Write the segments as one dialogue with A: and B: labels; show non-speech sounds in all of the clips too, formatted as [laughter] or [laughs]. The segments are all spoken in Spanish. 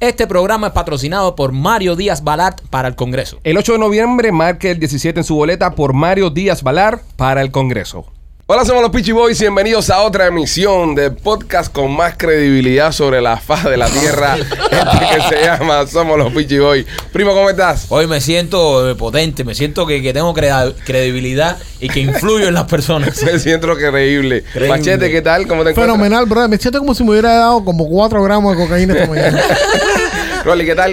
A: Este programa es patrocinado por Mario Díaz Balart para el Congreso.
B: El 8 de noviembre marque el 17 en su boleta por Mario Díaz Valar para el Congreso. Hola, somos los Peachy Boys y bienvenidos a otra emisión del podcast con más credibilidad sobre la faz de la [laughs] tierra. Este que se llama Somos los Peachy Boys. Primo, ¿cómo estás?
C: Hoy me siento eh, potente, me siento que, que tengo crea- credibilidad y que influyo en las
D: [laughs]
C: personas.
B: Me siento creíble.
C: Creíble.
B: Machete, ¿qué tal? ¿Cómo te encuentras?
D: Fenomenal, brother. Me siento como si me hubiera dado como 4 gramos de cocaína esta
B: [laughs]
D: mañana.
B: Rolly, ¿qué tal?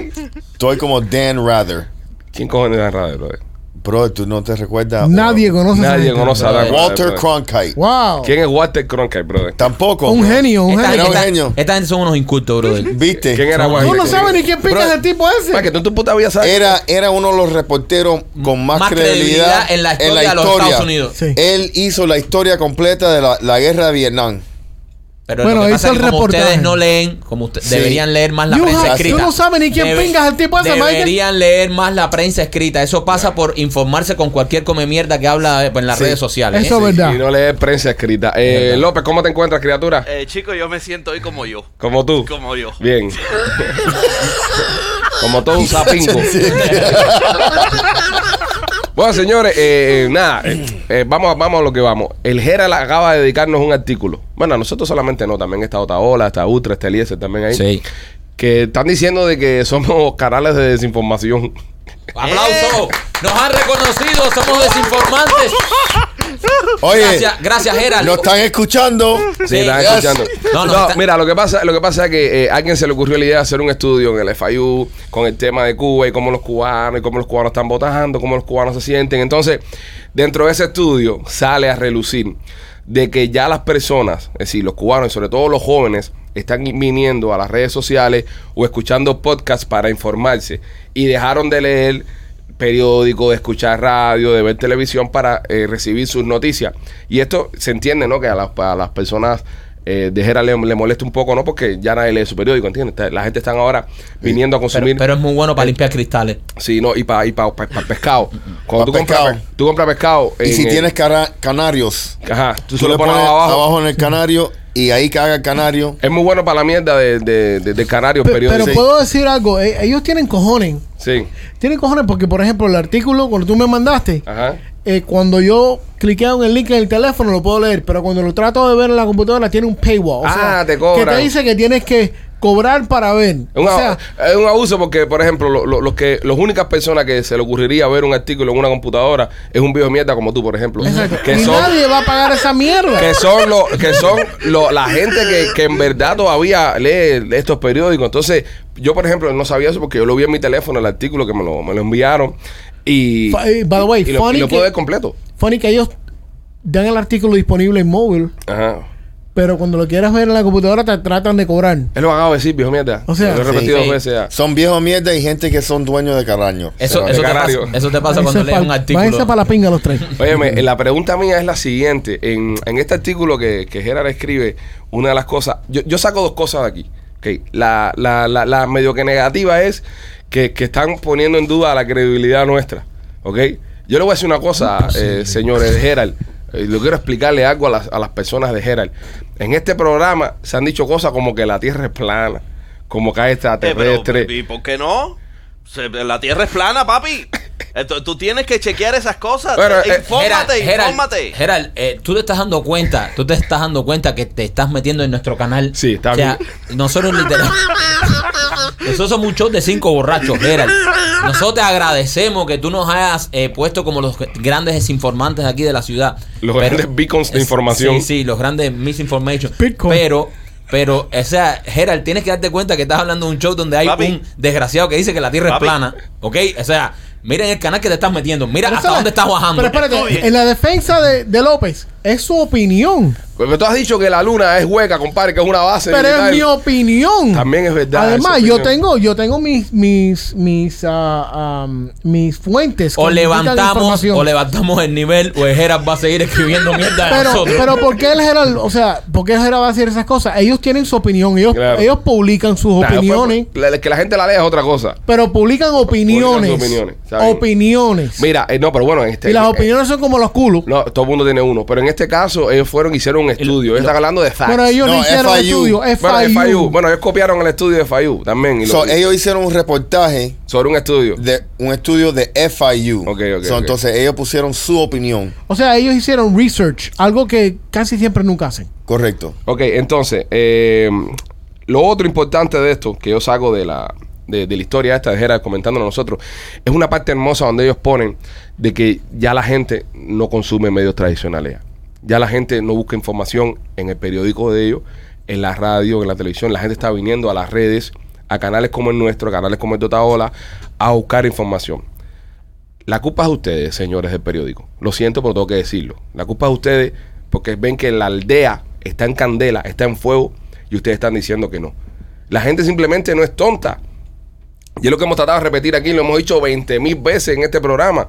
E: Estoy como Dan Rather.
B: ¿Quién cojones da radio, brother?
E: Bro, tú no te recuerdas.
D: Nadie conoce esa
B: Ah, Nadie
D: gente.
B: conoce a Dan
E: Walter
B: brother.
E: Cronkite.
D: Wow.
B: ¿Quién es Walter Cronkite, brother?
E: Tampoco.
D: Un
E: bro.
D: genio, un
E: Era
D: genio.
E: un genio.
C: esta gente son unos incultos, brother.
E: ¿Viste?
B: ¿Quién era Walter?
D: Tú no sabes ni quién pica
B: Brother,
D: ese tipo Eh,
B: Ma, que
D: ese.
B: tú en tu puta vida sabes.
E: Era, era uno de los reporteros con más,
C: Más credibilidad
E: credibilidad,
C: en la historia de los Estados Unidos.
D: Sí.
E: Él hizo la historia completa de la, la guerra de Vietnam.
C: Pero
D: Bueno,
C: lo que
D: ahí
C: pasa es
D: está
C: que
D: el
C: como
D: reportaje.
C: ustedes no leen, como ustedes
E: Sí.
C: deberían leer más la
D: You
C: prensa
D: have-
C: escrita.
D: tú no sabes ni quién pingas el tipo ese, Michael.
C: Deberían leer más la prensa escrita. Eso pasa por informarse con cualquier come mierda que habla eh, en las
E: Sí.
C: redes sociales. ¿eh?
D: Eso es verdad.
B: Y no lees prensa escrita. Eh, López, ¿cómo te encuentras, criatura?
F: Eh, chico, yo me siento hoy como yo.
B: Como tú.
F: Como yo. [laughs]
B: Bien. Como todo un sapinco. bueno, señores, eh, eh, nada. eh, eh, vamos, a- vamos a lo que vamos. El Geral acaba de dedicarnos un artículo. Bueno, a nosotros solamente no. También está Otaola, está Ultra, está Eliezer también ahí.
C: Sí.
B: Que están diciendo de que somos canales de desinformación.
C: ¡Aplauso!
D: Eh.
C: ¡Nos han reconocido! ¡Somos
D: [laughs]
C: desinformantes!
E: Oye,
C: Gracias, gracias, Gerald.
E: nos están escuchando.
B: Sí,
C: [laughs] Sí.
B: están
E: Yes.
B: escuchando. No,
C: No, no, está-
B: mira, lo que pasa, lo que pasa es que eh, a alguien se le ocurrió la idea de hacer un estudio en el FIU con el tema de Cuba y cómo los cubanos y cómo los cubanos están votando, cómo los cubanos se sienten. Entonces, dentro de ese estudio sale a relucir de que ya las personas, es decir, los cubanos y sobre todo los jóvenes, están viniendo a las redes sociales o escuchando podcasts para informarse y dejaron de leer periódico, de escuchar radio, de ver televisión para eh, recibir sus noticias. Y esto se entiende, ¿no? Que a las, a las personas eh, de Jera le, le molesta un poco, ¿no? Porque ya nadie lee su periódico, ¿entiendes? Está- La gente están ahora viniendo a
C: Pero,
B: consumir.
C: pero es muy bueno para limpiar cristales.
B: sí, no, y para y pa, pa- pa
E: [laughs]
B: pescado. Cuando tú,
E: Pa
B: compras,
E: pescado.
B: tú compras pescado.
E: Y
B: en
E: si
B: el-
E: tienes cara- canarios,
B: Ajá, tú,
E: tú,
B: solo
E: le
B: pones
E: pones abajo.
B: abajo.
E: en el canario y ahí caga el canario.
B: Es muy bueno para la mierda de, de, de, de canarios
D: Pe-
B: periódicos.
D: Pero puedo decir algo. Eh, Ellos tienen cojones.
B: Sí,
D: Tienen cojones porque, por ejemplo, el artículo cuando tú me mandaste,
B: ajá.
D: eh, cuando yo cliqueo en el link en el teléfono lo puedo leer, pero cuando lo trato de ver en la computadora tiene un paywall. O
B: Ah,
D: sea,
B: te cobran.
D: Que te dice que tienes que cobrar para ver.
B: Un,
D: o
B: a-
D: sea,
B: es un abuso porque, por ejemplo, lo- lo- los que las únicas personas que se le ocurriría ver un artículo en una computadora es un viejo de mierda como tú, por ejemplo.
D: exacto.
B: Que
D: y
B: son,
D: nadie va a pagar esa mierda.
B: que son, lo- que son lo- la gente que, que en verdad todavía lee estos periódicos. Entonces, yo, por ejemplo, no sabía eso porque yo lo vi en mi teléfono, el artículo que me lo, me lo enviaron. Y,
D: Fa- eh, by the way,
B: y lo,
D: funny
B: y lo puedo
D: que-
B: ver completo.
D: Funny que ellos dan el artículo disponible en móvil,
B: Ajá.
D: pero cuando lo quieras ver en la computadora te tratan de cobrar.
B: Es lo que acabo de decir, viejo mierda.
D: O sea,
B: lo he
E: sí.
B: repetido dos
C: Sí.
B: veces ya.
E: Son viejos mierda y gente que son dueños de canario.
C: Eso,
B: de
C: eso, te
B: canario.
C: pasa, eso te pasa cuando
D: Váyanse
C: lees
D: pa-
C: un artículo. Pues,
D: váyanse para la pinga los tres.
B: Óyeme, la pregunta mía es la siguiente. En, en este artículo que, que Gerard escribe, una de las cosas. Yo, yo saco dos cosas de aquí. ok. La, la, la, la medio que negativa es que, que están poniendo en duda la credibilidad nuestra. ¿Ok? Yo le voy a decir una cosa, eh, señores de Gerard. Eh, Yo quiero explicarle algo a las, a las personas de Gerard. En este programa se han dicho cosas como que la Tierra es plana, como que hay
F: Eh, pero,
B: extraterrestres.
F: ¿Y por qué no? Se- la tierra es plana, papi. Esto- tú tienes que chequear esas cosas.
B: Bueno, eh,
F: infórmate,
C: Gerald,
F: infórmate.
C: Gerald, eh, tú te estás dando cuenta, tú te estás dando cuenta que te estás metiendo en nuestro canal.
B: Sí, está
C: O sea, nosotros literal. [laughs] Nosotros somos un show de cinco borrachos, Gerald. Nosotros te agradecemos que tú nos hayas eh, puesto como los grandes desinformantes aquí de la ciudad.
B: Los grandes beacons de
C: es-
B: información.
C: Sí, sí, los grandes misinformation.
D: Bitcoin.
C: Pero, pero, o sea, Gerald, tienes que darte cuenta que estás hablando de un show donde hay
F: Papi.
C: un desgraciado que dice que la tierra
F: Papi.
C: es plana. ¿Ok? O sea, miren el canal que te estás metiendo. Mira
D: Pero
C: hasta
D: esa-
C: dónde estás bajando.
D: Pero espérate, en la defensa de, de López, Es su opinión.
B: Porque tú has dicho que la luna es hueca, compadre, que es una base.
D: Pero es
B: militar.
D: mi opinión.
B: También es verdad,
D: Además,
B: es su
D: yo
B: opinión.
D: tengo, yo tengo mis, mis, mis, ah, am, mis fuentes.
C: O
D: que me indican
C: levantamos,
D: información.
C: o levantamos el nivel, o el Gerard va a seguir escribiendo
D: [laughs]
C: mierda de
D: Pero,
C: nosotros.
D: pero ¿por qué el general, o sea, por qué el general va a decir esas cosas? Ellos tienen su opinión, ellos,
B: Claro.
D: ellos publican sus
B: Nah,
D: opiniones,
B: pues, la- que la gente la lea es otra cosa.
D: pero publican opiniones.
B: sus opiniones, está bien.
D: opiniones.
B: Mira, eh, no, pero bueno, en este.
D: y las
B: eh,
D: opiniones son como los culos.
B: no, todo el mundo tiene uno. Pero en este caso, ellos fueron hicieron un estudio. Ellos están hablando de facts.
D: Pero ellos no,
E: No,
D: hicieron
E: FIU.
D: estudio, FIU.
B: bueno, de FIU. Bueno, ellos copiaron el estudio de FIU también. y lo-
E: So, ellos hicieron un reportaje
B: sobre un estudio.
E: de un estudio de FIU.
B: Ok, ok,
E: So,
B: ok.
E: Entonces ellos pusieron su opinión.
D: O sea, ellos hicieron research, algo que casi siempre nunca hacen.
E: Correcto.
B: Ok, entonces, eh, lo otro importante de esto que yo saco de la, de, de la historia esta de Gerard comentándonos a nosotros, es una parte hermosa donde ellos ponen de que ya la gente no consume medios tradicionales. ya. Ya la gente no busca información en el periódico de ellos, en la radio, en la televisión. La gente está viniendo a las redes, a canales como el nuestro, a canales como el de Otaola, a buscar información. La culpa es de ustedes, señores del periódico. Lo siento, pero tengo que decirlo. La culpa es de ustedes porque ven que la aldea está en candela, está en fuego y ustedes están diciendo que no. La gente simplemente no es tonta. Y es lo que hemos tratado de repetir aquí, lo hemos dicho 20 mil veces en este programa.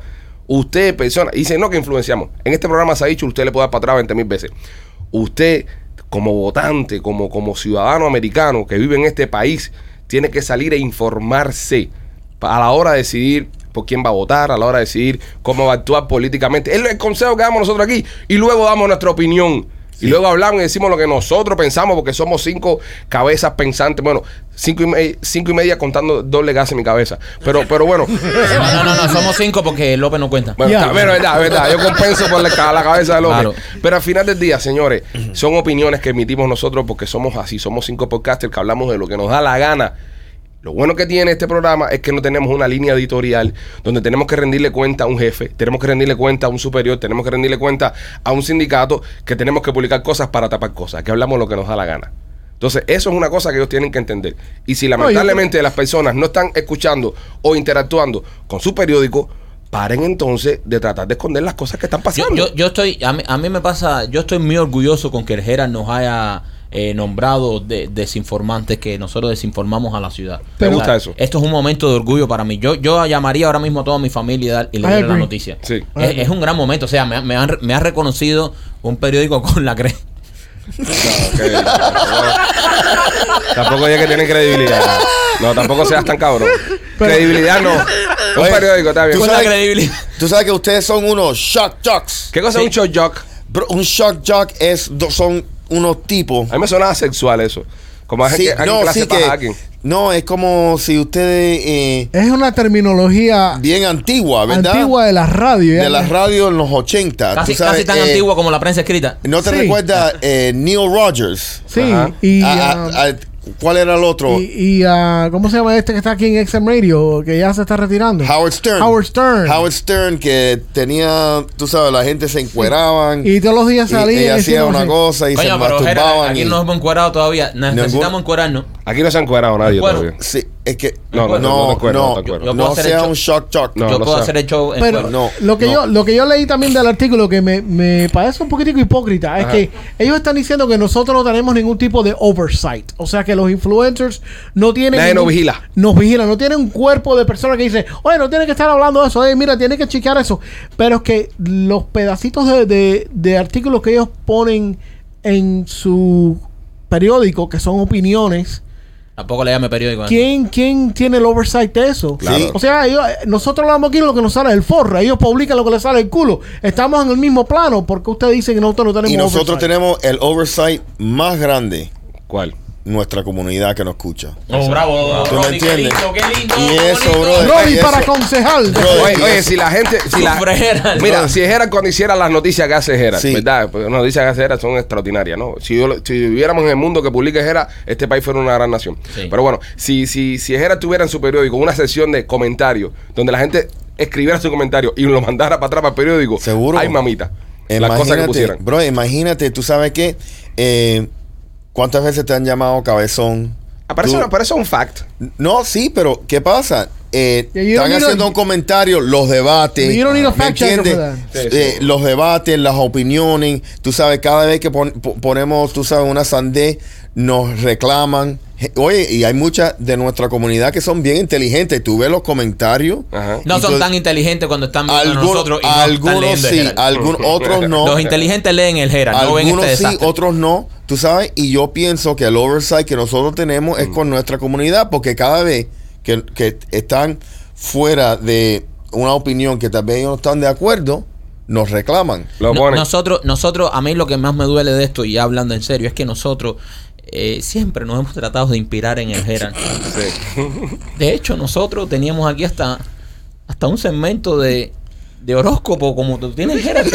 B: Usted, persona, dice no que influenciamos. En este programa se ha dicho, usted le puede dar para atrás 20 mil veces. Usted, como votante, como, como ciudadano americano que vive en este país, tiene que salir e informarse pa- a la hora de decidir por quién va a votar, a la hora de decidir cómo va a actuar políticamente. Es el consejo que damos nosotros aquí y luego damos nuestra opinión. Y luego hablamos y decimos lo que nosotros pensamos, porque somos cinco cabezas pensantes. Bueno, cinco y, me- cinco y media contando doble gas en mi cabeza. Pero, pero bueno, bueno,
C: No, no, no, somos cinco porque López no cuenta.
D: Ya.
B: está- pero es verdad, es verdad. Yo compenso por la, ca- la cabeza de López.
C: Claro.
B: Pero al final del día, señores, son opiniones que emitimos nosotros porque somos así. Somos cinco podcasters que hablamos de lo que nos da la gana. Lo bueno que tiene este programa es que no tenemos una línea editorial donde tenemos que rendirle cuenta a un jefe, tenemos que rendirle cuenta a un superior, tenemos que rendirle cuenta a un sindicato, que tenemos que publicar cosas para tapar cosas, que hablamos lo que nos da la gana. Entonces, eso es una cosa que ellos tienen que entender. Y si
D: yo creo-
B: lamentablemente las personas no están escuchando o interactuando con su periódico, paren entonces de tratar de esconder las cosas que están
C: Yo,
B: pasando.
C: yo, yo estoy, a mí, a mí me pasa, yo estoy muy orgulloso con que el Gerard nos haya eh, nombrado de- desinformantes, que nosotros desinformamos a la ciudad.
B: ¿Te
C: O
B: gusta
C: sea,
B: eso?
C: Esto es un momento de orgullo para mí. Yo, yo llamaría ahora mismo a toda mi familia y dar- y le
D: I
C: daré la
D: agree.
C: noticia.
B: Sí.
C: Es, es un gran momento, o sea, me, ha- me han- me ha reconocido un periódico [laughs] con la crema.
B: No, ok. Tampoco- tampoco es que tienen credibilidad. No, tampoco seas tan cabrón. credibilidad no. Un
E: Oye,
B: periódico, está bien.
E: tú
C: Con la
E: sabes-
C: credibilidad.
E: Tú sabes que ustedes son unos shock jocks.
B: ¿Qué cosa es un shock jock?
E: Bro, un shock jock es, do- son unos tipos.
B: A mí me sonaba sexual eso. Como a
E: Sí,
B: gente
E: no,
B: clase
E: sí
B: paja a
E: que,
B: alguien.
E: no, es como si ustedes, eh,
D: Es una terminología
E: bien antigua, ¿verdad?
D: antigua de las radios.
E: de la radio en los 80.
C: Casi,
E: Tú sabes,
C: casi tan
E: eh,
C: antigua como la prensa escrita.
E: ¿No te
D: Sí.
E: recuerdas eh, Neil Rogers?
D: Sí,
B: Ajá.
D: y,
E: A- a-
D: ah,
E: a- ¿Cuál era el otro?
D: y, y, ah, ¿cómo se llama este que está aquí en XM Radio? Que ya se está retirando.
E: Howard Stern.
D: Howard Stern.
E: Howard Stern que tenía, tú sabes, la gente se encueraban.
D: Y todos los días
E: y-
D: salía.
E: y
D: y
E: hacía
D: decía,
E: una
D: sí.
E: cosa y se
C: Coño, pero Gerard,
E: masturbaban.
C: aquí
E: y-
C: no nos hemos encuadrado todavía. Necesitamos
E: Ningún-
C: encuadrarnos.
B: Aquí no se han encuerado nadie
C: Bueno.
B: todavía.
E: Sí, es que
B: No, no,
E: no,
B: no te
E: no,
B: acuerdas, no te
E: no,
B: acuerdas.
C: Yo puedo hacer
E: sea
C: el
E: un shock shock.
B: No,
C: yo
B: lo
C: puedo
B: sabe.
C: hacer el show en
D: Pero
C: cuerno.
E: No,
D: lo, que
E: no.
D: Yo, lo que yo leí también del artículo que me, me parece un poquitico hipócrita es que ellos están diciendo que nosotros no tenemos ningún tipo de oversight. O sea que los influencers no tienen.
B: Nadie nos
D: ningún-
B: vigila.
D: Nos vigila. No tienen un cuerpo de personas que dice, oye, no tiene que estar hablando de eso. Oye, mira, tiene que chequear eso. Pero es que los pedacitos de, de- de artículos que ellos ponen en su periódico, que son opiniones.
C: Tampoco le llame periódico. a eso.
D: ¿Quién, ¿Quién tiene el oversight de eso?
E: Claro.
D: O sea, ellos- eh, nosotros hablamos aquí lo que nos sale del forro, ellos publican lo que les sale del culo. Estamos en el mismo plano, porque ustedes dicen que nosotros no tenemos
E: Y nosotros
D: oversight?
E: tenemos el oversight más grande,
B: ¿Cuál?
E: nuestra comunidad que nos escucha.
C: Oh, bravo,
E: ¿Tú me
C: Roddy, qué
E: entiendes?
C: lindo, qué lindo,
E: Y
C: qué
E: eso,
C: bonito.
E: brother.
D: Roddy
E: Ay,
D: para
E: eso.
D: concejal.
E: Brother,
B: Oye,
E: y
B: oye,
E: eso-
B: si la gente. Si la,
C: Sufre
B: [laughs]
C: Gerard.
B: mira, si Gerard cuando hiciera las noticias que hace Gerard,
E: Sí.
B: ¿verdad? Porque las noticias que hace Gerard son extraordinarias, ¿no? Si, yo, lo- si viviéramos en el mundo que publica Gerard, este país fuera una gran nación.
C: Sí.
B: Pero bueno, si, si, si Gerard tuviera en su periódico una sección de comentarios donde la gente escribiera su comentario y lo mandara para atrás para el periódico,
E: Seguro.
B: hay mamita. Las cosas que
E: Imagínate,
B: pusieran.
E: bro, imagínate, tú sabes que eh, cuántas veces te han llamado cabezón.
B: Aparece,
E: Tú-
B: aparece un fact.
E: No, sí, pero ¿qué pasa? eh,
D: Yeah, you
E: están
D: don't need
E: haciendo
D: a-
E: un comentario, los debates,
D: You don't need a
E: ¿me
D: fact checker
E: entiendes?
D: for
B: that. Sí,
E: Eh,
B: sí.
E: Los debates, las opiniones, tú sabes, cada vez que pon- po- ponemos, tú sabes, una sandé, nos reclaman. Je- Oye, y hay muchas de nuestra comunidad que son bien inteligentes. Tú ves los comentarios.
B: Ajá.
C: No son
E: Entonces,
C: tan inteligentes cuando están viendo a
E: Algunos,
C: Ah, nosotros y no están
E: algunos
C: leyendo el
E: sí,
C: Herald.
E: algunos, otros
C: [laughs]
E: no.
C: Los inteligentes leen el Herald, no ven
E: Algunos
C: este
E: sí,
C: desastre.
E: otros no, tú sabes, y yo pienso que el oversight que nosotros tenemos
C: Mm.
E: es con nuestra comunidad, porque cada vez que, que están fuera de una opinión que tal vez ellos no están de acuerdo, nos reclaman.
B: Lo
C: No-
B: ponen.
C: nosotros, nosotros, a mí lo que más me duele de esto, y ya hablando en serio, es que nosotros eh, siempre nos hemos tratado de inspirar en el Herald.
B: [laughs]
C: De hecho, nosotros teníamos aquí hasta, hasta un segmento de, de horóscopo, como tú
B: [laughs]
C: tienes el Herald.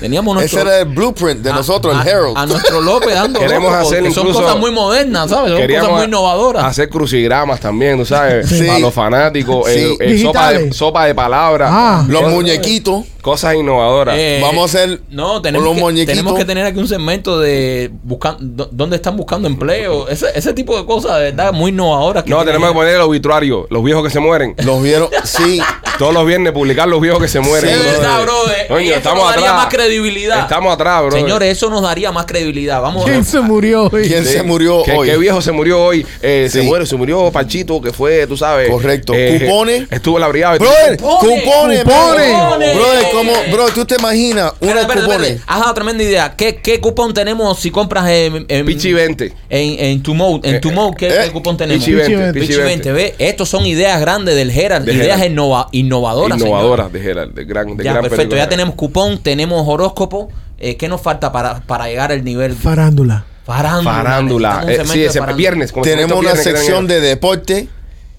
C: Teníamos nuestro,
E: Ese era el blueprint de
C: a-
E: nosotros,
C: a-
E: el Herald.
C: A, nuestro López
B: [laughs]
C: dando
B: Queremos
C: horóscopo,
B: hacer
C: que son
B: incluso-
C: cosas muy modernas, ¿sabes? Son cosas muy innovadoras.
B: hacer crucigramas también, ¿tú sabes?
E: Sí.
B: Para los fanáticos,
E: Sí.
B: eh, eh, sopa, de,
D: Digitales.
B: sopa de palabras,
D: Ah.
E: los muñequitos,
B: cosas innovadoras.
C: Eh,
E: vamos a hacer
C: No, tenemos
E: los
C: que,
E: muñequitos.
C: tenemos que tener aquí un segmento de buscan, do- dónde están buscando empleo. Ese, ese tipo de cosas, de verdad, muy innovadoras.
B: no,
C: tiene-
B: tenemos que poner el obituario, los viejos que se mueren.
C: [laughs]
E: los vieron, sí,
B: Todos los viernes publicar los viejos que se mueren.
E: Sí,
C: Es
B: brother.
C: verdad, Eh, brother.
B: Coño,
C: Y eso
B: estamos
C: nos daría
B: atrás.
C: más credibilidad.
B: Estamos atrás, bro.
C: Señores, eso nos daría más credibilidad. Vamos
D: [laughs] ¿Quién se murió hoy?
E: ¿quién se murió
B: ¿Qué,
E: hoy?
B: qué viejo se murió hoy? Eh, Se
E: Sí.
B: murió, se murió Panchito, que fue, tú sabes. Eh,
E: Correcto. Cupones.
B: Estuvo en la brigada.
E: Brother,
C: Cupones,
E: cupones, cupones,
C: cupones.
E: brother, como, bro, tú te imaginas
C: Espera,
E: unos
C: espera, espera.
E: cupones.
C: Has dado tremenda idea. ¿Qué, qué cupón tenemos si compras en. en
B: Pichi 20.
C: En, en tu mode, en tu mode, ¿qué,
E: eh,
C: qué cupón tenemos?
B: Pichi 20.
D: Pichi
B: Pichi 20.
C: ve, estos son ideas grandes del Gerard,
B: De
C: ideas
B: Gerard.
C: innova- innovadoras. señor.
B: Innovadora de Gerald, de gran, de
C: Ya,
B: gran
C: perfecto,
B: película.
C: ya tenemos cupón, tenemos horóscopo. Eh, ¿Qué nos falta para, para llegar al nivel?
D: Farándula.
C: Farándula.
B: Farándula.
C: Necesitamos un
B: Eh,
C: segmento
B: sí,
C: de
B: ese
C: farándula.
B: viernes. como
E: Tenemos
B: segmento
E: una
B: viernes que
E: sección
B: tenemos.
E: de deporte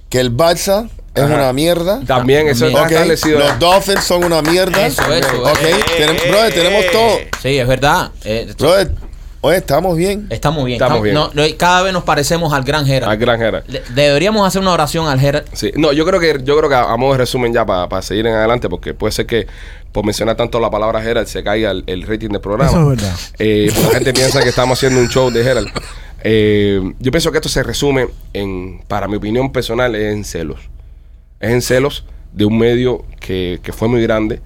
E: que el Barça es
B: Ajá.
E: una mierda.
B: También, eso está
E: Ok,
B: establecido.
E: Los Dolphins son una mierda.
C: Eso, eso,
E: Ok,
C: eh.
E: tenem- brother, tenemos todo.
C: Sí, es verdad. Eh,
E: Brother, oye, estamos bien.
C: estamos bien.
B: Estamos
C: Estamos,
B: bien.
C: no, no, cada vez nos parecemos al gran Gerard.
B: Al gran Gerard.
C: Le- deberíamos hacer una oración al Gerard.
B: Sí. No, yo creo que, yo creo que a, a modo de resumen ya para seguir en adelante, porque puede ser que por mencionar tanto la palabra Gerald se caiga el, el rating del programa.
D: Eso es verdad.
B: Eh, pues la gente piensa que estamos haciendo un show de Gerald. Eh, yo pienso que esto se resume en, para mi opinión personal, es en celos. Es en celos de un medio que, que fue muy grande,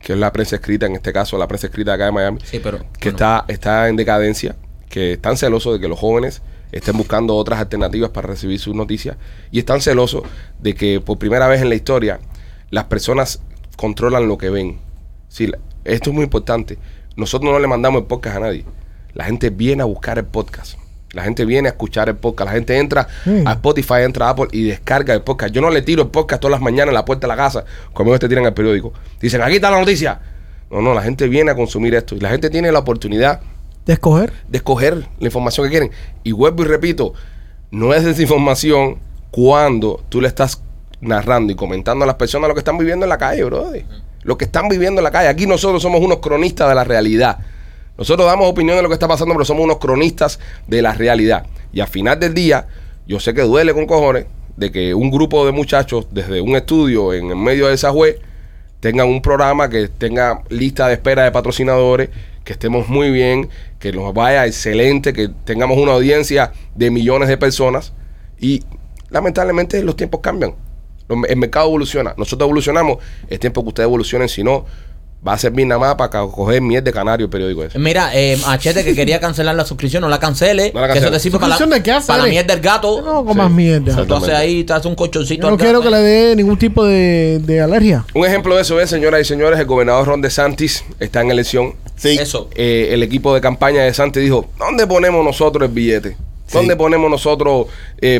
B: que es la prensa escrita, en este caso la prensa escrita acá de Miami
C: Sí, pero.
B: que
C: bueno.
B: está, está en decadencia, que están celosos de que los jóvenes estén buscando otras alternativas para recibir sus noticias y están celosos de que por primera vez en la historia las personas controlan lo que ven. Sí, la- esto es muy importante. Nosotros no le mandamos el podcast a nadie. La gente viene a buscar el podcast. La gente viene a escuchar el podcast. La gente entra
D: Mm.
B: a Spotify, entra a Apple y descarga el podcast. Yo no le tiro el podcast todas las mañanas en la puerta de la casa, como ellos te tiran el periódico. Dicen, aquí está la noticia. No, no, la gente viene a consumir esto. Y la gente tiene la oportunidad
D: ¿De escoger?
B: de escoger la información que quieren. Y vuelvo y repito, no es desinformación cuando tú le estás narrando y comentando a las personas lo que están viviendo en la calle, brother. Lo que están viviendo en la calle. Aquí nosotros somos unos cronistas de la realidad. Nosotros damos opinión de lo que está pasando, pero somos unos cronistas de la realidad. Y al final del día, yo sé que duele con cojones de que un grupo de muchachos desde un estudio en el medio de esa web tengan un programa que tenga lista de espera de patrocinadores, que estemos muy bien, que nos vaya excelente, que tengamos una audiencia de millones de personas. Y lamentablemente los tiempos cambian. Lo- El mercado evoluciona. Nosotros evolucionamos. Es tiempo que ustedes evolucionen. Si no, va a servir nada más para ca- coger miel de canario el periódico ese.
C: Mira, eh, Machete que quería cancelar la suscripción, no la cancele.
B: No la
C: que eso
B: cancele.
C: te sirve para, la-
D: ¿Suscripción de qué hace,
C: para la
D: Ale?
C: mierda del gato.
D: No
B: Sí,
D: comas mierda.
B: exacto.
C: Entonces ahí te hace un colchoncito. pues.
D: Yo no
C: al
D: quiero
C: gato.
D: que le dé ningún tipo de, de alergia.
B: Un ejemplo de eso es, señoras y señores, el gobernador Ron DeSantis está en elección.
E: Sí.
C: Eso.
B: Eh, el equipo de campaña de Santi dijo, ¿dónde ponemos nosotros el billete? ¿Dónde
E: Sí.
B: ponemos nosotros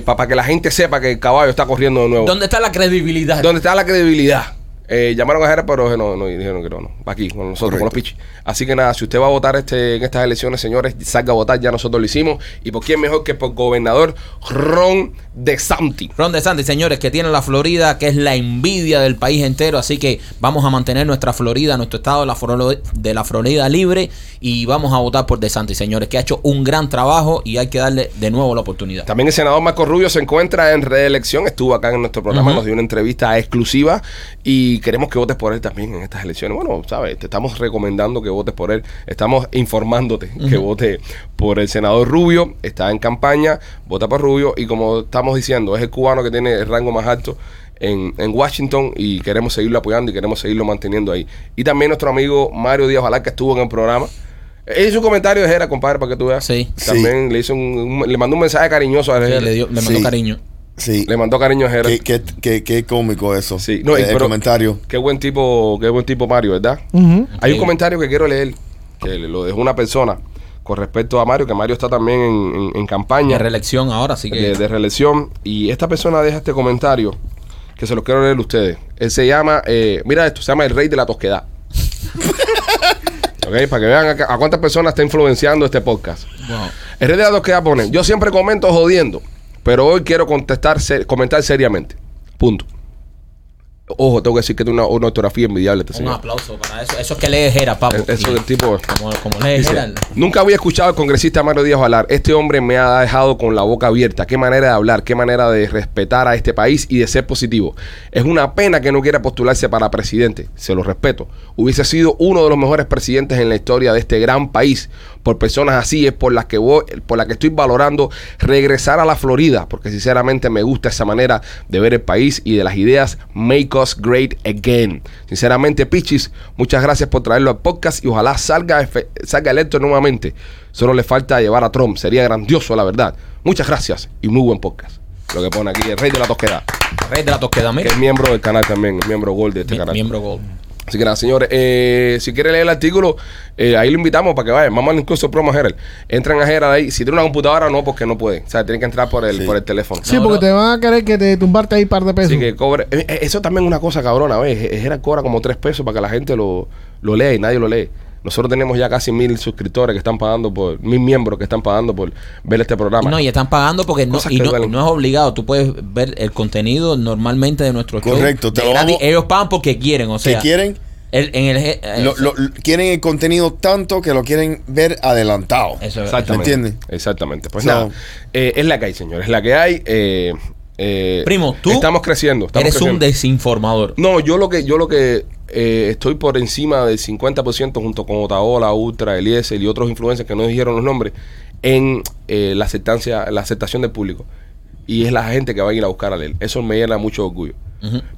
B: para que la gente sepa que el caballo está corriendo de nuevo? ¿Dónde,
C: ¿Dónde está la credibilidad?
B: está la credibilidad? Eh, llamaron a Jera, pero no, no, y dijeron que no, no. Aquí, con nosotros, con los pichis. Así que nada, si usted va a votar este, en estas elecciones, señores, salga a votar, ya nosotros lo hicimos. ¿Y por quién mejor que por gobernador Ron DeSantis?
C: Ron DeSantis, señores, que tiene la Florida, que es la envidia del país entero. Así que vamos a mantener nuestra Florida, nuestro estado de la, Florida, de la Florida libre y vamos a votar por DeSantis, señores, que ha hecho un gran trabajo y hay que darle de nuevo la oportunidad.
B: También el senador Marco Rubio se encuentra en reelección, estuvo acá en nuestro programa, nos dio una entrevista exclusiva y queremos que votes por él también en estas elecciones. Bueno, sabes, te estamos recomendando que votes por él, estamos informándote que vote por el senador Rubio, está en campaña, vota por Rubio y como estamos diciendo, es el cubano que tiene el rango más alto en, en Washington y queremos seguirlo apoyando y queremos seguirlo manteniendo ahí. Y también nuestro amigo Mario Díaz Balá, que estuvo en el programa. Él hizo un comentario de Jera, compadre, para que tú veas.
C: Sí.
B: También le hizo un, un- le mandó un mensaje cariñoso a
C: Sí,
B: Jera.
C: le, dio- le mandó
E: Sí.
C: cariño.
E: Sí.
B: Le mandó cariño a Jera.
E: Qué, qué, qué- qué cómico eso.
B: Sí, no, y
E: Eh, el
B: pero-
E: comentario.
B: Qué buen tipo, qué buen tipo Mario, ¿verdad?
D: Ujú.
B: Hay un
C: Sí.
B: comentario que quiero leer, que lo dejó una persona con respecto a Mario, que Mario está también en, en- en
C: De
B: campaña de,
C: reelección ahora, así que.
B: de reelección. Y esta persona deja este comentario que se lo quiero leer a ustedes. Él se llama, eh, mira esto, se llama el rey de la tosquedad. [laughs] ok, para que vean a, a cuántas personas está influenciando este podcast.
C: Wow.
B: El rey de la tosquedad pone, yo siempre comento jodiendo, pero hoy quiero contestar, ser- comentar seriamente. Punto. Ojo, tengo que decir que tiene una, una ortografía envidiable este
C: Un
B: señor.
C: aplauso para eso. Eso es que lee Jera, papo.
B: Eh, Eso del tipo.
C: Como, como lee
B: dice,
C: Jera.
B: Nunca había escuchado al congresista Mario Díaz hablar. Este hombre me ha dejado con la boca abierta. Qué manera de hablar, qué manera de respetar a este país y de ser positivo. Es una pena que no quiera postularse para presidente. Se lo respeto. Hubiese sido uno de los mejores presidentes en la historia de este gran país. Por personas así es por las que voy, por las que estoy valorando regresar a la Florida, porque sinceramente me gusta esa manera de ver el país y de las ideas Make Us Great Again. Sinceramente, Pichis, muchas gracias por traerlo al podcast y ojalá salga, efe- salga electo nuevamente. Solo le falta llevar a Trump. Sería grandioso, la verdad. Muchas gracias y muy buen podcast. Lo que pone aquí el rey de la tosquedad,
C: Rey de la tosqueda,
B: que
C: mira.
B: es miembro del canal también, miembro Gold de este
C: Mie-
B: canal.
C: Miembro Gold.
B: Así que nada, señores, eh, si quieren leer el artículo, eh, ahí lo invitamos para que vayan. Vamos a incluso promo a Herald. Entran a Herald ahí. Si tienen una computadora, no, porque no pueden. O sea, tienen que entrar por el,
E: Sí.
B: por el teléfono.
D: Sí,
C: No,
D: porque
C: no.
D: te van a querer que te tumbarte ahí par de pesos.
B: Así que cobre. eh, eh, eso también es una cosa cabrona, ¿ves? Eh, Herald cobra como tres pesos para que la gente lo, lo lea y nadie lo lee. Nosotros tenemos ya casi mil suscriptores que están pagando por, mil miembros que están pagando por ver este programa.
C: No, y están pagando porque no,
B: Cosas
C: y
B: que
C: no,
B: duelen.
C: no es obligado. Tú puedes ver el contenido normalmente de nuestro show.
E: Correcto, te
C: de
E: lo
C: gratis.
E: vamos-
C: Ellos pagan porque quieren, o sea.
E: que quieren,
C: el- en el, eh,
E: lo- lo- quieren el contenido tanto que lo quieren ver adelantado.
C: eso es-
B: Exactamente.
E: ¿Me entiendes?
B: Exactamente. Pues
E: So-
B: nada. eh, es la que hay, señores. Es la que hay. eh, eh,
C: Primo, tú
B: Estamos creciendo. Estamos
C: Eres un
B: creciendo.
C: desinformador.
B: No, yo lo que yo lo que eh, estoy por encima del 50% junto con Otaola, Ultra, Eliezer y otros influencers que no dijeron los nombres en eh, la aceptancia, la aceptación del público. Y es la gente que va a ir a buscar a leer. Eso me llena mucho orgullo.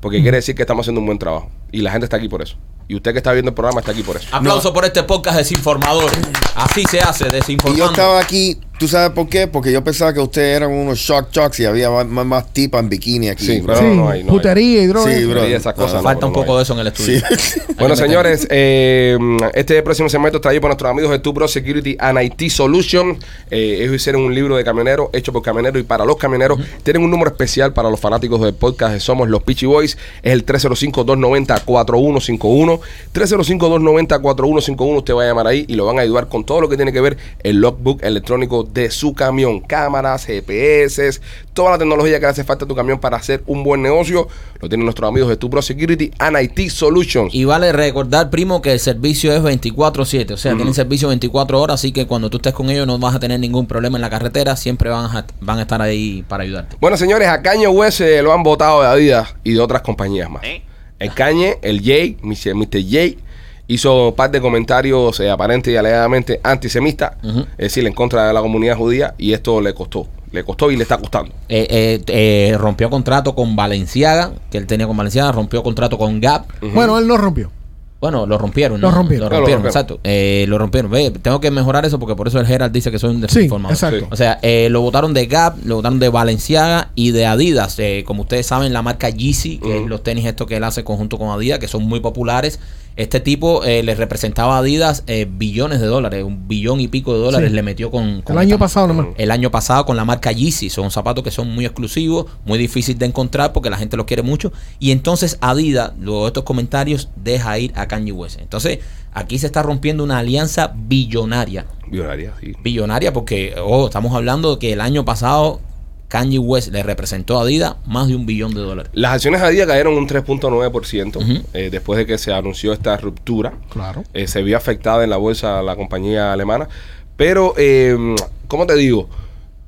B: Porque quiere decir que estamos haciendo un buen trabajo. Y la gente está aquí por eso. Y usted que está viendo el programa está aquí por eso.
C: Aplauso por este podcast desinformador. Así se hace,
E: Y yo
C: desinformando.
E: estaba aquí, ¿tú sabes por qué? Porque yo pensaba que ustedes eran unos shock jocks y había más, más- más tipas en bikini aquí.
B: Sí,
E: bro.
B: No,
D: sí,
B: no, no hay, no hay.
D: putería y drogas.
E: Sí, bro.
B: Y esas cosas,
E: No,
B: no.
C: Falta un poco de eso en el estudio.
B: [laughs] Bueno,
C: Ahí me
B: señores, eh, este próximo semestre está ahí por nuestros amigos de Tubro Security and IT Solution. Eh, ellos hicieron un libro de camioneros hecho por camioneros y para los camioneros. Tienen un número especial para los fanáticos del podcast de Somos los Pitchy Boys. Es el 305-290-4151. 305-290-4151. Usted va a llamar ahí y lo van a ayudar con todo lo que tiene que ver el logbook electrónico de su camión. Cámaras, GPS, toda la tecnología que le hace falta a tu camión para hacer un buen negocio. Lo tienen nuestros amigos de Tubro Security and IT Solutions.
C: Y vale recordar, primo, que el servicio es 24-7. O sea, tienen servicio 24 horas, así que cuando tú estés con ellos no vas a tener ningún problema en la carretera. Siempre van a, van a estar ahí para ayudarte.
B: Bueno, señores, a Kanye West eh, lo han votado de Adidas y de otras compañías más.
F: ¿Eh?
B: El Kanye, el Jay, Mr. Jay, hizo un par de comentarios eh, aparente y alegadamente antisemitas, es decir, en contra de la comunidad judía, y esto le costó. Le costó y le está costando.
C: Eh, eh, eh, rompió contrato con Valenciaga, que él tenía con Valenciaga. Rompió contrato con Gap.
D: Bueno, él no rompió.
C: Bueno, lo rompieron.
D: Lo rompieron.
C: Lo
B: Lo
C: rompieron,
B: rompieron.
C: exacto. Eh, lo rompieron. Ve, tengo que mejorar eso porque por eso el Gerald dice que soy un
D: Sí,
C: desinformador.
D: exacto.
C: O sea, eh, lo votaron de Gap, lo votaron de Valenciaga y de Adidas. Eh, como ustedes saben, la marca Yeezy, que es los tenis estos que él hace conjunto con Adidas, que son muy populares. Este tipo eh, le representaba a Adidas eh, billones de dólares, un billón y pico de dólares
D: Sí.
C: le metió con... con
D: El año
C: esta-
D: pasado nomás.
C: el año pasado con la marca Yeezy. Son zapatos que son muy exclusivos, muy difíciles de encontrar porque la gente los quiere mucho. Y entonces Adidas, luego de estos comentarios, deja ir a Kanye West. Entonces, aquí se está rompiendo una alianza billonaria.
B: Millonaria, sí.
C: Billonaria porque, oh, estamos hablando de que el año pasado Kanye West le representó a Adidas más de un billón de dólares.
B: Las acciones de Adidas cayeron un 3.9%
C: Ujú.
B: eh, después de que se anunció esta ruptura.
D: Claro.
B: Eh, se vio afectada en la bolsa la compañía alemana. Pero, eh, ¿cómo te digo?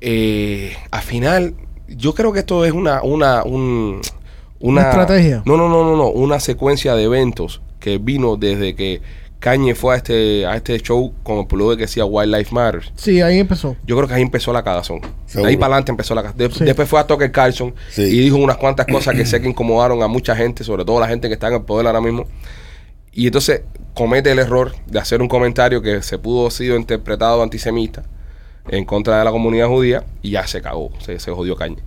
B: Eh, al final, yo creo que esto es una, una, un, una,
D: Una estrategia.
B: No, no, no, no, no, una secuencia de eventos que vino desde que Kanye fue a este a este show con el pullover que decía Wildlife Matters.
D: Sí, ahí empezó.
B: Yo creo que ahí empezó la cagazón. De
E: Seguro.
B: ahí para adelante empezó la cagazón. De-
D: Sí.
B: Después fue a Tucker Carlson
E: Sí.
B: y dijo unas cuantas cosas que sé que incomodaron a mucha gente, sobre todo la gente que está en el poder ahora mismo. Y entonces comete el error de hacer un comentario que se pudo haber sido interpretado antisemita en contra de la comunidad judía y ya se cagó, se, se jodió Caña.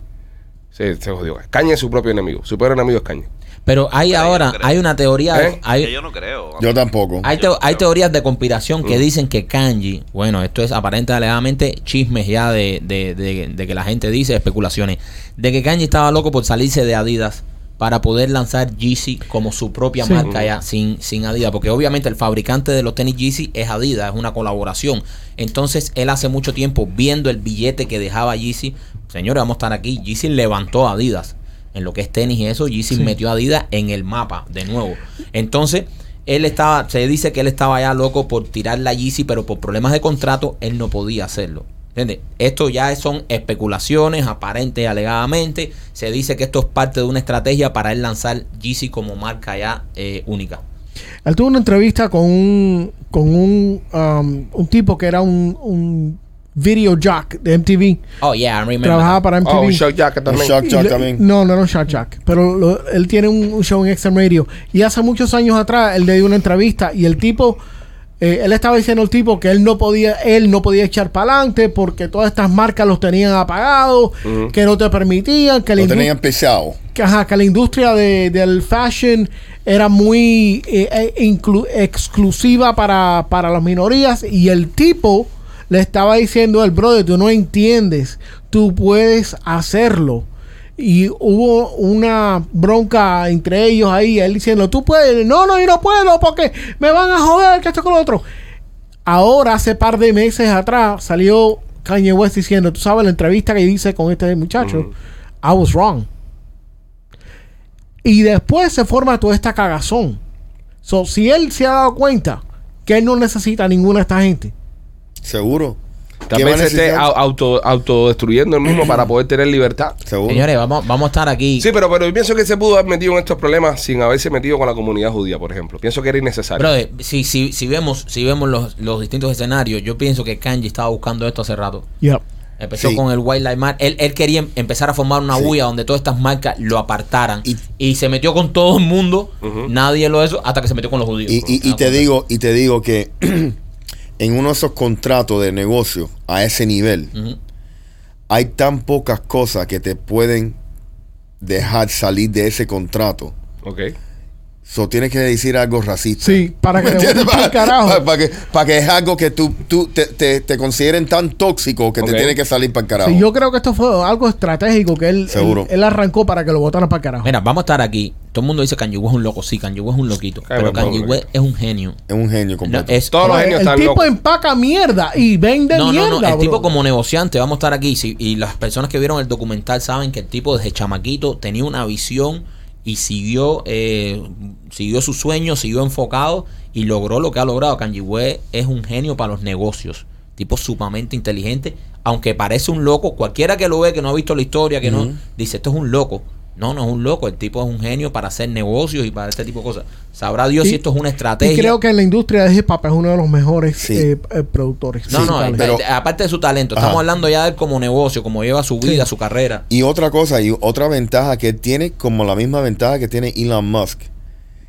B: Se, se jodió Kanye. Kanye es su propio enemigo, su peor enemigo es Caña.
C: Pero hay
F: Pero yo
C: ahora,
F: no creo.
C: hay una teoría,
B: ¿Eh?
F: Que
C: hay,
F: yo no creo.
E: Yo tampoco.
C: hay,
F: yo
C: teo-
F: no
C: hay
F: creo. Mm.
C: teorías de conspiración que dicen que Kanji, bueno, esto es aparente alegadamente chismes ya de, de- de- de que la gente dice, especulaciones, de que Kanji estaba loco por salirse de Adidas para poder lanzar Yeezy como su propia
D: Sí.
C: marca ya sin, sin Adidas, porque obviamente el fabricante de los tenis Yeezy es Adidas, es una colaboración. Entonces él hace mucho tiempo viendo el billete que dejaba Yeezy, señores, vamos a estar aquí, Yeezy levantó a Adidas en lo que es tenis y eso, Yeezy metió a Adidas en el mapa de nuevo. Entonces, él estaba, se dice que él estaba ya loco por tirar la Yeezy, pero por problemas de contrato, él no podía hacerlo. ¿Entiendes? Esto ya son especulaciones aparentes y alegadamente. Se dice que esto es parte de una estrategia para él lanzar Yeezy como marca ya eh, única.
D: Él tuvo una entrevista con un con un, um, un tipo que era un, un video jock de MTV.
C: Oh, yeah, I remember.
D: Trabajaba para MTV.
B: Oh, un Shock Jacket
E: Un
B: también.
E: Shock
D: Y
E: Jock
D: le-
E: también.
D: No, no era un Shark Jack. Pero lo- él tiene un, un show en Exxon Radio. Y hace muchos años atrás él le dio una entrevista y el tipo. eh, él estaba diciendo al tipo que él no podía, él no podía echar para adelante porque todas estas marcas los tenían apagados, que no te permitían, que la
E: Lo
D: industria-
E: tenían pesado.
D: que, ajá, que la industria de- del fashion era muy eh, eh, inclu- exclusiva para, para las minorías y el tipo le estaba diciendo al brother, tú no entiendes, tú puedes hacerlo. Y hubo una bronca entre ellos ahí, él diciendo, tú puedes, no, no, yo no puedo porque me van a joder, que esto con lo otro. Ahora, hace par de meses atrás, salió Kanye West diciendo, tú sabes la entrevista que hice con este muchacho, I was wrong. Y después se forma toda esta cagazón. So, si él se ha dado cuenta que él no necesita a ninguna de esta gente.
E: Seguro. ¿Qué va
B: También
E: a
B: se esté
E: necesitar?
B: au- auto, autodestruyendo el mismo para poder tener libertad.
E: Seguro.
C: Señores, vamos, vamos a estar aquí.
B: Sí, pero, pero yo pienso que él se pudo haber metido en estos problemas sin haberse metido con la comunidad judía, por ejemplo. Pienso que era innecesario.
C: Brother, si, si, si vemos, si vemos los, los distintos escenarios, yo pienso que Kanji estaba buscando esto hace rato. Empezó
E: Sí.
C: con el Wildlife Mart. Él, él quería em- empezar a formar una
E: Sí.
C: bulla donde todas estas marcas lo apartaran. Y,
E: Y-
C: se metió con todo el mundo. Nadie lo hizo hasta que se metió con los judíos.
E: Y, y- y
C: Ah,
E: te
C: bueno.
E: digo, y te digo que [clears throat] en uno de esos contratos de negocio a ese nivel,
C: Ujú.
E: hay tan pocas cosas que te pueden dejar salir de ese contrato.
B: Ok.
E: So tienes que decir algo racista.
D: Sí, para que
E: [laughs] ¿Me
D: te
E: entiendes?
D: boten
E: Para,
D: el carajo.
E: para- para que, para que es algo que tú, tú te, te- te consideren tan tóxico que
B: Ok.
E: te tiene que salir para el carajo.
D: Sí, yo creo que esto fue algo estratégico que él,
E: Seguro.
D: él, él arrancó para que lo votaran para carajo.
C: Mira, vamos a estar aquí. Todo el mundo dice que Kanye West es un loco. Sí, Kanye West es un loquito.
B: Ay,
C: pero
B: bueno,
C: Kanye
B: bueno,
C: West es un genio.
E: es un genio
C: No,
E: completo.
C: es,
B: Todos los
D: Oye,
B: genios
D: el
B: están
D: tipo
B: locos.
D: empaca mierda y vende
C: no,
D: mierda.
C: no, no. El
D: bro.
C: tipo como negociante, vamos a estar aquí. sí, y las personas que vieron el documental saben que el tipo desde chamaquito tenía una visión y siguió, eh, siguió su sueño, siguió enfocado y logró lo que ha logrado. Kanye West es un genio para los negocios. Tipo sumamente inteligente, aunque parece un loco. Cualquiera que lo ve, que no ha visto la historia, que no, dice, esto es un loco. No, no es un loco. El tipo es un genio para hacer negocios y para este tipo de cosas. Sabrá Dios
D: Y-
C: si esto es una
D: y
C: estrategia.
D: creo que en la industria de hip hop es uno de los mejores
E: Sí.
D: eh, eh, productores.
C: No,
E: Sí,
C: no,
E: pero-
C: eh, aparte de su talento,
E: Ajá.
C: estamos hablando ya de él como negocio, como lleva su vida, su carrera.
E: Y otra cosa, y otra ventaja que él tiene, como la misma ventaja que tiene Elon Musk.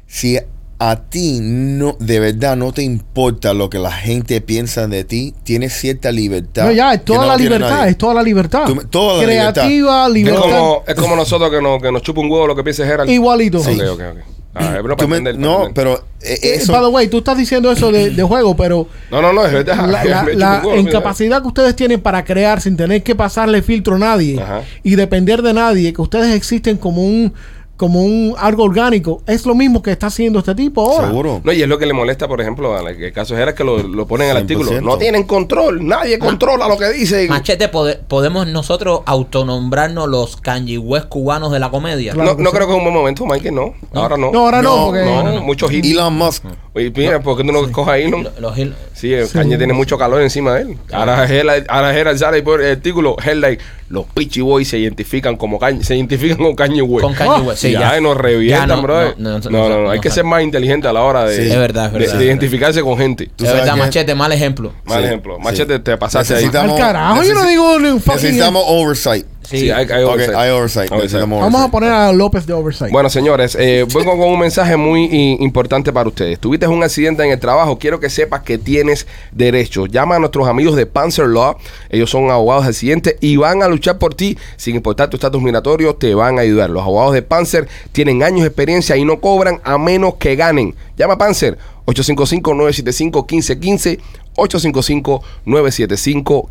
E: Si a ti no, de verdad no te importa lo que la gente piensa de ti, tienes cierta libertad.
D: No, ya, es
E: que
D: toda
E: no
D: la
E: tiene
D: libertad,
E: nadie.
D: es toda la libertad.
E: Tú me- toda la
D: Creativa,
B: Es
D: libertad.
B: como, es como nosotros que nos, que nos chupa un huevo lo que piense Gerald.
D: Igualito.
B: Ok,
E: Sí.
B: ok, ok. Ah, es bueno para
E: Tú me-
B: entender, para
E: no,
B: entender.
E: pero eh,
D: Eh,
E: eso,
D: by the way, tú estás diciendo eso de, de juego, pero
B: No, no, no, es verdad.
D: la, la-
B: Ah, [laughs] Me chupa
D: la
B: un huevo, mira.
D: incapacidad que ustedes tienen para crear sin tener que pasarle filtro a nadie
B: Ajá.
D: y depender de nadie, que ustedes existen como un como un algo orgánico, es lo mismo que está haciendo este tipo ahora.
E: seguro.
B: No, y es lo que le molesta, por ejemplo, a la- que el caso Gerald que lo, lo ponen en el artículo.
E: 100%.
B: No tienen control,
D: Ah.
B: nadie controla lo que dicen.
C: Machete, pode- ¿podemos nosotros autonombrarnos los Kanye West cubanos de la comedia?
D: Claro
B: no
D: que
B: no
D: sí. Ah.
B: creo que es un buen momento, Mike, no. Ahora no.
D: No, ahora no,
E: No,
D: porque
B: no, muchos hits.
E: Elon Musk,
B: Oye, mira, ¿por qué tú no cojas a Elon?
C: Lo- Los, Hill-
B: Sí, el Kanye tiene mucho calor encima de él. Ahora Hela- ahora Gerald sale y por el artículo, Headline, los Pitchy Boys se identifican como Kanye, se identifican con Kanye West.
C: con Kanye
D: Oh,
C: West, sí. Sí,
B: ya,
C: ya.
B: y nos revientan,
C: Ya no,
B: brother.
C: no,
B: No,
C: no,
B: no,
C: no,
B: no,
C: no
B: hay que
C: sale.
B: ser más inteligente a la hora de,
E: Sí.
C: Es verdad, es
B: de-
C: verdad.
B: de identificarse con gente.
E: Tú
C: Es
E: sabes
C: verdad,
E: que-
C: machete, mal ejemplo.
B: Mal
E: Sí,
B: ejemplo.
E: sí.
B: Machete, te pasaste ahí.
E: Necesitamos-
D: Al carajo, yo no
E: necesi-
D: digo ni un fucking-
E: Necesitamos oversight.
B: Sí, hay, hay
E: Ok,
B: oversight.
E: hay oversight. necesitamos
D: Vamos a
E: oversight.
D: poner a López de Oversight.
B: Bueno, señores, eh, vengo con un mensaje muy i- importante para ustedes. Tuviste un accidente en el trabajo, quiero que sepas que tienes derecho. Llama a nuestros amigos de Panzer Law, ellos son abogados de accidentes y van a luchar por ti, sin importar tu estatus migratorio, te van a ayudar. Los abogados de Panzer tienen años de experiencia y no cobran a menos que ganen. Llama a Panzer 855-975-1515.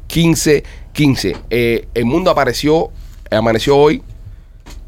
B: 855-975-1515. Eh, el mundo apareció, amaneció hoy.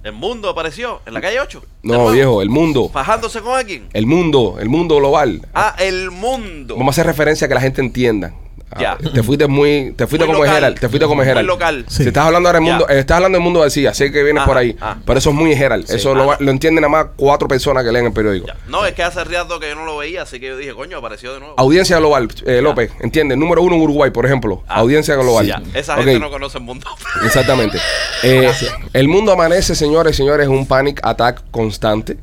F: El mundo apareció en la calle 8.
B: No, viejo, el mundo.
F: Fajándose con alguien.
B: El mundo, el mundo global.
F: Ah, el mundo.
B: Eh. Vamos a hacer referencia a que la gente entienda. Ah,
F: Ya.
B: Te fuiste muy, te fuiste
F: Muy
B: como
F: local.
B: Gerald, te fuiste como
F: Muy
B: Gerald.
F: local.
D: Sí.
B: Si estás hablando ahora del mundo,
F: Ya.
B: eh, estás hablando del mundo del CIA, sé que vienes
F: Ajá,
B: por ahí,
F: ajá.
B: pero eso es muy Gerald. eso lo,
F: ah,
B: va- lo entienden nada más cuatro personas que leen el periódico.
F: Ya. No, es que hace rato que yo no lo veía, así que yo dije, coño, apareció de nuevo.
B: Audiencia global, eh, López, entiende. Número uno en Uruguay, por ejemplo.
F: Ah,
B: Audiencia global.
F: Ya, Esa
B: Ok.
F: gente no conoce
B: [laughs]
F: el mundo.
B: Exactamente. Eh, el mundo amanece, señores y señores, un panic attack constante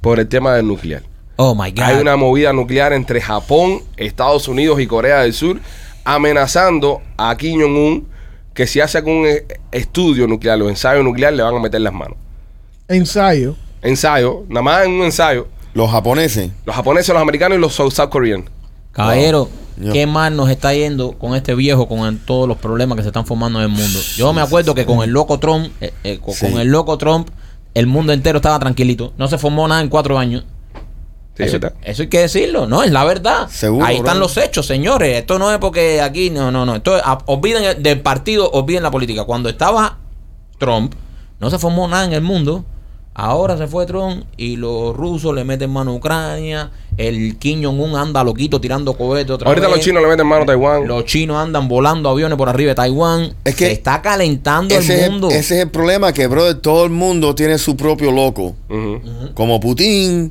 B: por el tema del nuclear.
C: Oh my God.
B: Hay una movida nuclear entre Japón, Estados Unidos y Corea del Sur amenazando a Kim Jong-un que si hace algún eh, estudio nuclear o ensayo nuclear le van a meter las manos.
D: Ensayo.
B: Ensayo, nada más en un ensayo,
E: Los japoneses.
B: los japoneses, los americanos y los South, South Koreans.
C: Caballero,
E: Yo.
C: qué mal nos está yendo con este viejo, con el- todos los problemas que se están formando en el mundo. Yo me acuerdo que con el loco Trump, eh, eh, co- con,
E: Sí.
C: el loco Trump, el mundo entero estaba tranquilito. No se formó nada en cuatro años.
B: Sí,
C: eso,
B: ¿verdad?
C: eso hay que decirlo, no, es la verdad.
E: Seguro,
C: Ahí están
E: bro.
C: los hechos, señores. Esto no es porque aquí, no, no, no. Esto, es- a- olviden el- del partido, olviden la política. Cuando estaba Trump, no se formó nada en el mundo. Ahora se fue Trump y los rusos le meten mano a Ucrania. El Kim Jong-un anda loquito tirando cohetes otra
B: Ahorita
C: vez. Eh,
B: los chinos le meten mano a Taiwán.
C: Los chinos andan volando aviones por arriba de Taiwán.
E: Es que
C: se está calentando
E: Ese es,
C: el
E: el,
C: mundo.
E: ese es el problema que, brother, todo el mundo tiene su propio loco.
B: Ujú.
E: Como Putin,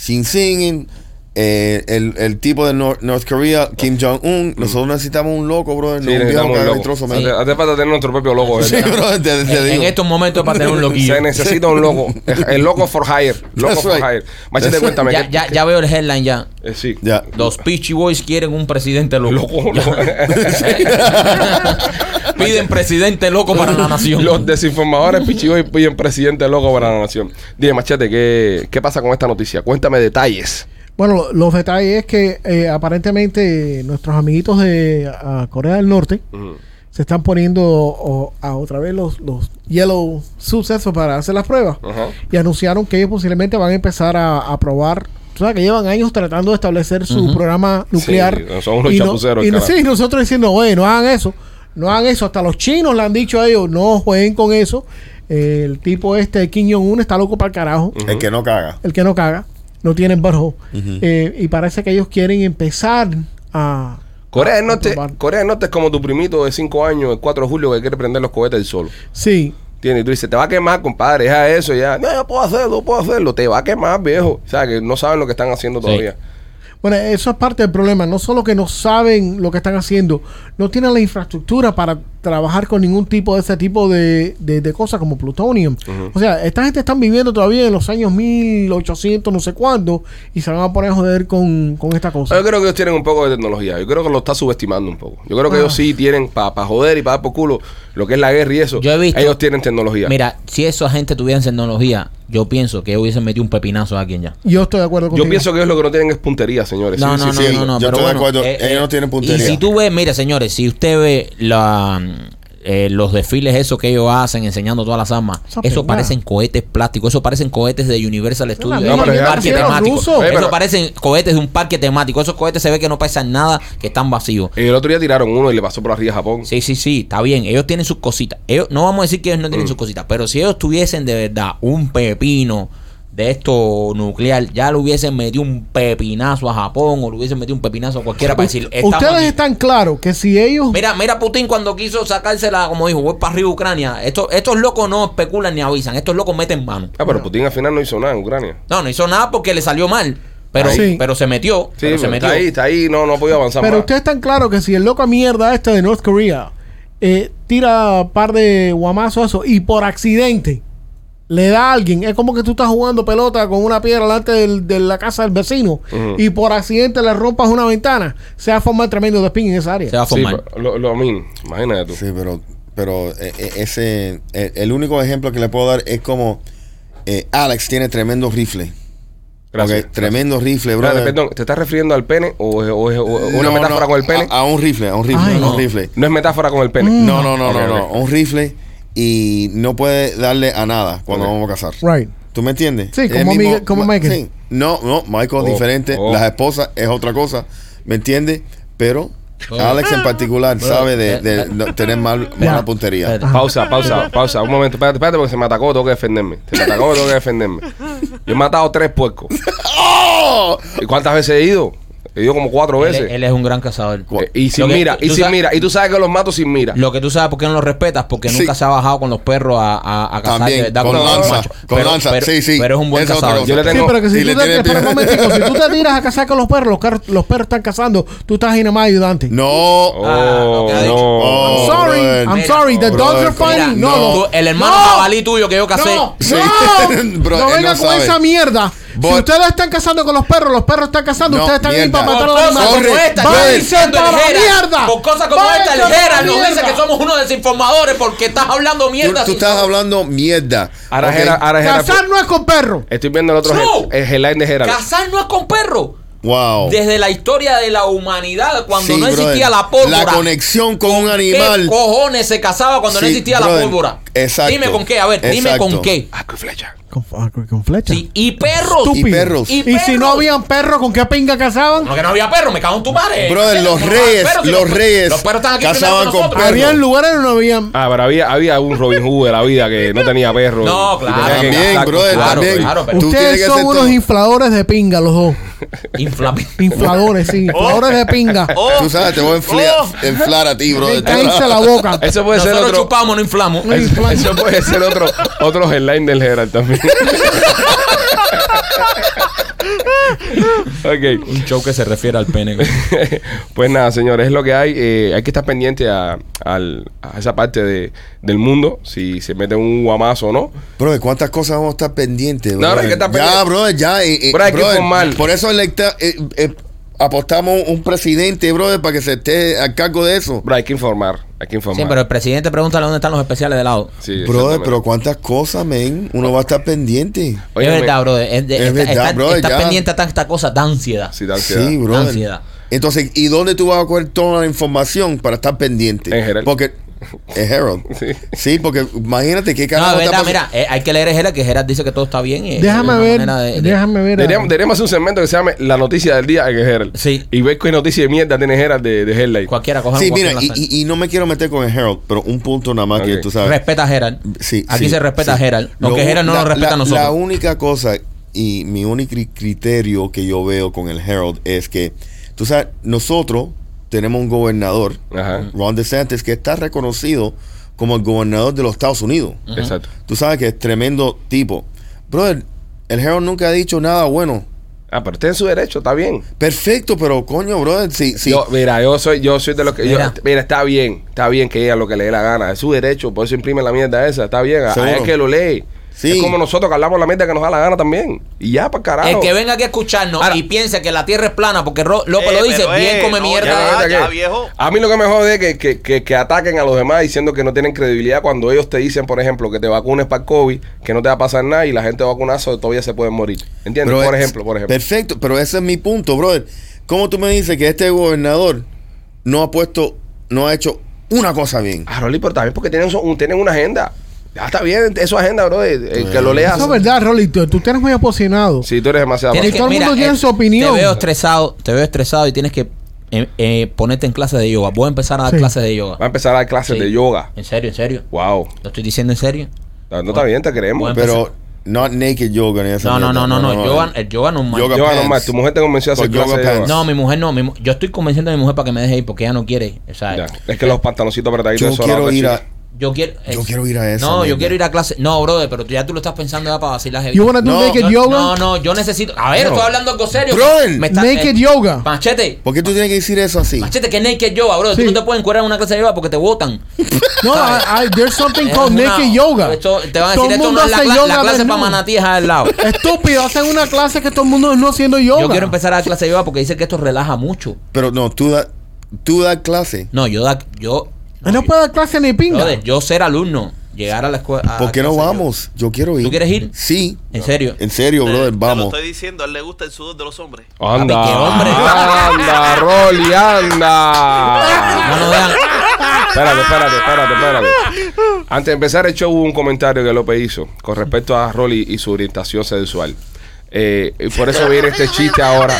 E: Xi Jinping, eh, el, el tipo de Nor- North, Korea, Kim Jong-un. Nosotros necesitamos un loco, brother.
B: Sí,
E: no un viejo
B: necesitamos
E: que
B: un
E: haga el
B: loco.
E: trozo. man.
B: Hace hace falta tener nuestro propio logo.
E: [laughs] Sí,
C: [laughs]
E: brother, te- te
C: en, en
E: digo.
C: estos momentos para
E: [laughs]
C: tener un loquillo.
B: Se necesita un logo. El logo for hire. Loco
E: That's
B: for
E: right.
B: hire. Machete,
E: That's
B: cuéntame.
C: ya,
B: ¿qué-
C: ya,
B: qué-
C: ya veo el headline ya.
B: eh, sí.
E: Ya.
C: Los Peachy Boys quieren un presidente loco.
E: [laughs]
B: Loco, loco.
C: [laughs] Piden presidente loco
B: [laughs]
C: para la nación.
B: Los desinformadores
C: [laughs]
B: pichigos y piden presidente loco para la nación. Dime, Machete, ¿qué, qué pasa con esta noticia? Cuéntame detalles.
D: Bueno, lo- los detalles es que eh, aparentemente nuestros amiguitos de ah, Corea del Norte se están poniendo o- a otra vez los, los Yellow Sucesos para hacer las pruebas.
B: Ajá.
D: Y anunciaron que ellos posiblemente van a empezar a, a probar. Tú sabes que llevan años tratando de establecer su programa nuclear.
B: Sí, son unos
D: y no-
B: chapuceros,
D: y no-
B: carajo.
D: sí, nosotros diciendo, oye, no hagan eso. No hagan eso. Hasta los chinos le han dicho a ellos, no jueguen con eso. El tipo este, Kim Jong-un, está loco para el carajo
E: El que no caga.
D: el que no caga, no tiene barro. y parece que ellos quieren empezar a.
B: Corea del
D: a
B: Norte,
D: probar.
B: Corea del Norte es como tu primito de 5 años, el 4 de julio, que quiere prender los cohetes del solo.
D: Sí.
B: Tiene, y tú dices, te va a quemar, compadre, deja eso ya. No, yo puedo hacerlo, puedo hacerlo. Te va a quemar, viejo. O sea, que no saben lo que están haciendo todavía.
D: Bueno, eso es parte del problema. No solo que no saben lo que están haciendo, no tienen la infraestructura para trabajar con ningún tipo de ese tipo de, de- de cosas como plutonium. O sea, esta gente están viviendo todavía en los años 1800, no sé cuándo, y se van a poner a joder con, con esta cosa.
B: Yo creo que ellos tienen un poco de tecnología. Yo creo que lo está subestimando un poco. Yo creo que
D: Ah.
B: ellos sí tienen, para joder y para dar por culo, lo que es la guerra y eso.
C: Yo he visto-
B: Ellos tienen tecnología.
C: Mira, si esa gente tuviera tecnología, yo pienso que hubiesen metido un pepinazo a alguien ya.
D: Yo estoy de acuerdo contigo.
B: Yo pienso que ellos lo que no tienen es puntería,
E: Pues
B: señores.
C: No,
B: Sí,
C: no,
B: sí,
C: no,
B: sí.
C: no, no,
E: yo
C: pero
E: estoy de
C: bueno, eh,
E: acuerdo. Ellos no tienen puntería.
C: Y si tú ves, mira, señores, si usted ve la, eh, los desfiles esos que ellos hacen enseñando todas las armas,
D: Esa
C: eso
D: pegada.
C: parecen cohetes plásticos, eso parecen cohetes de Universal Studios,
D: misma
C: de un
B: mierda que
C: parque
B: hacen los
C: temático.
D: rusos.
B: Eh, pero-
C: Eso parecen cohetes de un parque temático, esos cohetes se ve que no pesan nada, que están vacíos.
B: El otro día tiraron uno y le pasó por arriba a Japón.
C: Sí, sí, sí, está bien. Ellos tienen sus cositas. Ellos, no vamos a decir que ellos no tienen
B: Mm.
C: sus cositas, pero si ellos tuviesen de verdad un pepino de esto nuclear, ya le hubiesen metido un pepinazo a Japón o le hubiesen metido un pepinazo a cualquiera para decir, estamos
D: Ustedes
C: aquí.
D: están claros que si ellos.
C: Mira, mira Putin cuando quiso sacársela, como dijo, voy para arriba Ucrania. Estos, estos locos no especulan ni avisan, estos locos meten mano.
B: Ah, pero Putin al final no hizo nada en Ucrania.
C: No, no hizo nada porque le salió mal, pero,
D: Sí.
C: pero se metió.
B: Sí,
C: pero se
B: pero
C: metió.
B: está ahí, está ahí, no, no ha podido avanzar
D: Pero
B: más.
D: usted es tan claro que si el loco mierda este de North Korea eh, tira par de guamazos eso y por accidente le da a alguien, es como que tú estás jugando pelota con una piedra delante del- de la casa del vecino y por accidente le rompas una ventana, se va a formar tremendo despín en esa área.
C: Se va a
B: Sí,
C: formar.
B: pero lo, lo min, imagínate tú.
E: Sí, pero, pero eh, eh, ese, eh, el único ejemplo que le puedo dar es como eh, Alex tiene tremendo rifle.
B: Gracias.
E: Ok, tremendo rifle, bro.
B: Espérate, perdón, ¿te estás refiriendo al pene o, es- o es- o- una metáfora con el pene?
E: A, a un rifle, a un rifle,
D: Ay,
E: a un
D: no. Mm.
E: rifle.
B: no es metáfora con el pene.
C: Mm.
E: No, no, no,
B: Ok,
E: no, no,
B: ok.
E: un rifle y no puede darle a nada cuando
B: Ok.
E: vamos a casar.
D: Right.
E: ¿Tú me entiendes?
D: Sí,
E: Es
D: como
E: mismo-
D: Miguel- como
E: ma-
D: Michael.
E: sí. No, no, Michael
B: Oh,
E: es diferente.
B: oh.
E: Las esposas es otra cosa. ¿Me entiendes? Pero
C: Oh.
E: Alex en particular sabe de,
C: eh,
E: de
C: eh.
E: no- tener mal,
C: Mira,
E: mala puntería.
C: espérate.
B: Pausa, pausa, pausa. Un momento, espérate, espérate, porque se me atacó, tengo que defenderme. Se me atacó, tengo que defenderme. Yo he matado tres puercos.
E: ¡Oh!
B: ¿Y cuántas veces he ido? He ido como cuatro
C: Él,
B: veces.
C: él es un gran cazador.
B: Eh, y sin
C: Lo que-
B: mira, y
C: tú
B: sin
C: sabes-
B: mira. Y tú sabes que los mato sin mira.
C: Lo que tú sabes por qué no lo respetas, porque
E: Sí.
C: nunca se ha bajado con los perros a, a, a cazar.
E: También,
C: de verdad,
E: con
C: como un
E: lanza,
C: macho.
E: con lanza, sí, sí.
C: Pero es un buen
E: Esa es otra
C: cazador.
B: Yo le
D: Sí,
B: tengo.
D: pero que si
E: y le
D: tú, te,
E: tiene
D: espera un
E: pi-
D: momentico, si tú te tiras a cazar con los perros, los, car- los perros están cazando, tú estás ahí nada más ayudante.
E: No.
B: Oh,
C: Ah, lo que ha dicho.
B: no.
D: I'm
E: Oh,
D: sorry,
E: brother.
D: I'm
E: Mira,
D: sorry, the
E: brother,
D: dogs are
E: como-
D: fighting.
E: Mira,
D: no,
E: no.
D: no.
C: Tú, el hermano
D: No.
C: jabalí tuyo que yo casé.
D: No,
E: Sí.
D: no,
E: [laughs] Bro,
D: no
E: él
D: venga
E: no
D: con
E: sabe.
D: esa mierda.
E: But-
D: si ustedes están casando con los perros, los perros están casando,
E: No,
D: ustedes están ahí
E: mierda.
D: para matar a
C: Por
D: los
C: cosas
D: animales.
E: como
D: Váyanse
E: esta,
D: para
E: yo
C: diciendo
D: la
C: el Gerard,
D: mierda.
C: Por cosas como
D: Váyanse
C: esta, el
D: para la
C: Gerard nos dice
D: mierda.
C: que somos unos desinformadores porque estás hablando
E: Tú,
C: mierda.
E: tú
C: sin
E: estás
C: saber.
E: hablando mierda.
B: Ahora
E: Ok.
B: Jera- ahora Jera-
D: Cazar no es con perros.
B: Estoy viendo el otro
C: No.
B: head- el headline de Gerard.
C: Cazar no es con perros.
E: Wow.
C: Desde la historia de la humanidad, cuando
E: Sí,
C: no
E: brother.
C: existía la pólvora.
E: La conexión con un
C: ¿Qué
E: animal.
C: cojones se casaba cuando no
E: Sí,
C: existía la
E: brother.
C: pólvora?
E: Exacto.
C: Dime con qué, a ver, dime
E: Exacto.
C: con qué.
B: Ah, qué flecha.
D: Con, ah, con- con flecha.
C: Sí, y perros.
D: Estúpido.
E: Y perros. Ah,
C: Y-
D: Y, si no habían perros, ¿con qué pinga cazaban?
C: No, que no había perros, me cago en tu madre.
E: Brother, los reyes,
C: Pero si
E: los reyes
C: Los perros están aquí
E: cazaban
C: casaban
E: con
C: con
E: perros.
D: Había
C: perros.
D: lugares donde no habían.
B: Ah, pero había, había un Robin Hood de la vida que no tenía perro.
C: No,
B: Y
C: claro.
B: tenía que
E: También,
B: cazar con
E: brother,
B: su perro.
E: también.
C: claro, pero-
E: Tú tienes
D: Ustedes
E: que
D: son
E: hacer
D: unos
E: todo.
D: infladores de pinga, los dos. Infladores,
E: [laughs]
D: sí.
E: Oh.
D: Infladores de pinga.
E: Tú sabes, te voy a enfriar, enflar a ti, brother.
D: Cállense la boca.
E: Oh.
B: Eso puede ser
C: Nosotros
B: otro.
C: chupamos, no inflamos.
B: Eso, eso [laughs] puede ser otro, otro headline del Gerard también. [laughs] ok.
C: Un show que se refiere al pene.
B: pues nada, señores, es lo que hay. Eh, hay que estar pendiente a, al- a esa parte de, del mundo, si se mete un guamazo o no.
E: Bro, ¿cuántas cosas vamos a estar pendientes?
B: No, no,
E: brother?
B: hay que estar
E: Ya,
B: pendiente.
E: brother, ya. eh, eh,
B: Bro, hay que
E: brother,
B: informar.
E: Por eso electa- eh, eh, apostamos un presidente, brother, para que se esté a cargo de eso.
B: Pero hay que informar, hay que informar.
C: Sí, pero el presidente pregúntale dónde están los especiales de helado.
B: Sí,
E: Brother,
B: exactamente.
E: pero ¿cuántas cosas, men? Uno va a estar pendiente.
B: Óyeme,
C: es verdad, bro. Es, de-
E: Es
C: está,
E: verdad,
C: está-
E: brother,
C: está
E: ya.
C: pendiente a tanta cosa, da ansiedad.
B: Sí, da ansiedad.
E: Sí, brother.
C: Ansiedad.
E: Entonces, ¿y dónde tú vas a coger toda la información para estar pendiente?
B: En Herald.
E: Porque. En Herald.
B: [laughs] Sí.
E: sí. porque imagínate qué
C: No,
E: carajo
C: es
E: está
C: verdad,
E: pasando.
C: mira, eh, hay que leer a Gerard, que Gerard dice que todo está bien. y es
D: Déjame
C: una
D: ver.
C: manera de- de-
D: Déjame ver. a-
B: Deberíamos, deberíamos hacer un segmento que se llame La noticia del día en Gerald.
C: Sí.
B: Y ver qué noticia de mierda tiene Gerald de, de Headline.
C: Cualquiera coja
E: Sí,
C: cualquier
E: mira, y,
C: azar.
E: y- y no me quiero meter con el Herald, pero un punto nada más
B: Ok.
E: que tú sabes.
C: Respeta a Gerard.
E: Sí,
C: Aquí
E: sí,
C: se respeta
E: sí.
C: a Gerard. Aunque
E: Lo-
C: Gerard no
E: la-
C: nos respeta
E: la-
C: a nosotros.
E: La única cosa y mi único cri- criterio que yo veo con el Herald es que, tú sabes, nosotros tenemos un gobernador,
B: Ajá.
E: Ron DeSantis, que está reconocido como el gobernador de los Estados Unidos.
B: Exacto.
E: Tú sabes que es tremendo tipo. Brother, el Herald nunca ha dicho nada bueno.
B: Ah, pero usted en su derecho, está bien.
E: Perfecto, pero coño, brother, si, si
B: Yo, mira, yo soy, yo soy de los que. yo- Mira.
C: Mira.
B: está bien, está bien que ella lo que le dé la gana. Es su derecho, por eso imprime la mierda esa. Está bien, a, a
E: Seguro.
B: él que lo lee.
E: Sí.
B: Es como nosotros que hablamos la mierda que nos da la gana también. Y ya, para carajo.
C: El que venga aquí a escucharnos
B: Ahora-
C: y piense que la tierra es plana porque Ro- López
F: Eh,
C: lo dice,
F: pero, eh,
C: bien come
F: no,
B: Ya,
C: mierda.
F: ya,
B: ¿verdad
F: ya,
B: que-
F: viejo.
B: A mí lo que me jode es que, que, que- que ataquen a los demás diciendo que no tienen credibilidad cuando ellos te dicen, por ejemplo, que te vacunes para el COVID, que no te va a pasar nada y la gente vacunazo todavía se pueden morir. ¿Entiendes?
E: Pero
B: por
E: es-
B: ejemplo, por ejemplo.
E: Perfecto, pero ese es mi punto, brother. ¿Cómo tú me dices que este gobernador no ha puesto, no ha hecho una cosa bien?
B: Ah, Rolly, pero también porque tienen, su- un- tienen una agenda. Ya está bien, es su agenda, bro. eh, eh, que lo leas.
D: Eso es verdad, Rolito. Tú tienes muy apasionado.
B: Si tú eres demasiado.
C: Tienes
D: Y todo el mundo tiene
C: eh,
D: su opinión.
C: Te veo estresado, te veo estresado y tienes que eh, eh, ponerte en clases de yoga. Voy a empezar a dar
D: Sí.
C: clases de
B: Va a
C: yoga.
B: empezar a dar clases
C: Sí.
B: de yoga.
C: En serio, en serio.
B: Wow.
C: Lo estoy diciendo en serio.
B: No está bien, te queremos.
C: Bueno,
E: Pero not naked yoga ni esa
C: No, no,
E: mierda.
C: no, no, no. Yoga, el yoga normal.
E: Yoga-
B: Yoga
E: pants.
B: normal. Tu mujer te convenció a hacer
E: Con yoga
B: clases de yoga.
E: pants.
C: No, mi mujer no. mi mu- yo estoy convenciendo a mi mujer para que me deje ir porque ella no quiere. O sea,
B: Ya. Es que los pantaloncitos apretaditos
E: Yo
B: eso la
E: quiero
B: otra
E: ir a,
B: chica.
C: Yo quiero,
E: Yo quiero ir a eso,
C: No, yo
E: nene.
C: quiero ir a clase. No, brother, pero tú- ya tú lo estás pensando ya para vacilar. heavy.
D: You wanna do
E: No,
D: naked
C: no,
D: yoga?
C: no, no, yo necesito. A ver,
E: No.
C: estoy hablando algo serio.
E: Brother.
C: Me está-
D: Naked
C: eh,
D: yoga.
C: Machete.
E: ¿Por qué tú tienes que decir eso así?
C: Machete, que naked yoga, bro.
D: Sí.
C: Tú no te puedes encuadrar en una clase de yoga porque te votan. Eh,
D: No, I- I- there's something
C: Es
D: called
C: una-
D: naked yoga.
C: Esto, te van a
D: Todo
C: decir,
D: el
C: esto
D: mundo
C: no es la,
D: hace
C: cla-
D: yoga
C: la clase para
D: desnudo.
C: manatí es al lado.
D: Estúpido, hacen una clase que todo el mundo no haciendo yoga.
C: Yo quiero empezar a dar clase de yoga porque dicen que esto relaja mucho.
E: Pero no, tú da, tú da clase.
C: No, yo da, yo,
D: Ah, No, puedo dar clase ni pinga.
C: brother, yo ser alumno, llegar a la escuela. a-
E: ¿Por qué
C: a
E: no
C: clase de
E: vamos? Yo quiero ir.
C: ¿Tú quieres ir?
E: Sí.
C: yoga. En serio.
E: En serio,
F: [laughs]
E: brother,
F: Te- Te lo
E: vamos.
F: estoy diciendo, a él le gusta el sudor de los hombres.
B: Anda,
C: Papi, qué hombre.
B: anda, Rolly, anda.
C: No nos dejan.
B: Espérate, espérate, espérate, espérate. Antes de empezar el show hubo un comentario que López hizo con respecto a Rolly y su orientación sexual. Eh, y por eso viene este chiste ahora,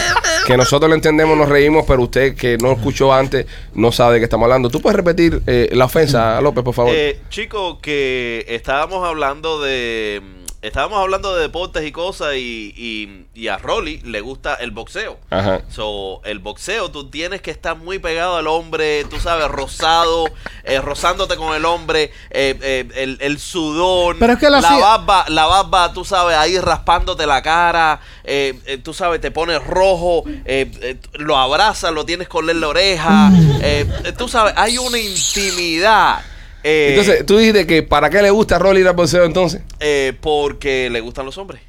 B: que nosotros lo entendemos, nos reímos, pero usted que no escuchó antes no sabe de qué estamos hablando. ¿Tú puedes repetir eh, la ofensa, López, por favor?
F: Eh, chico, que estábamos hablando de. Estábamos hablando de deportes y cosas y, y- y a Rolly le gusta el boxeo.
B: Ajá.
F: So, el boxeo, tú tienes que estar muy pegado al hombre, tú sabes, rozado, eh, rozándote con el hombre, eh, eh, el, el sudor,
D: Pero es que la ci-
F: barba, la barba, tú sabes, ahí raspándote la cara, eh, eh, tú sabes, te pones rojo, eh, eh, t- lo abrazas, lo tienes con la oreja, eh, eh, tú sabes, hay una intimidad. eh,
B: Entonces, tú dijiste que para qué le gusta a Rolly ir al boxeo entonces.
F: eh, porque le gustan los hombres.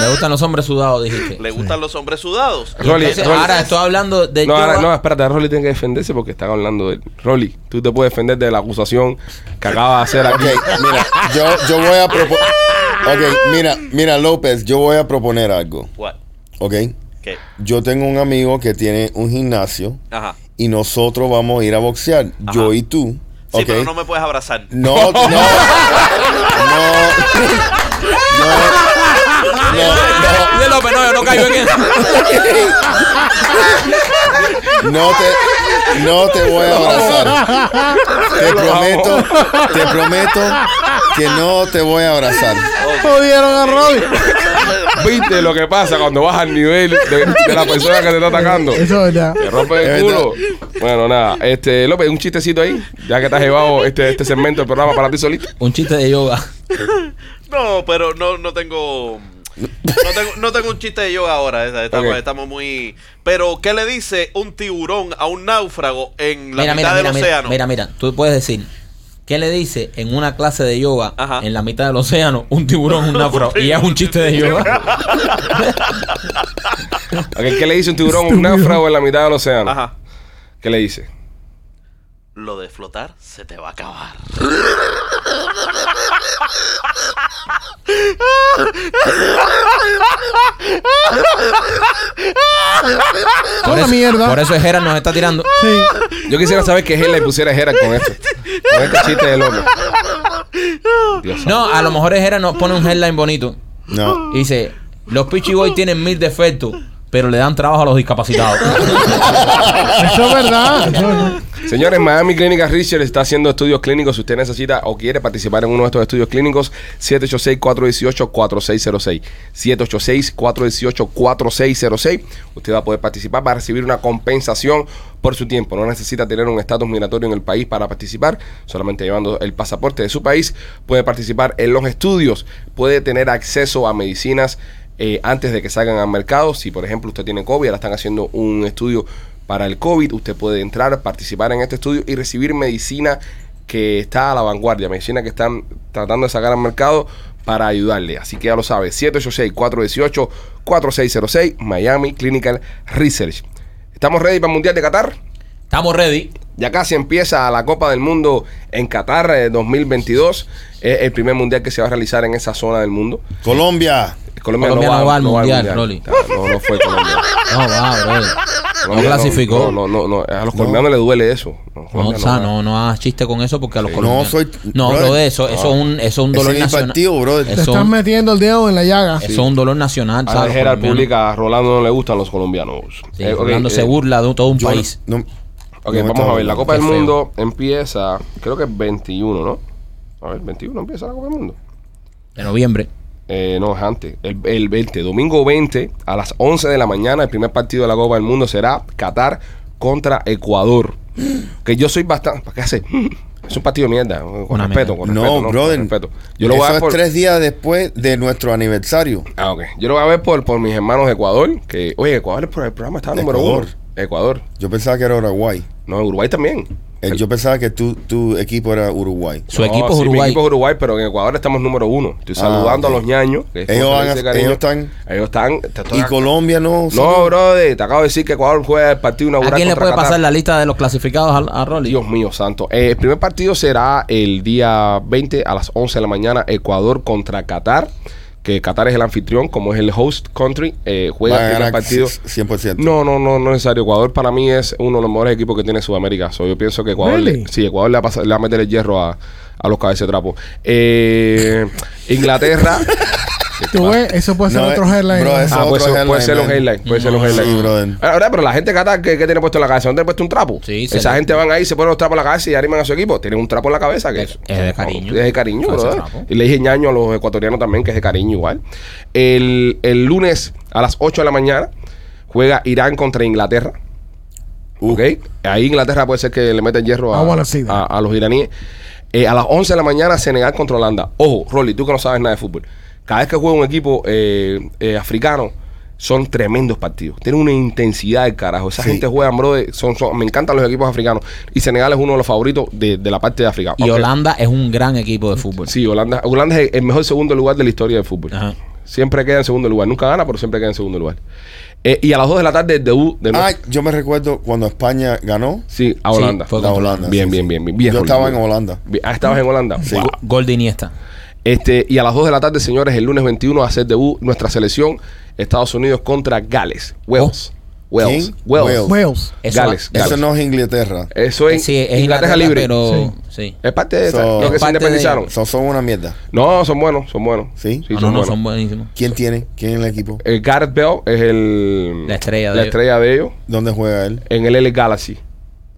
C: Me gustan los hombres sudados, dijiste.
F: Le gustan los hombres sudados.
C: Y
B: Rolly,
C: entonces,
B: Rolly.
C: ahora estoy hablando de
B: No, ahora,
C: yoga.
B: no, espérate, Rolly tiene que defenderse porque están hablando de él. Rolly, tú te puedes defender de la acusación que acaba de hacer
E: Ok,
B: aquí.
E: mira, yo, yo voy a proponer. Ok, mira, mira, López, yo voy a proponer algo.
F: What?
E: Ok.
F: ¿Qué?
E: Yo tengo un amigo que tiene un gimnasio
F: Ajá.
E: y nosotros vamos a ir a boxear, yo y tú.
F: Sí,
E: Ok.
F: pero no me puedes abrazar.
E: No,
B: [laughs]
E: no, no, no, no,
C: Dile, López, no, yo no caigo en eso.
E: no te, no te voy a abrazar. Te prometo, te prometo que no te voy a abrazar.
D: Jodieron a Rolly.
B: ¿Viste lo que pasa cuando vas al nivel de, de la persona que te está atacando?
D: Eso
C: [laughs]
D: es verdad.
B: Te rompe el
E: Es
B: culo. Bueno, nada. Este, López, un chistecito ahí, ya que te has llevado este, este segmento del programa para ti solito.
C: Un chiste de yoga.
F: No, pero no, no tengo. No tengo, no tengo un chiste de yoga ahora. esa- Estamos,
B: Ok.
F: estamos muy. Pero, ¿qué le dice un tiburón a un náufrago en la
C: Mira,
F: mitad
C: mira,
F: del
C: mira, mira,
F: océano?
C: mira, mira, tú puedes decir. ¿Qué le dice en una clase de yoga
F: Ajá.
C: en la mitad del océano un tiburón,
F: [laughs]
C: un náufrago? y es un chiste de [laughs] yoga.
B: Ok, ¿Qué le dice un tiburón a un náufrago en la mitad del océano?
F: Ajá.
B: ¿Qué le dice?
F: Lo de flotar se te va a acabar.
D: Con la
C: eso,
D: mierda.
C: por eso Gerard nos está tirando.
D: Sí.
B: Yo quisiera saber qué gel le pusiera a Gerard con esto. Con este chiste del hombre.
C: No, a lo mejor Gerard nos pone un headline bonito.
E: No.
C: Y dice, los Pichi Boys tienen mil defectos, pero le dan trabajo a los [laughs] discapacitados.
D: Eso es verdad. Eso es verdad.
B: Señores, Miami Clínica Richard está haciendo estudios clínicos. Si usted necesita o quiere participar en uno de estos estudios clínicos, 786-418-4606. 786-418-4606. Usted va a poder participar, va a recibir una compensación por su tiempo. No necesita tener un estatus migratorio en el país para participar. Solamente llevando el pasaporte de su país, puede participar en los estudios. Puede tener acceso a medicinas eh, antes de que salgan al mercado. Si, por ejemplo, usted tiene COVID, ahora están haciendo un estudio para el COVID, usted puede entrar, participar en este estudio y recibir medicina que está a la vanguardia, medicina que están tratando de sacar al mercado para ayudarle. Así que ya lo sabe, 786-418-4606, Miami Clinical Research. ¿Estamos ready para el Mundial de Qatar?
C: Estamos ready.
B: Ya casi empieza la Copa del Mundo en Qatar eh, 2022. Es el primer mundial que se va a realizar en esa zona del mundo.
E: Colombia.
B: Colombia,
C: Colombia no va al mundial,
B: No, no fue Colombia.
C: No, Ah, va, bro. No
B: Colombia
C: clasificó.
B: No, no, no, no. A los colombianos les duele eso. No,
C: No,
B: Colombia
C: o sea,
B: no.
C: no, no hagas chiste con eso porque a los
B: Sí.
C: colombianos.
E: No, soy-
C: No,
E: brother.
C: bro, eso, eso es un, eso es un
E: Ese
C: dolor
E: es mi
C: nacional.
E: partido, brother. Te
D: Te
C: Eso,
D: estás
C: un-
D: metiendo el dedo en la llaga.
C: eso es un dolor nacional,
B: A
C: ¿sabes?
B: Gerard
C: Colombiano.
B: publica, a Rolando no le gustan los colombianos.
C: Sí,
B: Eh, ok,
C: Orlando se
B: eh,
C: burla de todo un
E: Yo-
C: país.
E: no-
B: Ok,
E: no me
B: vamos a
E: estaba
B: ver. La
E: hablando.
B: Copa del
C: Qué feo.
B: Mundo empieza, creo que es 21, ¿no? A ver, 21 empieza la Copa del Mundo.
C: De noviembre.
B: Eh, no, es antes. El, el 20, domingo 20, a las 11 de la mañana, el primer partido de la Copa del Mundo será Qatar contra Ecuador. [gasps] Que yo soy bastante. ¿Para qué hace? [laughs] Es un partido de mierda. Con
C: Una
B: respeto,
C: mierda.
B: con respeto.
E: No,
B: con
E: brother.
B: respeto. Yo lo voy a
E: eso
B: ver
E: es
B: por.
E: tres días después de nuestro aniversario.
B: Ah, ok. Yo lo voy a ver por, por mis hermanos de Ecuador. Que, oye, Ecuador por el programa está número
E: Ecuador.
B: uno. Ecuador.
E: Yo pensaba que era Uruguay.
B: No, Uruguay también.
E: Eh, Yo pensaba que tu, tu equipo era Uruguay.
C: Su
B: No,
C: equipo es
B: sí, mi
C: Uruguay.
B: equipo es Uruguay, pero en Ecuador estamos número uno. Estoy
E: Ah,
B: saludando
E: ok.
B: a los ñaños. que es
E: Ellos
B: como se
E: van a-
B: dice, cariño.
E: ellos están-
B: Ellos están. te estoy
E: Y
B: acá-
E: Colombia no.
B: No, brother, te acabo de decir que Ecuador juega el partido
C: ¿A
B: inaugural
C: quién le
B: contra
C: puede pasar
B: Qatar.
C: la lista de los clasificados a, a Rolly?
B: Dios mío, santo. Eh, el primer partido será el día 20 a las 11 de la mañana, Ecuador contra Qatar. Que Qatar es el anfitrión, como es el host country. eh,
E: Van a
B: juega el primer
E: ganar
B: partido.
E: 100%.
B: No, no, no, no es necesario. Ecuador para mí es uno de los mejores equipos que tiene Sudamérica. So, yo pienso que Ecuador,
D: Really?
B: le, sí, Ecuador le va, a pasar- le va a meter el hierro a, a los cabezatrapos. Eh, Inglaterra.
D: ¿Tú ves? Eso puede ser
E: No,
D: otro
E: eh,
D: headline.
E: bro, es-
B: Ah, puede
E: otro
B: ser, puede
E: headline,
B: ser los
E: man.
B: headlines. Puede ser los
C: No,
B: headlines.
E: sí, brother.
B: Ahora, ahora, pero la gente de Qatar, ¿qué, qué tiene puesto en la cabeza? ¿No tiene puesto un trapo?
C: Sí, se
B: Esa
C: le-
B: gente van ahí, se ponen los trapos en la cabeza y arriman a su equipo. Tienen un trapo en la cabeza que
C: Es- es de cariño.
B: Es de cariño,
C: Ese
B: brother.
C: trapo.
B: Y le dije ñaño a los ecuatorianos también, que es de cariño igual. El, el lunes a las 8 de la mañana juega Irán contra Inglaterra.
E: Uh.
B: ¿Ok? Ahí Inglaterra puede ser que le metan hierro
D: I
B: a,
D: wanna see that.
B: a- a los iraníes. Eh, a las 11 de la mañana, Senegal contra Holanda. Ojo, Rolly, tú que no sabes nada de fútbol. Cada vez que juega un equipo eh, eh, africano, son tremendos partidos. Tienen una intensidad del carajo. Esa
E: Sí.
B: gente juega, bro. de- Son, son- me encantan los equipos africanos. Y Senegal es uno de los favoritos de, de la parte de África.
C: Y
B: Aunque-
C: Holanda es un gran equipo de fútbol.
B: Sí, Holanda, Holanda es el mejor segundo lugar de la historia del fútbol.
C: Ajá.
B: Siempre queda en segundo lugar. Nunca gana, pero siempre queda en segundo lugar. Eh, y a las 2 de la tarde, el debut de
E: Ah, yo me recuerdo cuando España ganó.
B: Sí, a
C: Sí,
B: Holanda.
C: fue
E: La Holanda.
B: Bien,
E: sí,
B: bien,
E: sí.
B: bien, bien, bien,
E: Yo
B: Rolly,
E: estaba en
B: bien.
E: Holanda.
B: Bien. Ah, estabas en Holanda. Wow.
C: Gol de Iniesta.
B: Este, y a las 2 de la tarde, señores, el lunes 21 a hacer debut nuestra selección Estados Unidos contra Gales. Wales. Wales.
E: Oh, ¿Quién?
B: Wales.
E: Wales.
D: Wales.
C: Eso-
B: Gales.
E: Eso no es Inglaterra.
B: Eso es,
C: Sí, es
B: Inglaterra, libre.
C: Pero, sí.
B: Es parte de
E: So-
B: lo que
E: Es
B: se
C: parte de-
B: independizaron.
E: Son, son una mierda.
B: No, son buenos, son buenos.
E: ¿Sí?
C: Ah, no, no, son buenísimos.
E: ¿Quién tiene? ¿Quién es el equipo?
B: Eh, Gareth Bell es el,
C: La estrella de
B: la
C: ellos.
B: estrella de ellos
E: ¿Dónde juega él?
B: en el L Galaxy.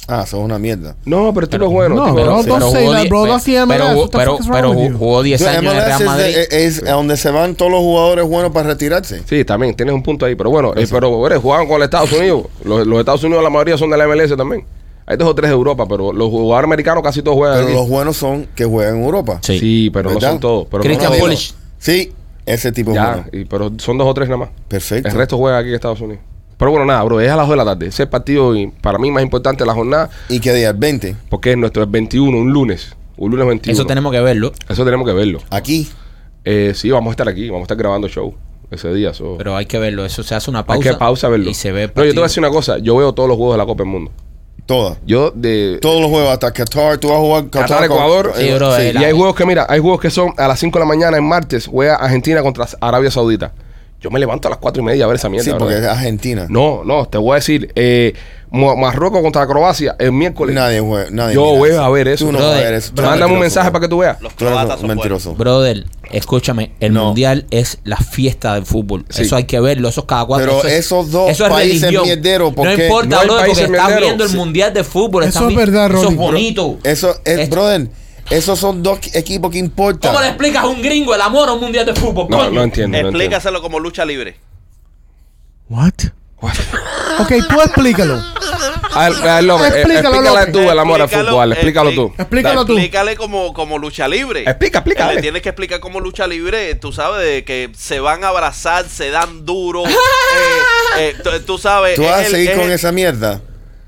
E: Ah, son una mierda.
B: No, pero tú no es bueno.
D: no,
B: tú
D: pero-
B: bueno.
D: don't say
C: jugó
D: that,
C: die-
D: bro.
C: pe-
D: That's the MLS.
C: pero-
D: What the
C: pero-
D: fuck is wrong
C: pero
D: with you?
C: jugó 10
E: Yo,
C: años en el
E: MLS
C: Real
E: es,
C: Madrid.
B: eh,
E: de- es a donde se van todos los jugadores buenos para retirarse.
B: Sí, también tienes un punto ahí. Pero bueno, eh, pero bueno, jugaban con los Estados Unidos. Los, los Estados Unidos, la mayoría son de la MLS también. Hay dos o tres de Europa, pero los jugadores americanos casi todos juegan.
E: Pero
B: aquí.
E: los buenos son que juegan en Europa.
C: Sí.
B: Sí, pero
E: ¿Verdad?
B: no son todos. Pero
C: Cristian
B: no,
E: Digo,
C: Pulisic.
E: Sí, ese tipo es
B: ya,
E: bueno.
B: y- pero son dos o tres nada más.
E: Perfecto.
B: El resto juega aquí en Estados Unidos. Pero bueno, nada, bro, es a las 2 de la tarde. Ese es el partido y para mí más importante de la jornada
E: ¿Y qué día? El 20.
B: porque es nuestro 21, un lunes. Un lunes 21.
C: Eso tenemos que verlo.
B: Eso tenemos que verlo.
E: Aquí.
B: Eh, sí, vamos a estar aquí, vamos a estar grabando show ese día. so-
C: Pero hay que verlo. Eso se hace una
B: Hay
C: pausa.
B: que pausa verlo.
C: Y se ve. el
B: no, yo te voy
C: partido.
B: a decir una cosa. Yo veo todos los juegos de la Copa del Mundo.
E: Todas.
B: Yo de
E: Todos los juegos, hasta Qatar. Tú vas a jugar
B: Qatar,
E: con-
B: Ecuador.
C: Sí, bro,
B: Sí,
C: eh,
B: y
C: la-
B: hay juegos que, mira, hay juegos que son a las 5 de la mañana en martes, juega Argentina contra Arabia Saudita. Yo me levanto a las 4 y media a ver esa mierda.
E: Sí, porque
B: bro.
E: es Argentina.
B: No, no, te voy a decir, eh, Mo- Marruecos contra Croacia el miércoles.
E: Nadie juega. Nadie
B: Yo
E: mira
B: voy a ver eso.
E: Tú no
C: Brother,
E: vas a ver eso. Tú eres
B: Mándame un mensaje
E: mentiroso,
B: para que tú veas.
F: Los
E: Tú eres
F: croatas son buenos.
E: mentiroso.
C: Brother, escúchame, el
E: No.
C: mundial es la fiesta del fútbol.
B: Sí.
C: Eso hay que verlo, eso es cada cuatro.
E: Pero
C: eso es-
E: esos dos países
C: religión.
E: mierderos, ¿por
C: No
E: qué?
C: importa,
B: No hay
C: brother, porque
B: países
C: estás
B: mierderos.
C: viendo el
B: Sí.
C: mundial de fútbol.
D: Eso
C: estás
D: es
C: vi-
D: verdad,
C: Eso
D: Rolly.
C: es bonito.
E: Eso es,
C: Es-
E: brother. Esos son dos equipos que importan.
C: ¿Cómo le explicas a un gringo el amor a un mundial de fútbol?
B: No,
C: coño?
B: no entiendo. no entiendo.
F: Explícaselo como lucha libre.
D: What? Ok, tú explícalo.
B: A ver, a ver,
F: [laughs]
B: López, eh,
D: Explícalo,
B: explícale
D: López.
B: tú el amor al
F: Explícalo,
B: fútbol. Explícalo
F: expli-
B: tú.
D: Explícalo tú.
F: Explícale como, como lucha libre.
B: Explica, explica,
F: Le
B: dale.
F: tienes que explicar como lucha libre, tú sabes, de que se van a abrazar, se dan duro. eh, eh, tú, tú sabes.
E: Tú vas a
F: es el-
E: seguir
F: es
E: con
F: el-
E: esa mierda.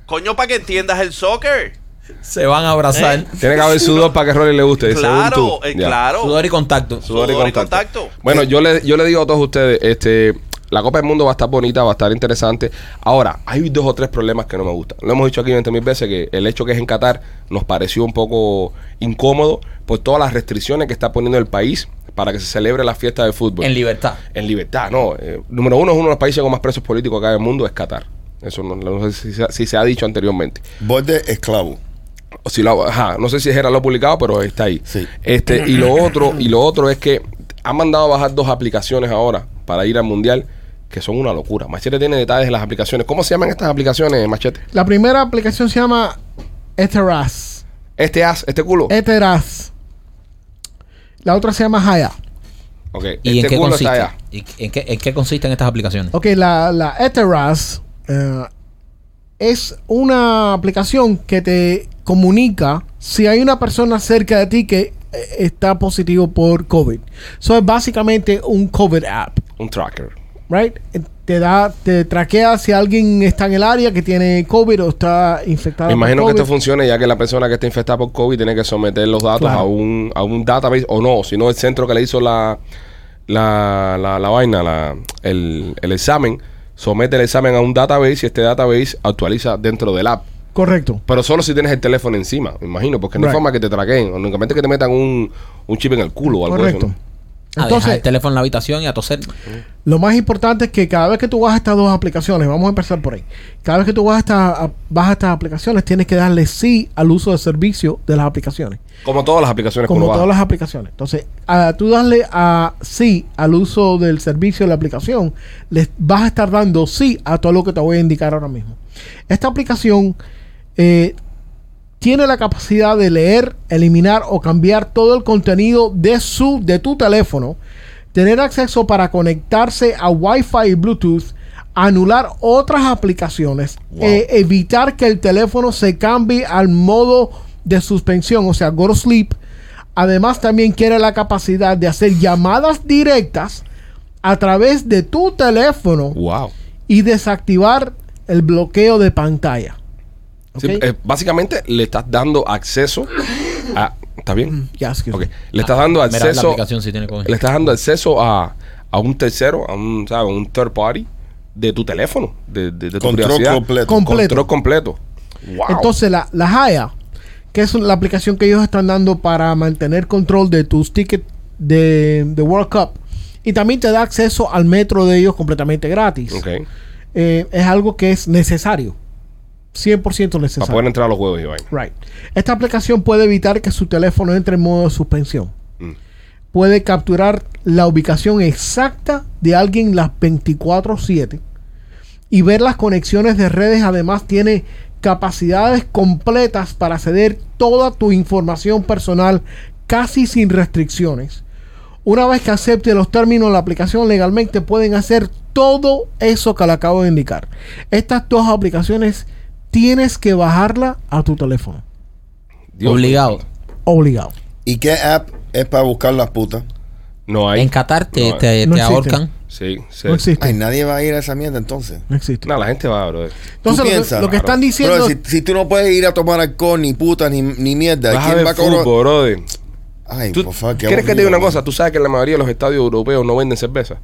F: Coño, para que entiendas el soccer.
C: Se van a abrazar.
D: Eh.
B: Tiene que haber sudor para que Rolly le guste. según
F: Claro,
B: tú.
F: eh,
B: Ya.
F: claro.
C: Sudor y contacto.
B: Sudor y
F: Sudor y
B: contacto.
F: contacto.
B: Bueno, yo le, yo le digo a todos ustedes, este, la Copa del Mundo va a estar bonita, va a estar interesante. Ahora, hay dos o tres problemas que no me gustan. Lo hemos dicho aquí 20 mil veces que el hecho que es en Qatar nos pareció un poco incómodo por todas las restricciones que está poniendo el país para que se celebre la fiesta de fútbol.
C: En libertad.
B: En libertad, no. Eh, número uno es uno de los países con más presos políticos acá en el mundo, es Qatar. Eso no, no sé si, se ha- si se ha dicho anteriormente.
E: Borde esclavo.
B: O si lo- ajá, no sé si era lo publicado, pero está ahí.
E: Sí.
B: Este, y lo otro, y lo otro es que han mandado a bajar dos aplicaciones ahora para ir al mundial que son una locura. Machete tiene detalles de las aplicaciones. ¿Cómo se llaman estas aplicaciones, Machete?
D: La primera aplicación se llama Eteras.
B: Este as, este culo.
C: Eh,
D: Eteras. La otra se llama Haya.
B: Ok,
C: ¿Y
B: este
C: en qué
B: culo
C: consiste?
B: allá.
C: Ah, ¿Y en qué, en qué consisten estas aplicaciones?
D: Ok, la, la Eteras eh, es una aplicación que te comunica si hay una persona cerca de ti que eh, está positivo por COVID. Eso es básicamente un COVID app,
B: Un tracker.
D: right? Eh, Te da, te traquea si alguien está en el área que tiene COVID o está infectado.
B: Me imagino
D: por
B: que
D: COVID.
B: esto funcione ya que la persona que está infectada por COVID tiene que someter los datos
D: Claro.
B: a, un, a un database o no, sino el centro que le hizo la, la, la, la vaina, la- el, el examen, somete el examen a un database y este database actualiza dentro del app.
D: Correcto.
B: Pero solo si tienes el teléfono encima, me imagino, porque no hay
D: Right.
B: forma que te traqueen, únicamente que te metan un, un chip en el culo o algo de eso,
D: Correcto.
B: ¿no?
C: A
D: Entonces-
C: dejar el teléfono en la habitación y a toser.
D: Lo más importante es que cada vez que tú vas a estas dos aplicaciones, vamos a empezar por ahí. Cada vez que tú vas a, esta- a- vas a estas aplicaciones, tienes que darle sí al uso de servicio de las aplicaciones.
B: Como todas las aplicaciones
D: Como
B: que uno
D: todas
B: baja.
D: las aplicaciones. Entonces, a- tú darle a sí al uso del servicio de la aplicación, les vas a estar dando sí a todo lo que te voy a indicar ahora mismo. Esta aplicación eh, tiene la capacidad de leer, eliminar o cambiar todo el contenido de su de tu teléfono, tener acceso para conectarse a Wi-Fi y Bluetooth, anular otras aplicaciones, eh, evitar que el teléfono se cambie al modo de suspensión, o sea, go to sleep. Además también quiere la capacidad de hacer llamadas directas a través de tu teléfono
B: Wow.
D: y desactivar el bloqueo de pantalla.
B: Sí,
D: ¿Ok?
B: eh, básicamente le estás dando acceso a. ¿Está bien?
D: Ya, excuse
B: Ok.
D: me.
B: Le estás dando
D: Ah,
C: Mira, la
B: acceso.
C: aplicación sí tiene COVID.
B: le estás dando acceso a, a un tercero, a un, ¿sabes? un third party de tu teléfono, de, de, de tu
E: Control
B: privacidad.
E: completo.
D: Completo.
B: Control completo. Wow.
D: Entonces, la, la Jaya, que es la aplicación que ellos están dando para mantener control de tus tickets de, de World Cup. Y también te da acceso al metro de ellos completamente gratis.
B: Ok.
D: Eh, es algo que es necesario. 100%
B: Para
D: necesario.
B: poder entrar a los juegos, Iván.
D: Right. Esta aplicación puede evitar que su teléfono entre en modo de suspensión. Puede capturar la ubicación exacta de alguien las 24/7 y ver las conexiones de redes. Además tiene capacidades completas para acceder toda tu información personal casi sin restricciones. Una vez que acepte los términos de la aplicación legalmente, pueden hacer todo eso que le acabo de indicar. Estas dos aplicaciones tienes que bajarla a tu teléfono.
B: Dios.
C: Obligado.
D: Obligado.
E: ¿Y qué app es para buscar las putas?
B: No hay.
C: En Qatar te,
B: No, eh.
C: te-
D: no
C: te
D: existe.
C: ahorcan.
B: Sí, sí.
D: No existe.
E: Ay, nadie va a ir a esa mierda entonces.
D: No existe.
B: No, la gente va, bro.
D: Entonces, lo que-
E: piensas,
D: lo que están diciendo.
E: Bro, si, si tú no puedes ir a tomar alcohol, ni puta, ni, ni mierda,
B: Vas a ver
E: cobrar?
B: fútbol, brother.
E: Ay,
B: ¿Tú
E: por favor, qué
B: quieres que te
E: aburrido,
B: diga una
E: man.
B: cosa? Tú sabes que en la mayoría de los estadios europeos no venden cerveza.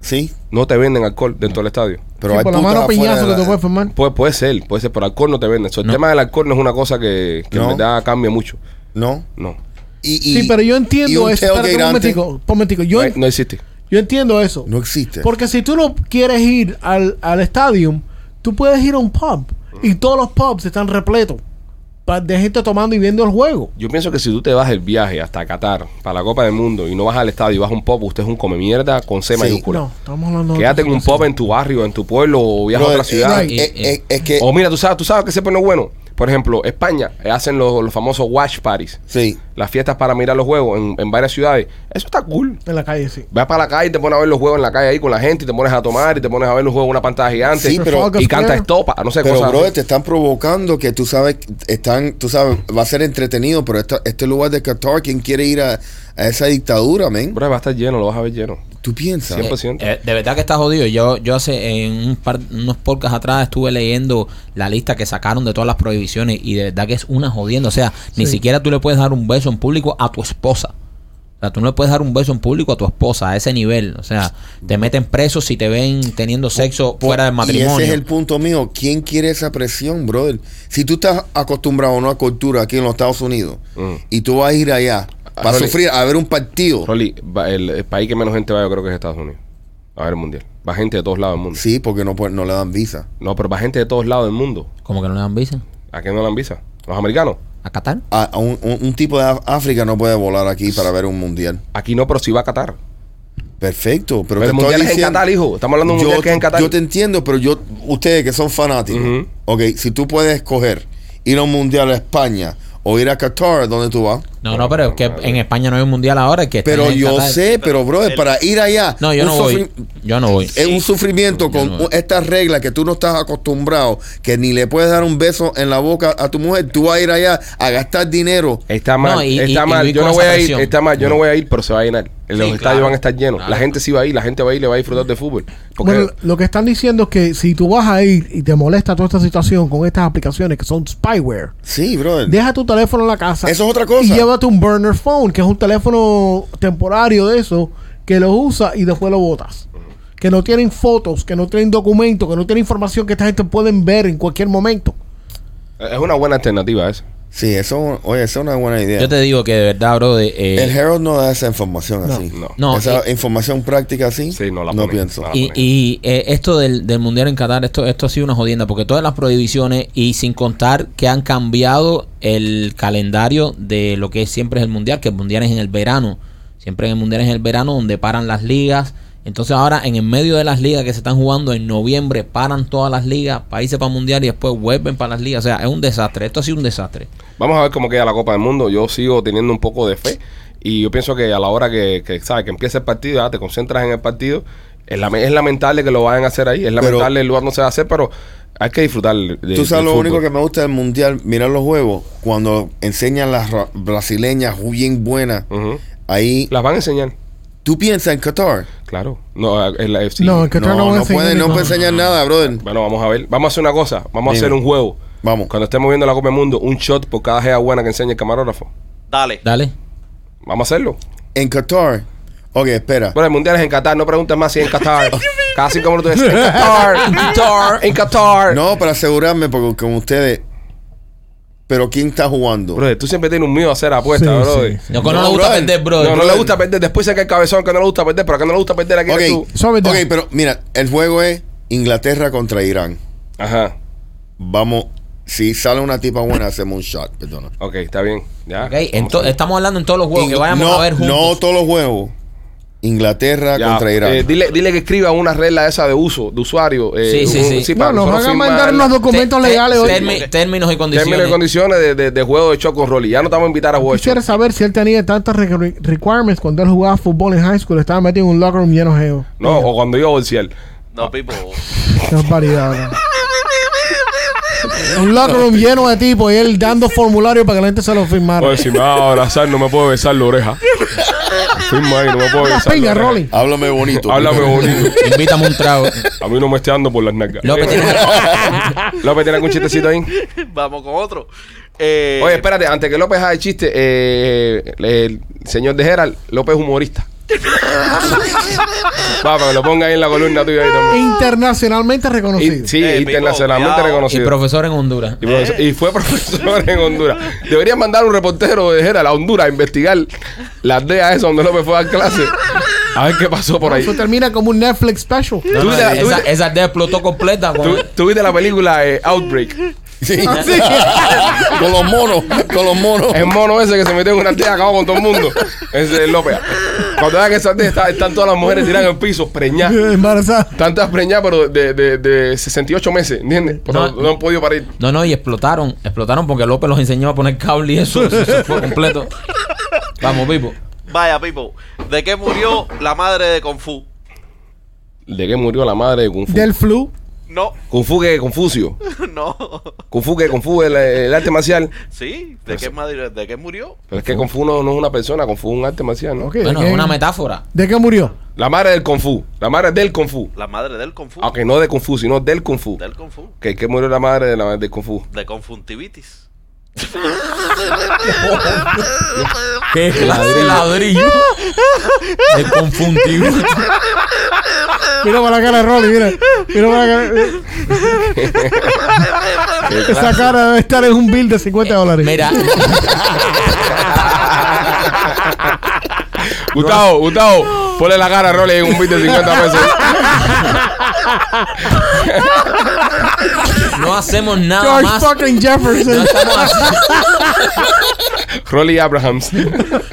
E: Sí,
B: No te venden alcohol dentro del estadio.
E: pero
D: sí,
E: hay
D: por la
E: putas
D: mano
E: afuera
D: piñazo
E: de
D: que te
E: la-
D: puede formar.
B: Puede, puede ser, puede ser, pero alcohol no te venden. So, el
C: No.
B: tema del alcohol no es una cosa que, que en
E: No.
B: verdad cambia mucho.
E: No.
B: No.
E: Y, y-
D: Sí, pero yo
E: y
D: entiendo
E: un
D: eso. Espérate un
E: tailgate antes
D: momentico, un momentico. Yo,
B: No, hay- no existe.
D: yo entiendo eso.
E: No existe.
D: Porque si tú no quieres ir al, al estadio, tú puedes ir a un pub. Y todos los pubs están repletos pa- de gente tomando y viendo el juego.
B: Yo pienso que si tú te vas el viaje hasta Qatar para la Copa del Mundo y no vas al estadio y vas a un pop, usted es un come mierda con C
E: Sí.
B: mayúscula.
D: No, estamos hablando de
B: Quédate en
D: otra
B: un
D: cosa.
B: pop en tu barrio, en tu pueblo o viaja a
E: Bro,
B: otra
E: eh,
B: ciudad.
E: eh, eh, eh, es que.
B: O mira, tú sabes, tú sabes que se pone bueno. Por ejemplo, España eh, hacen los, los famosos watch parties,
E: Sí.
B: las fiestas para mirar los juegos en, en varias ciudades. Eso está cool.
D: En la calle, sí.
B: Vas para la calle y te pones a ver los juegos en la calle ahí con la gente y te pones a tomar y te pones a ver los juegos en una pantalla gigante.
E: Sí, pero-
B: y canta estopa, no sé,
E: Pero,
B: cosas
E: bro,
B: así.
E: te están provocando que tú sabes, están, tú sabes, va a ser entretenido, pero esta- este lugar de Qatar, ¿quién quiere ir a, a esa dictadura, men?
B: Bro, va a estar lleno, lo vas a ver lleno.
E: ¿Tú piensas?
B: Siempre.
E: Eh,
B: 100%.
C: Eh, eh, de verdad que está jodido. Yo, yo hace en un par- unos podcasts atrás estuve leyendo la lista que sacaron de todas las prohibiciones y de verdad que es una jodiendo. O sea, ni siquiera tú le puedes dar un beso en público a tu esposa. O sea, tú no le puedes dar un beso en público a tu esposa a ese nivel. O sea, te meten preso si te ven teniendo sexo fuera del
E: Pues, Y
C: matrimonio.
E: ese es el punto mío. ¿Quién quiere esa presión, brother? Si tú estás acostumbrado a una cultura aquí en los Estados Unidos
B: Mm.
E: y tú vas a ir allá para
B: Rolly.
E: sufrir, a ver un partido.
B: Rolly, va- el, el país que menos gente va, yo creo que es Estados Unidos. A ver el mundial. Va gente de todos lados del mundo.
E: Sí, porque no, pu- no le dan visa.
B: No, pero va gente de todos lados del mundo.
C: Como que no le dan visa.
B: ¿A qué no le dan visa? ¿Los americanos?
C: ¿A Qatar?
E: A- a un, un- un tipo de Af- África no puede volar aquí para ver un mundial.
B: Aquí no, pero sí va a Qatar.
E: Perfecto,
B: Pero
E: pero, te
B: el
E: estoy
B: mundial es en
E: diciendo-
B: Qatar, hijo. Estamos hablando de un mundial que es en Qatar.
E: Yo te entiendo, pero yo, ustedes que son fanáticos,
B: Ujú.
E: ok, si tú puedes escoger ir a un mundial a España o ir a Qatar, ¿dónde tú vas?
C: No, no, pero es que en España no hay un mundial ahora. Que está
E: Pero
C: en
E: yo
C: Qatar.
E: sé, pero brother, para ir allá.
C: No, yo
E: un Eh,
C: no voy.
E: sufri-
C: Yo no voy.
E: Es un sufrimiento
C: Yo
E: con
C: no voy.
E: estas reglas que tú no estás acostumbrado, que ni le puedes dar un beso en la boca a tu mujer. Tú vas a ir allá a gastar dinero.
B: Está mal,
C: No, y-
B: está
C: y- y
B: mal.
C: vi
B: yo
C: con
B: no
C: esa
B: voy a ir,
C: presión.
B: está mal, yo no voy a ir, pero se va a llenar. Los estadios
C: claro,
B: van a estar llenos. La
C: claro.
B: gente sí va a ir, la gente va a ir, le va a disfrutar de fútbol. Porque
D: Bueno, lo que están diciendo es que si tú vas a ir y te molesta toda esta situación con estas aplicaciones que son spyware,
E: Sí, brother.
D: deja tu teléfono en la casa.
E: Eso es otra cosa.
D: Y llévate un burner phone, que es un teléfono temporario de eso, que lo usas y después lo botas. Que no tienen fotos, que no tienen documentos, que no tienen información que esta gente pueden ver en cualquier momento.
B: es una buena alternativa eso.
E: Sí, eso, oye, eso es una buena idea.
C: Yo te digo que de verdad, bro. de, eh,
E: El Herald no da esa información así.
B: No.
C: No,
E: esa
C: eh,
E: información práctica así.
B: Sí, no la
E: No
B: ponen.
E: pienso.
B: No la
C: y y, eh, esto del, del mundial en Qatar, esto, esto ha sido una jodienda. Porque todas las prohibiciones y sin contar que han cambiado el calendario de lo que siempre es el mundial, que el mundial es en el verano. Siempre en el mundial es en el verano donde paran las ligas. Entonces ahora en el medio de las ligas que se están jugando en noviembre paran todas las ligas, países para el mundial y después vuelven para las ligas. O sea, es un desastre. Esto ha sido un desastre.
B: Vamos a ver cómo queda la Copa del Mundo. Yo sigo teniendo un poco de fe y yo pienso que a la hora que, que sabes que empieza el partido, ya te concentras en el partido. Es, lame- es lamentable que lo vayan a hacer ahí, es lamentable el lugar no se va a hacer, pero hay que disfrutar. de-
E: Tú
B: del
E: sabes lo
B: fútbol.
E: único que me gusta del mundial, mirar los juegos, cuando enseñan las ra- brasileñas bien buenas,
B: Ujú.
E: ahí
B: Las van a enseñar,
E: tú piensas en Qatar.
B: claro. No, eh, la- eh, sí.
D: No, en Qatar
E: No,
D: no van a
E: no
D: enseñar
E: pueden,
D: ni
E: no
D: nada.
E: pueden enseñar nada, brother.
B: Bueno, vamos a ver. Vamos a hacer una cosa. Vamos
E: Dime.
B: a hacer un juego.
E: Vamos.
B: Cuando estemos viendo la Copa del Mundo, un shot por cada gea buena que enseñe el camarógrafo.
F: Dale.
C: Dale.
B: Vamos a hacerlo.
E: En Qatar. Ok, espera.
B: Bueno, el mundial es en Qatar. No preguntes más si es en Qatar. Cada cinco minutos es en Qatar. En Qatar. En Qatar.
E: No, para asegurarme, porque con ustedes. Pero ¿quién está jugando?
B: Brother, tú siempre tienes un miedo a hacer apuestas,
D: Sí,
B: brother.
D: sí, sí.
C: No, que no
E: No,
C: le gusta
E: brother.
C: perder, bro.
B: No, no le
E: brother.
B: gusta perder. Después saca el cabezón que no le gusta perder, pero que no le gusta perder aquí
E: Ok,
B: eres tú.
D: Eso es verdad.
E: ok, pero mira, el juego es Inglaterra contra Irán.
B: Ajá.
E: Vamos, si sale una tipa buena, hacemos un shot, perdona.
B: Ok, está bien. Ya.
C: Ok, ento- estamos hablando en todos los juegos
E: Ing-
C: que vayamos
E: no,
C: a ver juntos.
E: no todos los juegos. Inglaterra
B: Ya,
E: contra Irán.
B: eh, dile, dile que escriba una regla esa de uso, de usuario. eh,
C: Sí, sí,
B: un-
C: sí.
D: No,
B: para
D: nos van
B: nosotros
D: a mandar
B: firmarla.
D: unos documentos
C: Te- te-
D: legales hoy.
C: termi- Términos y condiciones.
B: Términos y condiciones de, de- de juego de choco Rolly. Ya no estamos a invitar a juego de
D: Quisiera
B: choco.
D: saber si él tenía tantas requ- requirements cuando él jugaba fútbol en high school. Estaba metido en un locker room lleno de geo.
B: No, o cuando yo bolsear.
F: No, Pipo. [laughs]
C: [laughs]
D: Qué barbaridad. ¿no? un locker room lleno de tipos y él dando formularios para que la gente se lo firmara.
C: Pues,
B: Oye, si me vas a abrazar, no me puedo besar la oreja. Firma ahí, no me puedo
D: Una
B: besar.
D: piña,
B: la oreja.
D: Rolly.
E: Háblame bonito.
B: Háblame bonito.
C: Invítame un
B: [laughs]
C: trago.
B: A mí no me esté dando por las nalgas. [laughs]
C: López tiene
B: López, ¿tiene algún chistecito ahí?
F: Vamos con otro. Eh,
B: Oye, espérate, antes que López haga el chiste, eh, el señor de Gerald, López es humorista. Va, para que lo ponga ahí en la columna tuya ahí también.
D: Internacionalmente reconocido.
B: Y- sí,
F: Eh,
B: internacionalmente
F: Pipo,
C: Y
B: reconocido.
C: profesor en Honduras.
B: Y, profesor- y fue [laughs] profesor en Honduras. Deberían mandar un reportero de Gerald a Honduras a investigar las DEA esas donde López fue a dar clase. A ver qué pasó por ahí.
D: Eso termina como un Netflix special.
C: No,
B: Tú
C: no,
B: la- tú
C: esa,
B: la-
C: esa idea explotó completa. con-
B: ¿Tú, tú viste la película eh, Outbreak.
E: [laughs]
C: [laughs]
E: Sí. con los monos, con los monos.
B: El mono ese que se metió en una aldea acabó con todo el mundo. Ese es López. Cuando vean que esa aldea está- están todas las mujeres tiradas en el piso, preñadas.
D: Embarazada.
B: Tantas preñadas, pero de, de, de 68 meses, ¿entiendes? Pero
C: No.
B: no, han podido parir.
C: No, no, y explotaron. Explotaron porque López los enseñó a poner cable y eso, eso- eso fue completo. Vamos, Pipo.
F: Vaya, Pipo. ¿De qué murió la madre de Kung Fu?
B: ¿De qué murió la madre de Kung Fu?
D: Del flu.
F: No,
B: Kung Fu que Confucio.
F: [laughs] no.
B: Kung Fu que Kung Fu el, el arte marcial.
F: Sí,
B: Pues
F: ¿de qué, madre, ¿de qué murió?
B: Pero es que Kung Fu no, no es una persona, Kung Fu es un arte marcial, ¿no?
D: Ok, ¿de
C: Bueno,
D: qué-
C: es una metáfora.
D: ¿De qué murió?
B: La madre del Kung Fu. La madre del Kung Fu.
F: La madre del Kung Fu.
B: Aunque Ah, no de Kung Fu, sino del Kung Fu.
F: Del Kung Fu.
B: Que, que murió la madre de la del Kung Fu.
F: De conjuntivitis.
C: ¿Qué ladrillo? ladrillo? El confundido.
D: Mira para la cara de Rolly, mira. Mira para la cara. Esa cara debe estar en un bill de 50 dólares.
C: Mira,
B: Gustavo, Gustavo, ponle la cara a Rolly en un bit de 50 pesos.
D: [laughs]
C: no hacemos nada
D: George
C: más.
D: fucking Jefferson.
C: Estamos haciendo-
B: Rolly Abrahams.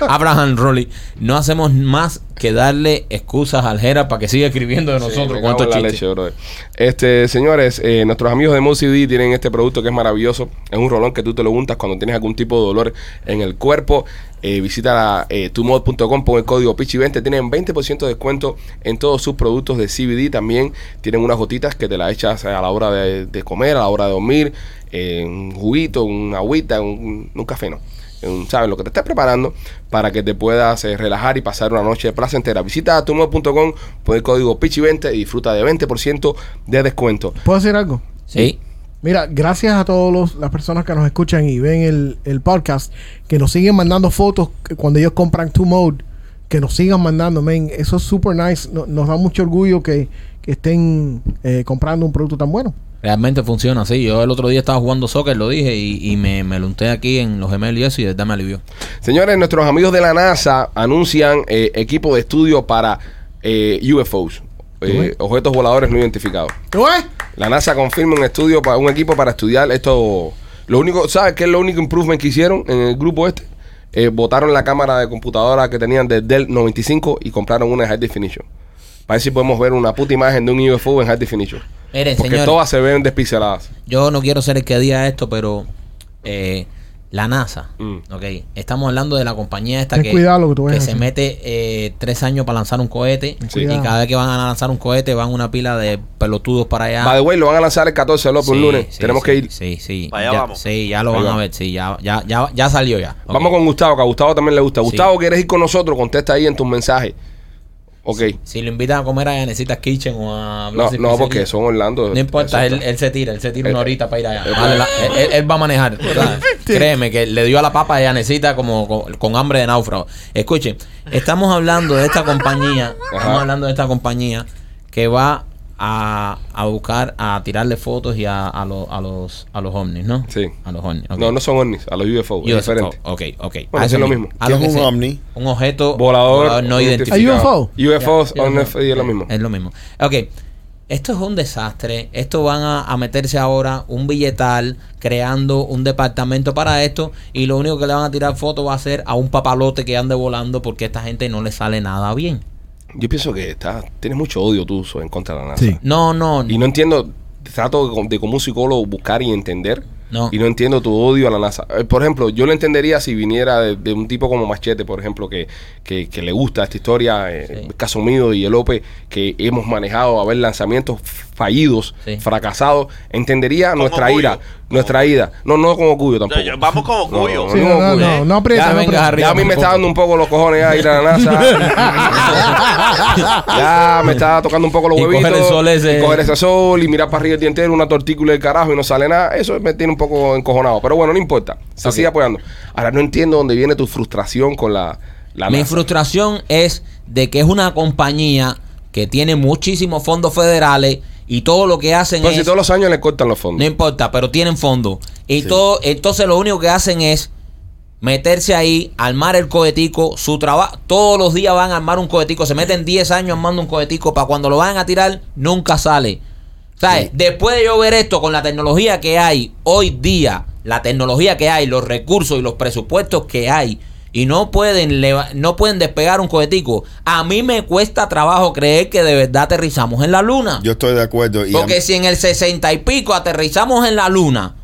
C: Abraham Rolly, no hacemos más que darle excusas al Jera para que siga escribiendo de nosotros
B: Me
C: con
B: cago
C: estos
B: en la
C: chistes.
B: leche, brother. Este, señores, eh, nuestros amigos de MoCD tienen este producto que es maravilloso. Es un rolón que tú te lo untas cuando tienes algún tipo de dolor en el cuerpo. Eh, visita la, eh, tumod.com con el código PICHI20. Tienen 20% de descuento en todos sus productos de CBD. También tienen unas gotitas que te las echas a la hora de, de comer, a la hora de dormir. eh, un juguito, una agüita, un, un café, ¿no? en, ¿sabes? Lo que te estás preparando para que te puedas eh, relajar y pasar una noche placentera. Visita tumor.com por el código PICHI20 y disfruta de 20% de descuento.
D: ¿Puedo decir algo?
C: Sí.
D: Mira, gracias a todas las personas que nos escuchan y ven el, el podcast, que nos siguen mandando fotos que cuando ellos compran Two Mode, que nos sigan mandando, men. Eso es super nice. No- nos da mucho orgullo que, que estén eh, comprando un producto tan bueno.
C: Realmente funciona así. Yo el otro día estaba jugando soccer, lo dije, y, y me, me lo unté aquí en los gemelos y eso, y de verdad me alivió.
B: Señores, nuestros amigos de la NASA anuncian eh, equipo de estudio para eh, UFOs, eh, objetos voladores no identificados.
D: ¿Qué fue?
B: La NASA confirma un estudio para un equipo para estudiar esto. Lo único, ¿sabes qué es lo único improvement que hicieron en el grupo este? Eh, botaron la cámara de computadora que tenían de Dell 95 y compraron una de High Definition. Para ver si podemos ver una puta imagen de un UFO en High Definition.
C: Miren,
B: Porque
C: señores.
B: todas se ven despiceladas.
C: Yo no quiero ser el que diga esto, pero eh, la NASA,
B: Mm.
C: ok, estamos hablando de la compañía esta
D: Ten
C: que,
D: cuidado lo que tú vas a
C: se
D: decir.
C: mete eh, tres años para lanzar un cohete
B: Sí.
C: y
D: cuidado.
C: cada vez que van a lanzar un cohete van una pila de pelotudos para allá.
B: By the way, lo van a lanzar el 14 de López
C: Sí,
B: un lunes.
C: sí,
B: Tenemos
C: sí,
B: que ir.
C: Sí, sí.
F: Para allá
C: ya,
F: vamos.
C: Sí, ya lo
B: Ahí
C: van a
B: vamos.
C: ver. Sí, ya, ya, ya, ya salió ya. Ok.
B: Vamos con Gustavo, que a Gustavo también le gusta.
C: Sí.
B: Gustavo, ¿quieres ir con nosotros? Contesta ahí en tus mensajes. Ok.
C: Si lo invitan a comer allá, necesitas kitchen o
B: No,
C: a Blas y
B: no,
C: Pizzería.
B: porque son Orlando.
C: No
B: Eso
C: importa, él,
B: está-
C: él se tira, él se tira
B: Eh,
C: una horita para ir allá.
B: eh,
C: Vale, la- él, él- él va a manejar. ¿sabes? Créeme que le dio a la papa ella necesita como con, con hambre de náufrago. Escuchen, estamos hablando de esta compañía,
B: Ajá.
C: estamos hablando de esta compañía que va a, a buscar, a tirarle fotos y a, a, los- a los a los ovnis, ¿no?
B: Sí.
C: A los ovnis. ok.
B: No, no son ovnis, a los UFO.
C: Yo-
B: es diferente.
C: Ok, ok.
B: Bueno,
C: A
B: sí,
C: eso
B: lo
C: mismo.
B: mismo.
C: A
E: ¿Qué
C: lo
E: es
C: que
E: un
C: sea.
E: ovni?
C: Un objeto
B: Volador,
C: no identificado.
B: identificado. UFOs
C: Sí, es lo
B: unif- y es lo mismo.
C: Es lo mismo. Ok. Esto es un desastre. Esto van a, a meterse ahora un billetal creando un departamento para esto y lo único que le van a tirar foto va a ser a un papalote que ande volando porque a esta gente no le sale nada bien.
B: Yo pienso que está, tienes mucho odio tú so, en contra de la NASA.
D: Sí.
C: No, no,
B: Y no entiendo, trato de, com- de como un psicólogo buscar y entender.
C: No.
B: Y no entiendo tu odio a la NASA. Eh, Por ejemplo, yo lo entendería si viniera de, de un tipo como Machete, por ejemplo, que, que, que le gusta esta historia, eh,
C: Sí.
B: el caso mío y el López, que hemos manejado a ver lanzamientos fallidos,
C: Sí.
B: fracasados. Entendería nuestra
F: Cuyo.
B: ira, nuestra ira. No, no como Cuyo tampoco.
F: Ya, ya, vamos como
B: No,
F: Cuyo.
B: no,
D: Sí,
B: no,
D: no, no,
B: Cuyo.
D: no, no aprieta,
C: eh. Ya
D: no
C: venga,
D: aprieta.
C: arriba.
B: Ya a mí me está dando un poco los cojones a ir a la
C: [laughs]
B: NASA. ya me está tocando un poco los
C: Y
B: huevitos.
C: coger el sol ese.
B: Y coger ese sol y mirar para arriba el día entero, una tortícula del carajo y no sale nada. Eso me tiene un poco encojonado. Pero bueno, no importa. Se sigue apoyando. Ahora no entiendo dónde viene tu frustración con la, la
C: Mi
B: NASA.
C: frustración es de que es una compañía que tiene muchísimos fondos federales y todo lo que hacen
B: Pero
C: es
B: Pues si todos los años le cortan los fondos.
C: No importa, pero tienen fondo. Y todo, entonces lo único que hacen es meterse ahí, armar el cohetico, su trabajo, todos los días van a armar un cohetico, se meten 10 años armando un cohetico para cuando lo van a tirar, nunca sale. ¿Sabes? Después de yo ver esto con la tecnología que hay hoy día, la tecnología que hay, los recursos y los presupuestos que hay, y no pueden leva- no pueden despegar un cohetico, a mí me cuesta trabajo creer que de verdad aterrizamos en la luna.
E: Yo estoy de acuerdo. Y a-
C: Porque si en el 60 y pico aterrizamos en la luna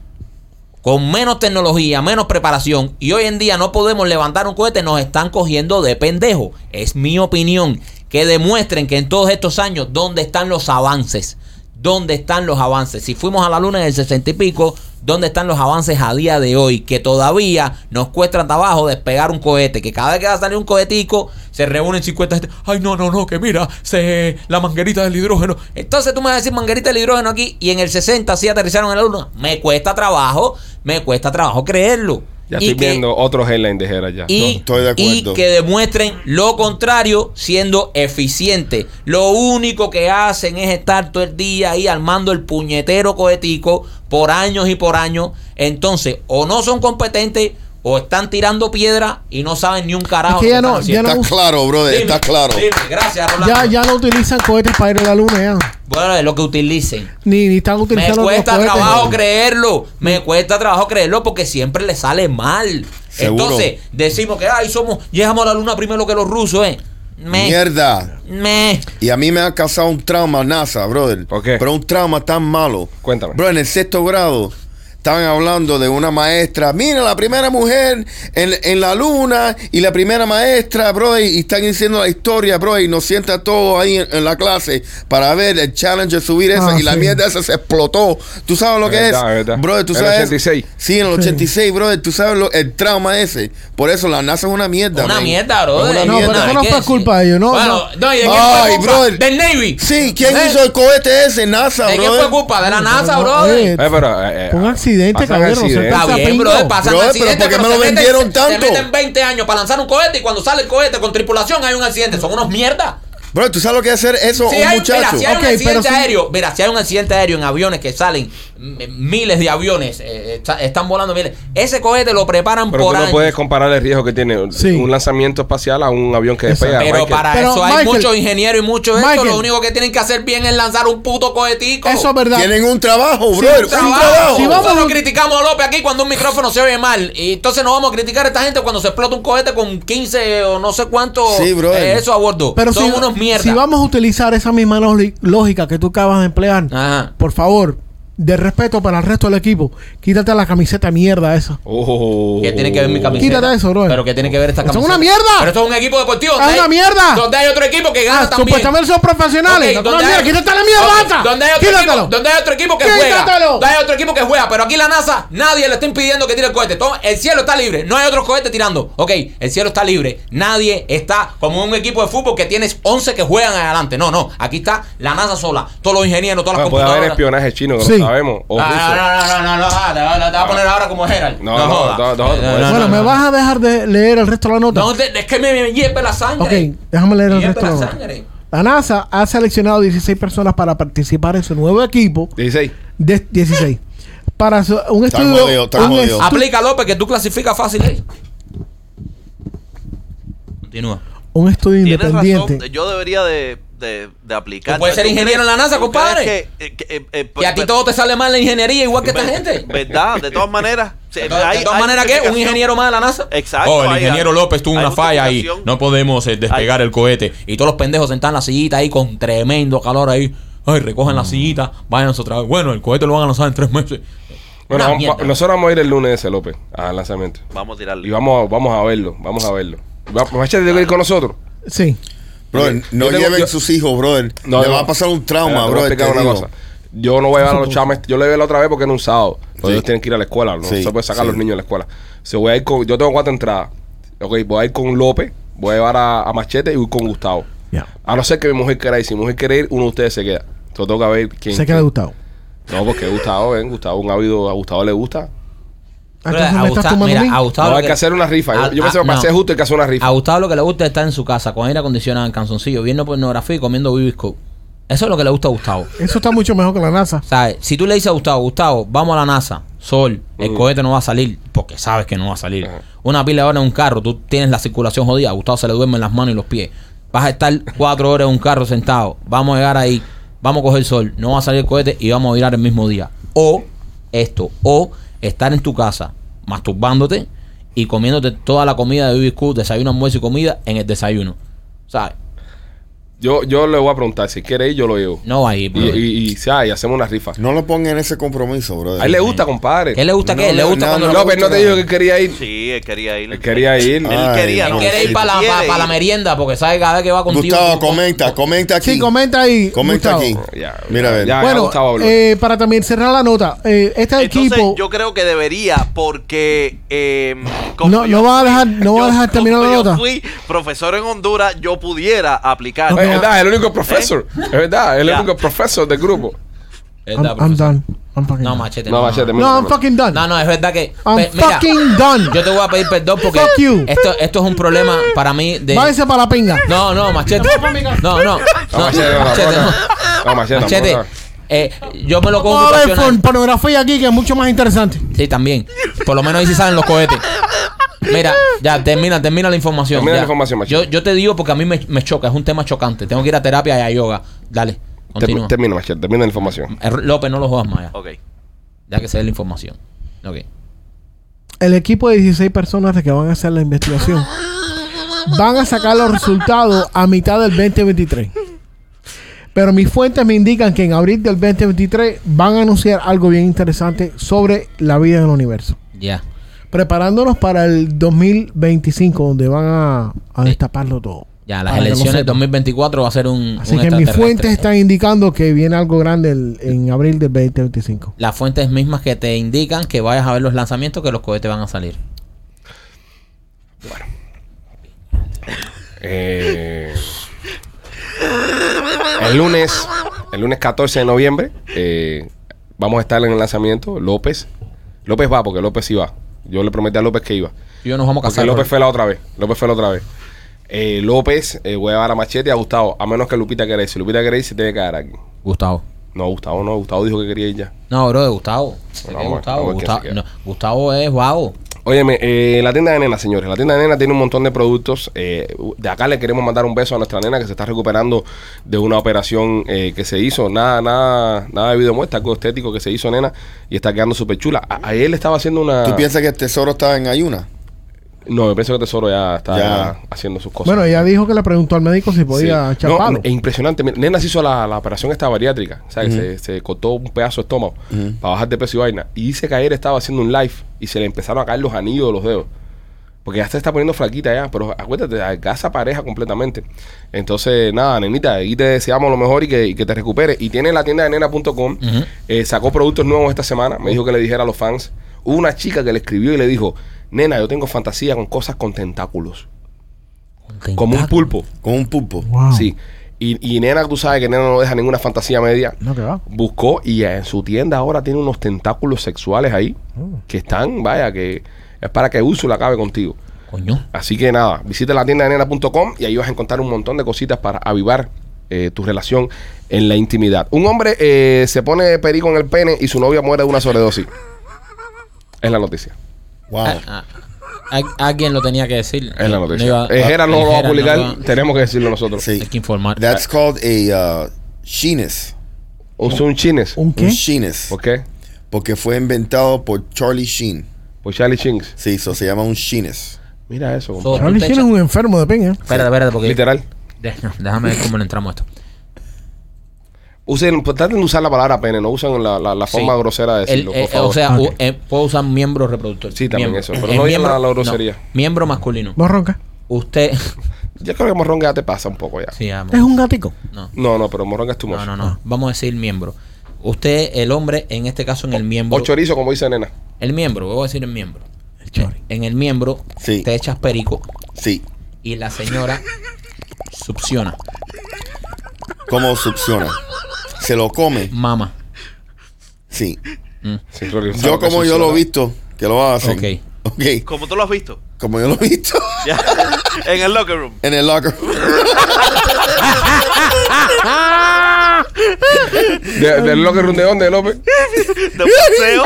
C: con menos tecnología, menos preparación y hoy en día no podemos levantar un cohete, nos están cogiendo de pendejo. Es mi opinión. Que demuestren que en todos estos años, ¿dónde están los avances? ¿Dónde están los avances? Si fuimos a la luna en el 60 y pico, ¿dónde están los avances a día de hoy? Que todavía nos cuesta trabajo despegar un cohete. Que cada vez que va a salir un cohetico, se reúnen 50 gente. Ay, no, no, no, que mira, se, la manguerita del hidrógeno. Entonces tú me vas a decir manguerita del hidrógeno aquí y en el 60 sí aterrizaron en la luna. Me cuesta trabajo, me cuesta trabajo creerlo.
B: Ya
C: Y
B: estoy
C: que-
B: viendo otros headlines de Jera ya.
C: y,
E: No, estoy de acuerdo.
C: y que demuestren lo contrario siendo eficientes. Lo único que hacen es estar todo el día ahí armando el puñetero cohetico por años y por años. Entonces, o no son competentes o están tirando piedra y no saben ni un carajo.
D: Es
C: lo
D: que ya
C: están
D: no-
C: haciendo.
D: ya no-
E: Está claro, brother,
C: Dime,
E: está claro.
C: dime. Gracias, Rolando.
D: Ya, ya no utilizan cohetes para ir a la luna, ya.
C: Bueno, es lo que utilicen.
D: Ni, ni están
C: Me
D: utilizando los
C: cuesta
D: cohetes.
C: trabajo creerlo. Me cuesta trabajo creerlo porque siempre le sale mal.
E: Seguro.
C: Entonces, decimos que ay somos, llegamos a la luna primero que los rusos, eh. Me,
E: Mierda.
C: me.
E: Y a mí me ha causado un trauma NASA, brother.
B: ¿Por qué?
E: Pero un trauma tan malo.
B: Cuéntame.
E: Bro, en el sexto grado estaban hablando de una maestra. Mira, la primera mujer en, en la luna y la primera maestra, bro. Y, y están diciendo la historia, bro. Y nos sienta todo ahí en, en la clase para ver el challenge de subir esa.
D: Ah,
E: y la
D: sí.
E: mierda esa se explotó. ¿Tú sabes lo que
B: Verdad,
E: es?
B: verdad.
E: Bro, tú
B: El
E: sabes.
B: 86.
E: Sí, en el 86, bro. Tú sabes lo- el trauma ese. Por eso la NASA es una mierda.
C: Una
E: man.
C: mierda, bro.
E: Es una
D: No,
E: mierda.
D: pero eso no
C: ¿Qué
D: fue
C: es?
D: culpa de ellos, ¿no?
C: Bueno, no, ¿y de quién
E: Ay,
C: fue culpa?
E: brother.
C: Del Navy.
E: Sí, ¿quién
C: ¿Eh?
E: hizo el cohete ese? NASA,
C: ¿De quién fue
E: bro.
C: culpa? De la NASA,
D: no,
C: bro.
D: oye,
B: Eh, pero, eh, eh,
D: Fue un accidente,
B: pasan
D: cabrón,
B: accidentes.
D: o
C: Está
D: sea,
C: bien,
D: pingo.
C: bro, pasan
E: Brother, pero
C: accidentes,
E: ¿por qué me
C: se
E: lo
C: meten-
E: vendieron
C: Se
E: tanto?
C: meten 20 años para lanzar un cohete y cuando sale el cohete con tripulación hay un accidente. Son unos mierdas.
E: Bro, ¿tú sabes lo que es hacer eso
C: Si
E: a un
C: hay, mira,
E: muchacho?
C: si hay
D: Ok,
C: un accidente
D: pero si-
C: aéreo, mira, si hay un accidente aéreo en aviones que salen m- miles de aviones, eh, está- están volando miles, ese cohete lo preparan
B: Pero
C: por
B: tú no
C: años.
B: puedes comparar el riesgo que tiene
D: Sí.
B: un lanzamiento espacial a un avión que despega.
C: pero
B: Michael.
C: para
D: Pero,
C: eso hay
D: Michael,
C: muchos ingenieros y muchos esto,
D: Michael.
C: lo único que tienen que hacer bien es lanzar un puto cohetico.
D: Eso es verdad.
E: Tienen un trabajo, bro.
C: Un
E: un
C: trabajo.
E: trabajo.
D: Si vamos-
C: Nosotros criticamos a López aquí cuando un micrófono se oye mal. Y entonces no vamos a criticar a esta gente cuando se explota un cohete con 15 o no sé cuánto
E: Sí, brother.
C: eh, eso a bordo.
D: Pero
C: Son
D: si,
C: unos mierdas.
D: si vamos a utilizar esa misma lógi- lógica que tú acabas de emplear,
C: Ajá.
D: por favor, de respeto para el resto del equipo, quítate la camiseta de mierda esa.
B: Oh.
C: ¿Qué tiene que ver mi camiseta?
D: Quítate eso, bro.
C: Pero ¿qué tiene que ver esta
D: ¡Eso es
C: camiseta?
D: una mierda!
C: Pero esto es un equipo deportivo.
D: ¡Es
C: donde hay-
D: una mierda!
C: Donde hay otro equipo que gana
D: Ah,
C: también.
D: supuestamente son profesionales.
C: Ok,
D: No,
C: donde
D: no, mira,
C: hay-
D: quítate la mierda
C: ok,
D: esa.
C: Donde hay otro
D: Quítatelo.
C: equipo, donde hay otro equipo que juega.
D: Quítatelo.
C: Donde hay otro equipo que juega. Pero aquí la NASA, nadie le está impidiendo que tire el cohete. Todo- el cielo está libre. No hay otros cohetes tirando. Ok, el cielo está libre. Nadie está como un equipo de fútbol que tienes 11 que juegan adelante. No, no. Aquí está la NASA sola. Todos los ingenieros, todas las
B: Bueno, puede haber
C: computadoras.
B: espionaje chino, que
D: Sí.
B: lo sabemos. O ruso.
C: Ah, no, no, no, no, no, ah, te va- te va a poner ahora como Gerald.
B: No, no,
C: joda.
B: no, no, no,
D: bueno,
C: no,
D: ¿me
C: no.
D: vas a dejar de leer el resto de la nota?
C: No, de- es que me, me hierve la sangre.
D: Ok, déjame leer el
C: Me hierve
D: resto de la
C: la
D: nota.
C: sangre.
D: La NASA ha seleccionado 16 personas para participar en su nuevo equipo.
B: 16.
D: De 16. Para su- un
E: Está
D: estudio.
E: jodido, está
B: Oh,
D: un
E: jodido.
D: estu-
C: Aplica López que tú clasificas fácil ¿eh? ahí. Continúa.
D: un estudio
F: Tienes razón,
D: independiente.
F: yo debería de, de, de aplicar.
C: Tú puedes ser ingeniero en la NASA,
F: ¿Tú crees
C: compadre.
F: que- que- eh, eh,
C: Y a ti
F: ver-
C: todo te sale mal la ingeniería, igual que esta gente. De
F: ¿Verdad? De todas maneras. sí, hay-
C: todas
F: hay
C: maneras, ¿qué? ¿Un
F: justificación.
C: ingeniero más de la NASA?
F: Exacto,
C: Oh, el
F: hay-
C: ingeniero López tuvo
F: hay
C: una falla ahí.
F: justificación.
C: No podemos eh, despegar el cohete. Y todos los pendejos sentados en la sillita ahí con tremendo calor ahí. Ay, recogen
F: Mm.
C: la sillita, váyanse otra vez. Bueno, el cohete lo van a lanzar en tres meses.
B: Bueno,
C: Una
B: vamos-
C: mierda.
B: nosotros vamos a ir el lunes ese, López, al lanzamiento.
F: Vamos a
B: Y
F: tirarle.
B: vamos a, vamos a verlo, vamos a verlo. Va- Machete tiene que ir con nosotros.
D: Sí.
E: Brother, no
B: Yo tengo-
E: lleven
B: yo-
E: sus hijos, brother.
B: No,
E: Le
B: no.
E: va a pasar un trauma,
B: Espera, te voy a
E: brother.
B: explicar
E: te
B: una
E: digo.
B: cosa. Yo no voy a llevar a
E: [laughs]
B: los chames. Yo le voy a la otra vez porque era un sábado. Pero
E: Sí.
B: ellos tienen que ir a la escuela. No
E: Sí,
B: se puede sacar a los
E: sí.
B: niños de la escuela. Se voy a ir con, yo tengo cuatro entradas. Ok, voy a ir con López, voy a llevar a, a Machete y voy con Gustavo.
D: Ya.
B: A no ser que mi mujer quiera ir. Si mi mujer quiere ir, uno de ustedes se queda. Entonces tengo que ver quién.
D: Sé que le ha gustado.
B: No, porque Gustavo, ven, Gustavo, un ávido, a Gustavo le gusta.
D: Entonces
C: a
D: me estás
C: Gustavo-
D: tomando
C: mira,
D: a mí.
C: a Gustavo
B: No,
C: lo
B: hay que hacer una rifa. Yo- yo pensé que para ser justo hay que hacer una rifa.
C: A Gustavo lo que le gusta es estar en su casa con aire acondicionado, en canzoncillo, viendo pornografía y comiendo bibisco. Eso es lo que le gusta a Gustavo.
D: Eso está mucho mejor que la NASA.
C: ¿Sabes? Si tú le dices a Gustavo, Gustavo, vamos a la NASA, sol, el cohete no va a salir, porque sabes que no va a salir. Una pila de horas en un carro, tú tienes la circulación jodida, a Gustavo se le duermen las manos y los pies. Vas a estar cuatro horas en un carro sentado, vamos a llegar ahí, vamos a coger sol, no va a salir el cohete y vamos a virar el mismo día. O esto, o estar en tu casa masturbándote y comiéndote toda la comida de Baby Cool, desayuno, almuerzo y comida en el desayuno. ¿Sabes?
B: Yo, yo le voy a preguntar. Si quiere ir, yo lo llevo.
C: No va a ir,
B: Y,
C: brother.
B: y, y, sí, ah, y hacemos una rifa.
E: No lo pongan en ese compromiso, brother.
B: A él le gusta, compadre.
C: ¿Qué le gusta
E: No,
C: qué? ¿Le
E: no,
C: gusta
E: no,
C: cuando
E: no.
C: lo-
B: López no te dijo que quería ir.
F: Sí, él quería ir.
B: Él quería ir.
F: Él
E: Ay,
F: quería,
E: no.
F: no.
C: Quiere ir para la,
F: Quiere
C: pa- pa' la
F: ir.
C: merienda porque sabe cada vez que va contigo.
E: Gustavo, comenta, comenta aquí.
D: Sí, comenta ahí.
E: Comenta
D: Gustavo.
E: aquí.
B: Ya,
E: Mira, a ver.
B: ya,
D: Bueno,
B: Gustavo habló.
D: eh, para también cerrar la nota, eh, este
F: Entonces,
D: equipo
F: yo creo que debería, porque. eh, como
D: no, no
F: yo-
D: va a dejar, no va a
F: yo-
D: dejar terminar la
F: como
D: nota.
F: Yo fui profesor en Honduras, yo pudiera aplicar.
B: Es verdad, es el único profesor.
C: ¿Eh?
B: Es verdad, es el
F: Ya.
B: único profesor del grupo.
D: I'm,
C: Verdad,
D: I'm
C: profesor.
D: done. I'm fucking
C: No,
D: done.
C: machete.
B: No, machete,
D: No, I'm fucking done.
C: No, no, es verdad que.
D: I'm
C: pe-
D: fucking done.
C: Yo te voy a pedir perdón porque
D: Fuck you.
C: esto, esto es un problema para mí de.
D: Váyase para la pinga.
C: No, no, machete. No, no.
B: No,
C: No,
B: machete, no,
C: machete.
B: no.
C: no.
B: No, machete,
C: Machete.
B: tampoco.
C: eh, yo me lo cojo
D: Vamos a ver
C: ocupacional.
D: por- pornografía aquí que es mucho más interesante.
C: Sí, también. Por lo menos ahí sí saben los cohetes. Mira, ya, termina, termina la información.
B: Termina la
C: ya.
B: información, macho.
C: yo, yo te digo porque a mí me, me choca, es un tema chocante. Tengo que ir a terapia y a yoga. Dale,
B: Term-
C: continúa.
B: Termina, machete, termina la información.
C: Eh, López, no lo jodas más ya.
F: Ok.
C: Ya que se dé la información. Ok.
D: el equipo de 16 personas de que van a hacer la investigación van a sacar los resultados a mitad del 2023. Pero mis fuentes me indican que en abril del 2023 van a anunciar algo bien interesante sobre la vida en el universo.
C: Ya.
D: Preparándonos para el 2025, donde van a, a
C: Sí.
D: destaparlo todo.
C: Ya, las
D: Para que lo
C: elecciones del
D: sepan.
C: 2024 va a ser un.
D: Ah, Así
C: un
D: que mis
C: extraterrestre.
D: fuentes están indicando que viene algo grande el- en abril del 2025.
C: Las fuentes mismas que te indican que vayas a ver los lanzamientos que los cohetes van a salir.
B: Eh, el lunes, el lunes 14 de noviembre, eh, vamos a estar en el lanzamiento. López, López va porque López iba. Yo le prometí a López que iba.
C: Yo nos vamos a
B: Porque
C: casar.
B: López
C: Rolly.
B: fue la otra vez. López fue la otra vez. Eh, López, eh, voy a llevar a Machete y a Gustavo, a menos que Lupita quiera ir. Si Lupita quiere ir, se tiene que quedar aquí.
C: Gustavo.
B: No, Gustavo no, Gustavo dijo que quería ir ya.
C: No, bro, de Gustavo. Se
B: No,
C: queda
B: bueno,
C: Gustavo.
B: vamos a ver quién
C: Gustavo,
B: se queda.
C: no, Gustavo es guau.
B: Óyeme, eh, la tienda de nena, señores. La tienda de nena tiene un montón de productos. eh, de acá le queremos mandar un beso a nuestra nena que se está recuperando de una operación eh, que se hizo. Nada, nada, nada de videomuestra, algo estético que se hizo, nena. Y está quedando súper chula. A- Ayer le estaba haciendo una.
E: ¿Tú piensas que el tesoro está en ayuna?
B: No, yo pienso que Tesoro ya está
E: Ya.
B: haciendo sus cosas.
D: Bueno, ella dijo que le preguntó al médico si
B: Sí.
D: podía echar
B: No,
D: palo.
B: Es impresionante. Mira, Nena se hizo la, la operación esta bariátrica. O sea, que se, se cortó un pedazo de estómago para bajar de peso y vaina. Y dice que ayer estaba haciendo un live y se le empezaron a caer los anillos de los dedos. Porque ya se está poniendo flaquita ya, pero acuérdate, algaza pareja completamente. Entonces, nada, nenita, y te deseamos lo mejor y que, y que te recuperes. Y tiene la tienda de nena.com,
C: Mm.
B: eh, sacó productos nuevos esta semana, me dijo que le dijera a los fans. Hubo una chica que le escribió y le dijo, nena, yo tengo fantasía con cosas con tentáculos, como un pulpo.
E: Con un pulpo.
D: Wow.
B: Sí. Y, y nena, tú sabes que nena no deja ninguna fantasía media.
D: No, que va.
B: Buscó y en su tienda ahora tiene unos tentáculos sexuales ahí
C: Oh.
B: que están, vaya, que es para que Úrsula acabe contigo.
C: Coño.
B: Así que nada, visita la tienda de nena.com y ahí vas a encontrar un montón de cositas para avivar eh, tu relación en la intimidad. Un hombre eh, se pone perico en el pene y su novia muere de una sobredosis. Es la noticia.
E: Wow.
C: Ah, ah, ah, alguien lo tenía que decir.
B: Es la
C: No
B: noticia.
C: iba-
B: Eh, Jera no
C: el
B: lo va a
C: Jera no
B: publicar,
C: va-
B: tenemos que decirlo nosotros.
E: Sí.
C: Hay que informar.
E: That's called a uh, sheenis.
B: Un son chines.
D: ¿Un
E: Un
D: qué?
E: sheenis.
B: ¿Por qué?
E: Porque fue inventado por Charlie Sheen.
B: Por Charlie Chinks.
E: Sí, eso se llama un sheenis.
B: Mira eso, compadre.
C: So, tú
D: Charlie
C: te
D: Sheen es
C: echas-
D: un enfermo de peña.
C: Espérate, espérate, porque.
B: Literal.
C: Deja- Déjame ver cómo le entramos a esto.
B: Usen, pues, traten de usar la palabra pene, no usan la, la- la forma
C: Sí.
B: grosera de decirlo,
C: El- eh,
B: por favor.
C: O sea,
D: Ok.
C: u- eh, puedo usar miembro reproductor.
B: Sí, también
C: Miembro.
B: eso, pero
C: Es
B: no digan la- la grosería.
C: no, miembro masculino.
D: No ronca.
C: Usted. [laughs]
B: Yo creo que morronga ya te pasa un poco ya.
C: Sí, amo.
D: Es un gatico.
C: No,
B: No, no, pero morronga es tu
C: no, no,
E: Ah.
C: no. Vamos a decir miembro. Usted, el hombre, en este caso
E: Oh,
C: en el miembro.
B: O chorizo, como dice nena.
C: El miembro, voy a decir el miembro.
D: El chori.
C: En el miembro
E: Sí.
C: te echas perico
E: Sí.
C: y la señora succiona,
E: ¿Cómo succiona? Se lo come.
C: mama.
E: Sí.
B: Sí, Rory, ¿sabes
E: Yo
B: lo que
E: como yo
B: succiona?
E: lo he visto, que lo hacen.
C: Ok.
E: Ok.
F: Como tú lo has visto.
E: Como yo lo he visto [laughs]
F: Ya. [laughs] en el locker room.
E: en el locker.
B: De- ¿Del locker room de dónde, López?
F: De paseo.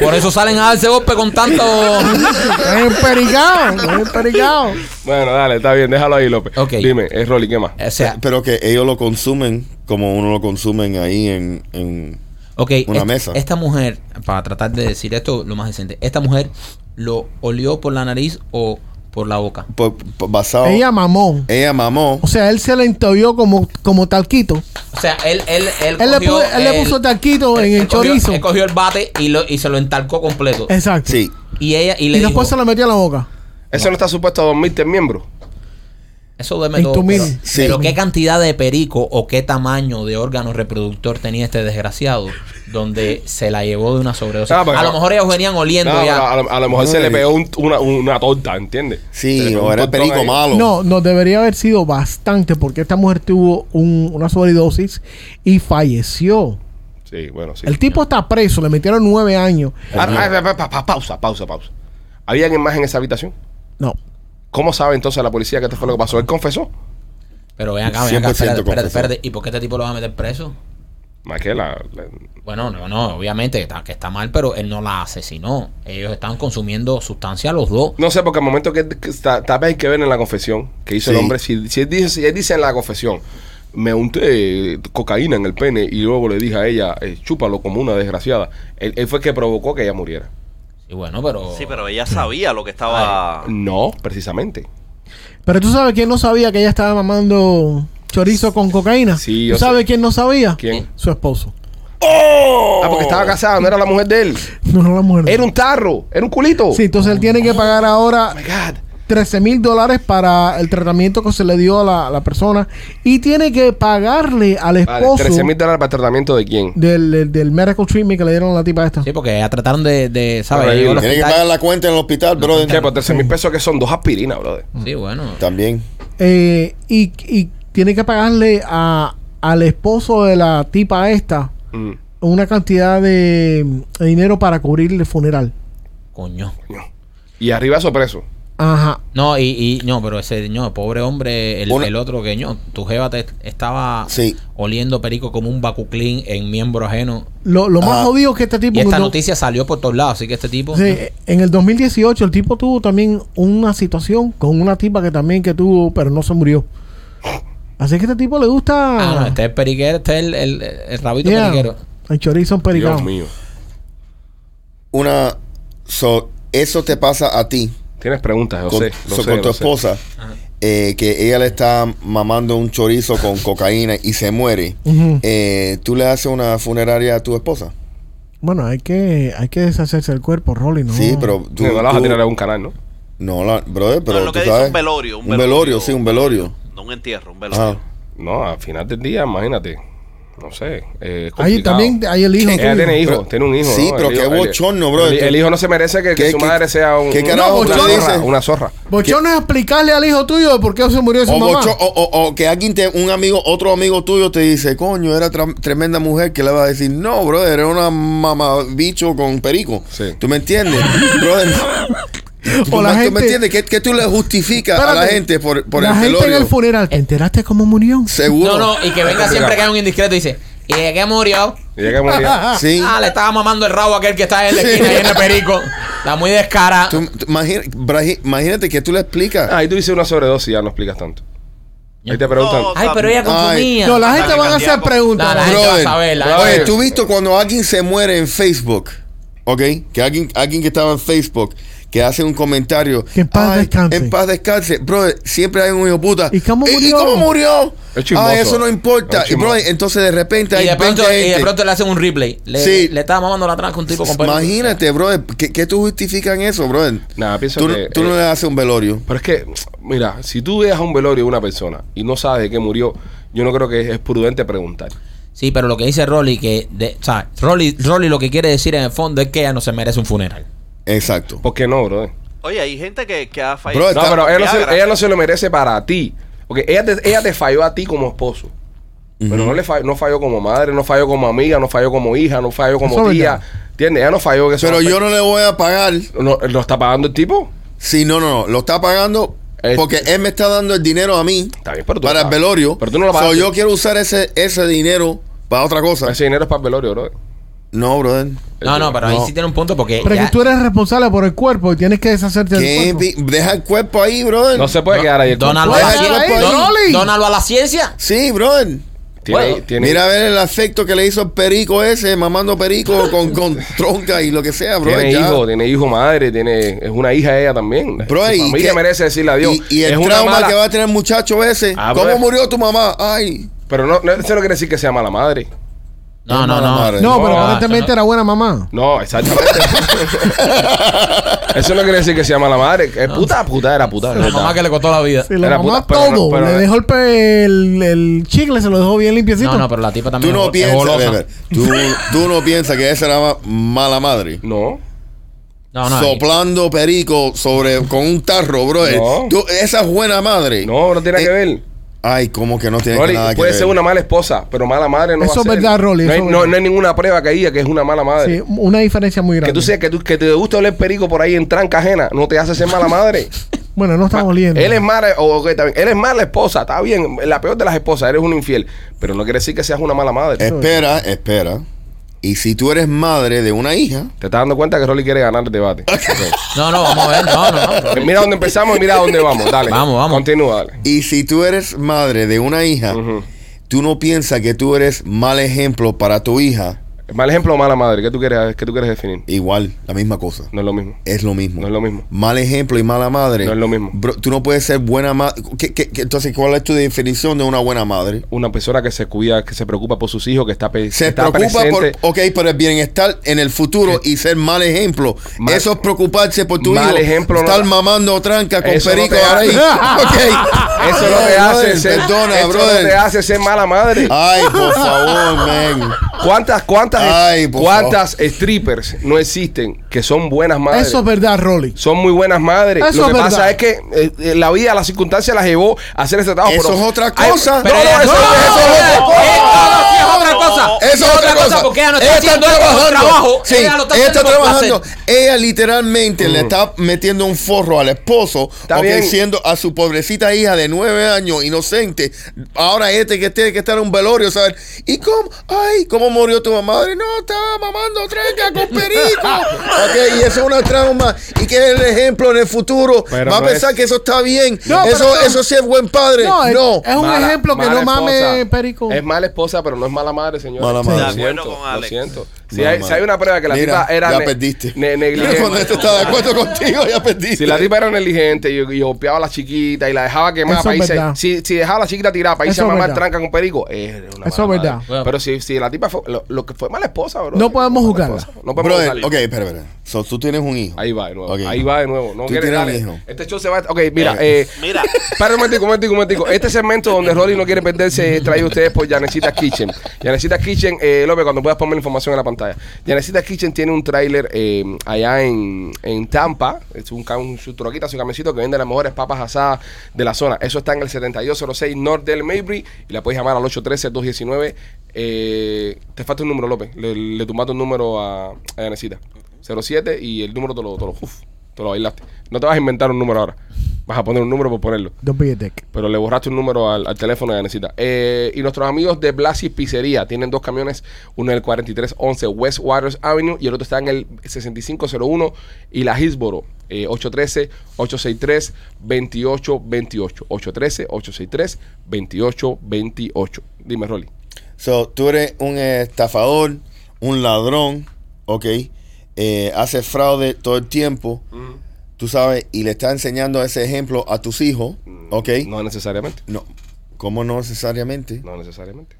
C: Por eso salen a darse golpe con tanto.
D: Es empericado. Es empericado.
B: Bueno, dale, está bien, déjalo ahí, López.
C: Ok. Eh,
B: Dime, es Rolly, ¿qué más?
C: O sea,
E: Pero que ellos lo consumen como uno lo consumen ahí en... en-
C: ok.
E: Una
C: esta,
E: mesa.
C: esta mujer, para tratar de decir esto lo más decente, esta mujer lo olió por la nariz o por la boca.
E: por- por- pues, basado...
D: Ella mamó.
E: ella mamó.
D: O sea, él se le entobió como, como talquito.
C: O sea, él, él, él,
D: Él, le,
C: cogió eh,
D: pu- él le
C: el-
D: puso talquito
C: él-
D: en
C: él
D: el
C: cogió-
D: chorizo.
C: Él cogió el bate y, lo, y se lo entalcó completo.
D: Exacto.
E: Sí.
C: Y ella y
D: Y,
C: le dijo,
D: después se lo metió a la boca.
B: Eso no está supuesto a dormirte en miembro.
C: Eso duerme
D: En
C: todo.
D: tu
C: Pero,
D: mil.
E: Sí.
C: pero qué cantidad de perico o qué tamaño de órgano reproductor tenía este desgraciado donde se la llevó de una sobredosis.
B: Ah, pero-
C: a lo mejor ellos venían oliendo
B: No,
C: ya.
B: a, lo- a lo mejor se
E: Ay.
B: le pegó un- una, una torta, ¿entiendes? Se le
E: Sí,
B: pegó
E: o
B: un
E: era
B: tortón
E: perico
B: ahí.
E: malo.
D: No, no debería haber sido bastante porque esta mujer tuvo un- una sobredosis y falleció.
B: Sí, bueno, sí.
D: El tipo está preso, le metieron nueve años.
B: Ah, ah, pa- pa- pa- pausa, pausa, pausa. ¿Había alguien más en esa habitación?
D: No.
B: ¿Cómo sabe entonces la policía que esto fue lo que pasó? Él confesó.
C: Pero ven acá, ven acá,
E: 100%
C: espérate, espérate,
E: confesión.
C: espérate. ¿Y por qué este tipo lo va a meter preso?
B: Más que la- la,
C: Bueno, no, no, obviamente que está, que está mal, pero él no la asesinó. Ellos estaban consumiendo sustancia los dos.
B: No sé, porque al momento que, que está, tal vez hay que ver en la confesión que hizo el
E: Sí.
B: hombre, si, si, él dice, si él dice en la confesión, me unté eh, cocaína en el pene y luego le dije a ella, eh, chúpalo como una desgraciada, él, él fue el que provocó que ella muriera.
C: Y bueno,
D: Oh.
C: pero.
F: Sí, pero ella sabía lo que estaba.
B: No, precisamente.
D: Pero tú sabes que él no sabía que ella estaba mamando chorizo con cocaína.
B: Sí, yo
D: ¿Tú sabes
B: sé.
D: quién no sabía?
B: ¿Quién?
D: Su esposo.
B: Ah, porque estaba casada, no era la mujer de él.
D: No, no la mujer.
B: Era un tarro, era un culito.
D: Sí, entonces él tiene que pagar ahora
B: Oh my God.
D: 13 mil dólares para el tratamiento que se le dio a la, a la persona y tiene que pagarle al
B: Vale,
D: esposo
B: 13 mil dólares para el tratamiento de quién.
D: del, del, del medical treatment que le dieron a la tipa esta.
C: Sí, porque ya trataron de, de ¿sabes?
B: Pero
C: Llegó al
E: Tiene que
C: hospital.
E: pagar la cuenta en el hospital, brother.
B: Che, por 13 mil pesos que son dos aspirinas, brother.
C: Sí, bueno.
E: También.
D: Eh, y, y tiene que pagarle a, al esposo de la tipa esta
B: Mm.
D: una cantidad de, de dinero para cubrir el funeral.
C: Coño.
B: Y arriba eso preso.
D: Ajá.
C: No, y, y no, pero ese no, pobre hombre, el,
E: Una-
C: el otro que no, tu jeva te estaba
E: Sí.
C: oliendo perico como un bacuclín en miembro ajeno.
D: Lo, lo más
E: Ah.
D: jodido es que este tipo...
C: Y esta
D: no-
C: noticia salió por todos lados, así que este tipo.
D: Sí, en el 2018 el tipo tuvo también una situación con una tipa que también que tuvo, pero no se murió. Así que a este tipo le gusta...
C: Ah, no, este es el periquero, este es el, el, el rabito
D: Yeah.
C: periquero.
D: El chorizo empericado.
B: Dios mío.
E: Una. so, eso te pasa a ti
B: Tienes preguntas,
E: con,
B: José.
E: so, con tu esposa. eh, que ella le está mamando un chorizo con cocaína y se muere.
D: Ujú.
E: eh, ¿Tú le haces una funeraria a tu esposa?
D: Bueno, hay que, hay que deshacerse del cuerpo, Rolly, ¿no?
E: Sí, pero tú.
B: No, la vas a
E: tú-
B: tirar a un canal, ¿no?
E: No, la- brother, pero
F: No,
E: tú
F: lo que dice
E: sabes.
F: un velorio,
E: Un
F: un
E: velorio,
F: velorio.
E: sí, un velorio.
F: No un entierro, un velorio.
E: Ajá.
D: Ah.
B: No, al final del día, imagínate. No sé. Eh, es
D: Ahí
B: complicado.
D: también hay el
E: [laughs]
D: hijo.
B: Ella
D: tuyo.
B: tiene hijos,
E: Pero-
B: tiene un hijo.
E: Sí,
B: ¿no?
E: pero
B: El
E: qué
B: hijo- el-
E: bochorno, bro.
B: El, el hijo no se merece que, que
E: ¿Qué-
B: su
E: qué-
B: madre sea un,
E: qué
B: un-
E: carajo
B: una,
D: tú
B: zorra,
E: dices?
B: una zorra.
D: Bochorno es explicarle al hijo tuyo de por qué se murió su
E: O,
D: mamá.
E: Oh, bocho- o- o- o que alguien te, un amigo, otro amigo tuyo te dice, coño, era tra- tremenda mujer que le va a decir, no, brother, era una mamabicho con perico.
B: Sí.
E: ¿Tú me
D: [laughs]
E: entiendes? brother, ¿tú,
D: O la
E: me- tú
D: gente-
E: me entiendes? ¿Qué, qué tú le justificas a la
D: Espérate.
E: gente por, por
D: la
E: el
D: gente
E: velorio?
D: en el funeral. ¿Te enteraste cómo murió?
E: Seguro.
C: No, no, y que venga siempre que hay un indiscreto y dice, ¿y de qué murió?
B: Y llega como
D: [laughs]
B: día,
E: Sí.
C: Ah, le estaba mamando el rabo a aquel que está en la esquina y en el perico. Está muy descarada.
E: Tú- tú imagina- braji- imagínate que tú le explicas.
B: Ahí tú dices una sobredosis, ya no explicas tanto. Ahí te preguntan.
F: No,
C: Ay, pero ella
E: Ay.
C: consumía.
D: No, la
F: Hay
D: gente
F: que
D: van a hacer
F: cambiar,
D: preguntas.
C: No, la gente-
E: Brother,
C: va a saber, la
E: oye,
B: gente-
E: tú visto cuando alguien se muere en Facebook, ¿ok? Que alguien, alguien que estaba en Facebook, que hace un comentario.
D: Que en paz
E: "Ay,
D: descanse".
E: En paz descanse. Brother, siempre hay un hijo puta.
D: ¿Y cómo
E: ¿Y
D: murió?
E: cómo murió?
B: Es chismoso.
E: Ah, eso no importa.
B: Es
E: Y
B: chismoso.
E: brother, entonces de repente
C: y
E: hay
C: de, pronto,
E: 20
C: y de
E: gente.
C: pronto le hacen un replay. Le,
E: Sí.
C: le estaba mamando la tranca a un tipo con perico.
E: Imagínate, brother, ¿qué, qué tú justificas en eso, brother?
B: Nada, pienso
E: tú, no-
B: que,
E: tú no
B: eh,
E: le haces un velorio.
B: Pero es que, mira, si tú dejas un velorio de una persona y no sabes de qué murió, yo no creo que es prudente preguntar.
C: Sí, pero lo que dice Rolly, que de, o sea, Rolly, Rolly lo que quiere decir en el fondo es que ella no se merece un funeral.
E: Exacto.
B: ¿Por qué no, brother?
F: Oye, hay gente que, que ha
E: Bro,
F: fallecido.
B: No,
E: Está-
B: pero ella no, se,
F: Viagra.
B: ella no se lo merece para ti. Porque ella te, ella te falló a ti como esposo. Pero no le falló, no falló como madre, no falló como amiga, no falló como hija, no falló como
D: Eso es
B: tía.
D: verdad.
B: ¿Entiendes? Ella no falló en eso.
E: Pero yo no le voy a pagar.
B: ¿No, ¿Lo está pagando el tipo?
E: Sí, no, no, no. Lo está pagando
B: Eh,
E: porque él me está dando el dinero a mí
B: Está bien, pero tú
E: para
B: lo
E: el
B: pagas.
E: velorio.
B: Pero tú no lo pagas.
E: So, yo quiero usar ese, ese dinero para otra cosa.
B: Ese dinero es para el velorio, bro.
E: No, brother.
C: No, no, pero ahí sí tiene un punto porque.
B: Eh,
D: Pero
C: ya-
D: que tú eres responsable por el cuerpo y tienes que deshacerte
E: ¿Qué
D: del cuerpo.
E: pi- Deja el cuerpo ahí, brother.
B: No se puede quedar ahí. el
C: Dónalo a,
B: cuerpo.
C: la
E: Oye,
C: ciencia.
E: ahí,
C: Don-
D: Rolly.
C: dónalo a la ciencia.
E: Sí, brother.
B: Tiene,
C: Bueno.
B: tiene-
E: Mira a ver el afecto que le hizo el perico ese, mamando
B: [laughs]
E: perico con, con tronca y lo que sea, brother.
B: tiene
E: ya.
B: hijo, tiene hijo madre, tiene, es una hija ella también.
E: Bro,
B: Su
E: y
B: familia
E: qué-
B: merece decirle adiós.
E: Y, y el
B: Es una
E: trauma
B: mala-
E: que va a tener el muchacho ese.
B: Ah,
E: ¿Cómo
B: brother.
E: murió tu mamá? Ay.
B: Pero no, no, eso no quiere decir que sea mala madre.
C: No, no,
E: mala
C: no.
E: madre.
D: No, pero
B: No,
D: aparentemente
C: eso no.
D: era buena mamá.
B: No,
E: [laughs]
B: exactamente. eso no quiere decir que sea mala madre. Es puta, puta, era puta.
C: La
B: ¿verdad?
C: mamá que le costó la vida.
D: Si la
B: Era
D: mamá
B: puta, pero no-
D: todo,
B: pero-
D: le dejó el, pe- el, el chicle, se lo dejó bien limpiecito.
C: No, no, pero la tipa
E: Tú
B: Ah,
C: también es
E: no
C: go- es
E: piensas,
C: golosa.
E: Beber, tú, tú no piensas que esa era ma- mala madre.
B: No.
C: No, no. ahí-
E: soplando perico sobre con un tarro, bro.
B: No.
E: Tú- esa es buena madre.
B: No, no tiene
E: Eh,
B: que ver.
E: Ay, ¿cómo que no tiene
B: Rolly,
E: nada que
B: puede
E: ver?
B: ser una mala esposa, pero mala madre no
D: Eso
B: va a
D: es
B: ser.
D: verdad, Rolly,
B: No hay,
D: eso es
B: no-
D: verdad.
B: no hay ninguna prueba que diga que es una mala madre.
D: Sí, una diferencia muy grande.
B: Que tú seas que, tú, que te gusta oler perico por ahí en tranca ajena, no te hace ser mala madre.
D: Bueno, no estamos [laughs] oliendo.
B: Él es mala, o- ok, está bien. Él es mala esposa, está bien. La peor de las esposas, eres un infiel. Pero no quiere decir que seas una mala madre.
D: Eh.
E: Espera, espera. Y si tú eres madre de una hija,
B: Te estás dando cuenta que Rolly quiere ganar el
E: [laughs]
B: debate. Ok.
C: No, no, vamos a ver. No,
A: [laughs]
C: no, no.
B: Mira dónde empezamos y mira dónde vamos. Dale.
C: Vamos, vamos.
B: Continúa, dale.
E: y si tú eres madre de una hija,
B: Ujú.
E: tú no piensas que tú eres mal ejemplo para tu hija
B: ¿Mal ejemplo o mala madre? ¿Qué tú quieres, qué tú quieres definir?
E: Igual, la misma cosa.
B: No es lo mismo.
E: Es lo mismo.
B: No es lo mismo.
E: Mal ejemplo y mala madre.
B: No es lo mismo.
E: Bro, tú no puedes ser buena madre. entonces, ¿cuál es tu definición de una buena madre?
B: Una persona que se cuida, que se preocupa por sus hijos, que está, pe-
E: Se
B: está
E: preocupa
B: presente.
E: por, ok, por el bienestar en el futuro y ser mal ejemplo.
B: Mal-
E: eso es preocuparse por tu
B: Mal
E: hijo.
B: ejemplo no-
E: estar mamando tranca con
B: Eso no
E: perico
B: te
E: ahora ahí. [laughs]
B: hace-
E: Ok.
B: Eso no te hace
E: Brother,
B: ser,
E: Perdona,
B: eso no
E: brother. Ah.
B: te hace ser mala madre.
E: Ay, por favor, man.
B: ¿Cuántas, cuántas,
E: Ay, por
B: cuántas strippers no existen que son buenas madres?
D: Eso es verdad, Rolly.
B: son muy buenas madres.
D: Eso
B: Lo que
D: es
B: pasa
D: verdad.
B: es que eh, eh, la vida, las circunstancias las llevó a hacer ese trabajo.
E: Eso
B: pero-
E: es otra
B: Ay,
E: cosa.
B: pero
E: No,
B: no, eso,
E: no,
B: eso es otra
E: no,
B: cosa.
A: Esto sí es otra cosa.
E: Eso es otra cosa.
A: Porque ella no está
E: Ella
A: haciendo esto por trabajo.
E: Sí,
A: ella lo está,
E: ella está
A: haciendo por
E: trabajando.
A: placer.
E: Ella literalmente le está metiendo un forro al esposo,
B: Está
E: porque
B: bien.
E: siendo a su pobrecita hija de nueve años, inocente. Ahora este que tiene que estar en un velorio, ¿sabes? ¿Y cómo? Ay, ¿cómo murió tu madre? No, estaba mamando tranca con perico. ok, y eso es una trauma. Y que es el ejemplo en el futuro.
B: Pero
E: Va a
B: no
E: pensar
B: es-
E: que eso está bien.
D: No, pero
E: eso,
D: no.
E: eso sí es buen padre.
D: No,
E: No.
D: es- es un
B: Mala-
D: ejemplo que
B: mala
D: no mame,
B: esposa.
D: Perico.
B: Es mala esposa, pero no es mala madre, señor.
E: Mala madre.
B: Lo
F: De acuerdo
B: siento,
F: con Alex.
B: Lo siento. Si
E: Mala
B: hay, si
E: madre.
B: hay una prueba que la
E: Mira,
B: tipa era.
E: ya
B: ne-
E: perdiste.
B: ne- negligente.
E: [laughs] Cuando este está de acuerdo contigo, ya perdiste.
B: Si la tipa era negligente y, y golpeaba a la chiquita y la dejaba quemar
D: Eso
B: para
D: es
B: irse.
D: verdad.
B: Si, si dejaba a la chiquita tirada para irse a
D: Eso es
B: mamar
D: verdad.
B: tranca con perico, eh, una
D: Eso
B: mala
D: es verdad.
B: madre. Pero si, si la tipa fue. Lo, lo que fue mala esposa, bro.
D: No podemos
B: Mala
D: juzgarla.
B: esposa. No podemos
E: Brother,
B: juzgarla.
E: ok, espera, espera. So, tú tienes un hijo.
B: Ahí va de nuevo.
E: Ok.
B: Ahí va de nuevo. No
E: Tú
B: quiere
E: tienes
B: dale.
E: un hijo.
B: Este show se va. Ok, mira.
E: Ok.
B: Eh,
F: Mira.
B: Para un momentico, un momentico, un momentico. Este segmento donde Rolly no quiere perderse es traído a ustedes por Yanecita Kitchen. Yanecita Kitchen, eh, López, cuando puedas poner la información en la pantalla. Yanecita Kitchen tiene un tráiler eh, allá en, en Tampa. Es un, ca- un- su troquita, su camioncito que vende las mejores papas asadas de la zona. Eso está en el 7206 North del Maybury y la puedes llamar al 813-219. Eh, te falta un número, López. Le, le tumbaste un número a, a Yanecita. 07 y el número te lo, te lo, uf, te lo bailaste. No te vas a inventar un número ahora. Vas a poner un número por ponerlo.
D: Don't be a dick.
B: Pero le borraste un número al, al teléfono de Anesita. Eh, y nuestros amigos de Blasi Pizzería tienen dos camiones, uno en el 4311 West Waters Avenue y el otro está en el 6501 y la Hillsboro. eh, 813-863-2828. 813-863-2828. Dime, Rolly.
E: So, tú eres un estafador, un ladrón, ok. Eh, haces fraude todo el tiempo,
B: Mm.
E: tú sabes, y le estás enseñando ese ejemplo a tus hijos, ok. No.
B: Mm, No necesariamente.
E: ¿Cómo no necesariamente?
B: No necesariamente.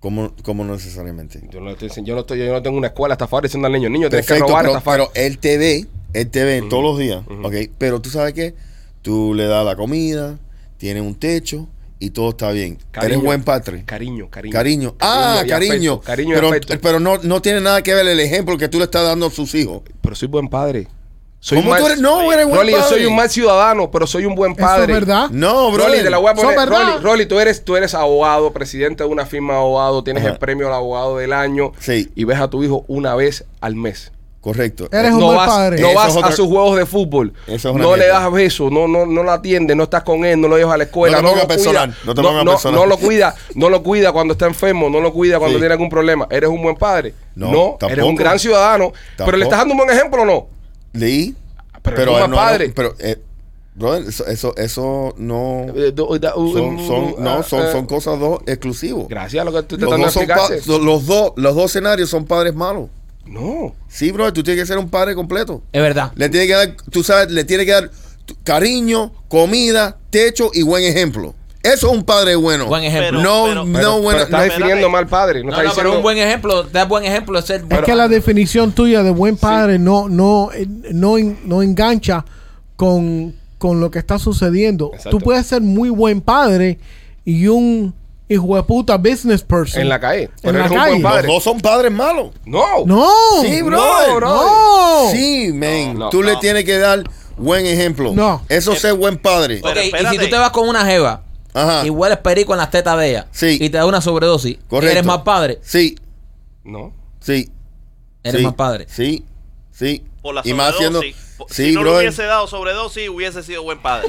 E: ¿Cómo, cómo no necesariamente?
B: Yo no, estoy, yo no, estoy- yo no tengo una escuela estafadora diciendo al niño, niño, tienes que
E: Perfecto,
B: robar
E: pero,
B: estafar.
E: pero él te ve, él te ve todos los días, ok. Pero tú sabes qué, tú le das la comida, tienes un techo y todo está bien.
B: Cariño.
E: eres buen padre.
B: Cariño, cariño.
E: Cariño. Ah,
B: y
E: cariño.
B: afecto. Cariño y
E: pero
B: afecto.
E: pero no, no tiene nada que ver el ejemplo que tú le estás dando a sus hijos.
B: pero soy buen padre. Soy
E: ¿Cómo
B: un mal-
E: tú eres? No, eres buen
B: Rolly, yo
E: padre.
B: soy un mal ciudadano, pero soy un buen
D: Eso es
B: padre.
D: verdad.
E: No, bro.
B: Ah. Rolly, te la voy a
D: Eso
B: poner.
D: es verdad.
B: Rolly, Rolly, tú eres, tú eres abogado, presidente de una firma de abogado, tienes
E: Ajá.
B: el premio al abogado del año
E: Sí.
B: y ves a tu hijo una vez al mes.
E: Correcto. Eh,
D: Eres un
B: no
D: buen
B: vas,
D: padre.
B: no
E: Eso
B: vas
E: es otra-
B: a sus juegos de fútbol,
E: Eso es una
B: no le
E: mierda.
B: das besos, no, no, no lo atiendes, no estás con él, no lo llevas a la escuela,
E: No te
B: no,
E: pongas
B: lo
E: personal,
B: cuida,
E: no te
B: no,
E: pongas
B: no-
E: personal.
B: no lo cuida, no lo cuida cuando está enfermo, no lo cuida cuando
E: Sí.
B: tiene algún problema. Eres un buen padre,
E: No,
B: no, eres
E: tampoco.
B: un gran ciudadano, pero le
E: Tampoco.
B: estás dando un buen ejemplo o no.
E: Leí.
B: Pero
E: Pero,
B: eres un buen
E: él no era-
B: padre.
E: pero, eh, brother, eso, eso, eso no.
B: Eh, do- da- uh,
E: Son, son,
B: ah,
E: no, son,
B: eh,
E: son cosas dos exclusivos.
B: Gracias a lo que tú te
E: Los dos,
B: estás
E: son pa-
B: explicando.
E: los, dos, los dos escenarios son padres malos.
B: No.
E: Sí, bro, tú tienes que ser un padre completo.
C: Es verdad.
E: Le tiene que dar, tú sabes, le tiene que dar tu- cariño, comida, techo y buen ejemplo. Eso es un padre bueno.
C: Buen ejemplo.
E: No,
F: Pero-
E: no,
B: Pero-
E: bueno.
B: pero estás
F: espérate.
B: definiendo mal padre. No,
C: No,
B: estás
C: no, pero
B: diciendo-
C: un buen ejemplo, dar buen ejemplo es ser
D: Es que la definición tuya de buen padre no, no, eh, no, en- no engancha con, con lo que está sucediendo.
B: Exacto.
D: Tú puedes ser muy buen padre y un hijo de puta business person.
B: En la calle. Pero
D: en la
B: eres un
D: calle.
B: buen
E: Los
B: padre.
E: dos son padres malos.
B: No.
D: No.
E: Sí, bro.
B: No, bro.
D: No.
E: Sí, man.
B: No, no,
E: tú le
F: no.
E: tienes que dar buen ejemplo.
D: No.
E: Eso es ser buen padre.
C: Ok,
F: Pero
C: y si tú
F: espérate.
C: te vas con una jeva
E: Ajá.
C: y hueles perico en las tetas de ella
E: Ah. Sí.
C: y te da una sobredosis,
E: Correcto.
C: eres más padre.
E: Sí,
B: No.
E: sí.
C: Eres
E: sí,
C: más padre.
E: Sí, sí.
F: Por la
E: y más haciendo.
F: sobredosis. Po-
E: Sí,
F: si no
E: bro.
F: le hubiese dado sobredosis, hubiese sido buen padre.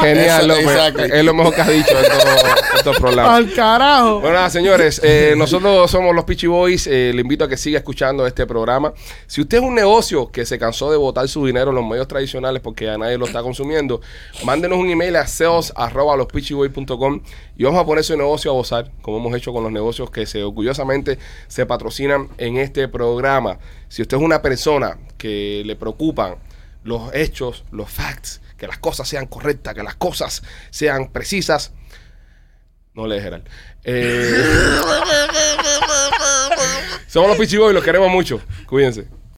B: Genial,
E: Eso,
B: López.
E: exacto.
B: Es lo mejor que has dicho en todos [laughs] estos programas.
D: Al carajo.
B: Bueno, nada, señores, eh, nosotros somos los Peachy Boys. eh, le invito a que siga escuchando este programa. Si usted es un negocio que se cansó de botar su dinero en los medios tradicionales porque a nadie lo está consumiendo, mándenos un email a sales.com y vamos a poner su negocio a gozar, como hemos hecho con los negocios que se orgullosamente se patrocinan en este programa. Si usted es una persona que le preocupan los hechos, los facts, que las cosas sean correctas, que las cosas sean precisas. No le Gerald. [laughs] Eh, Somos los Pichiboy y los queremos mucho. Cuídense.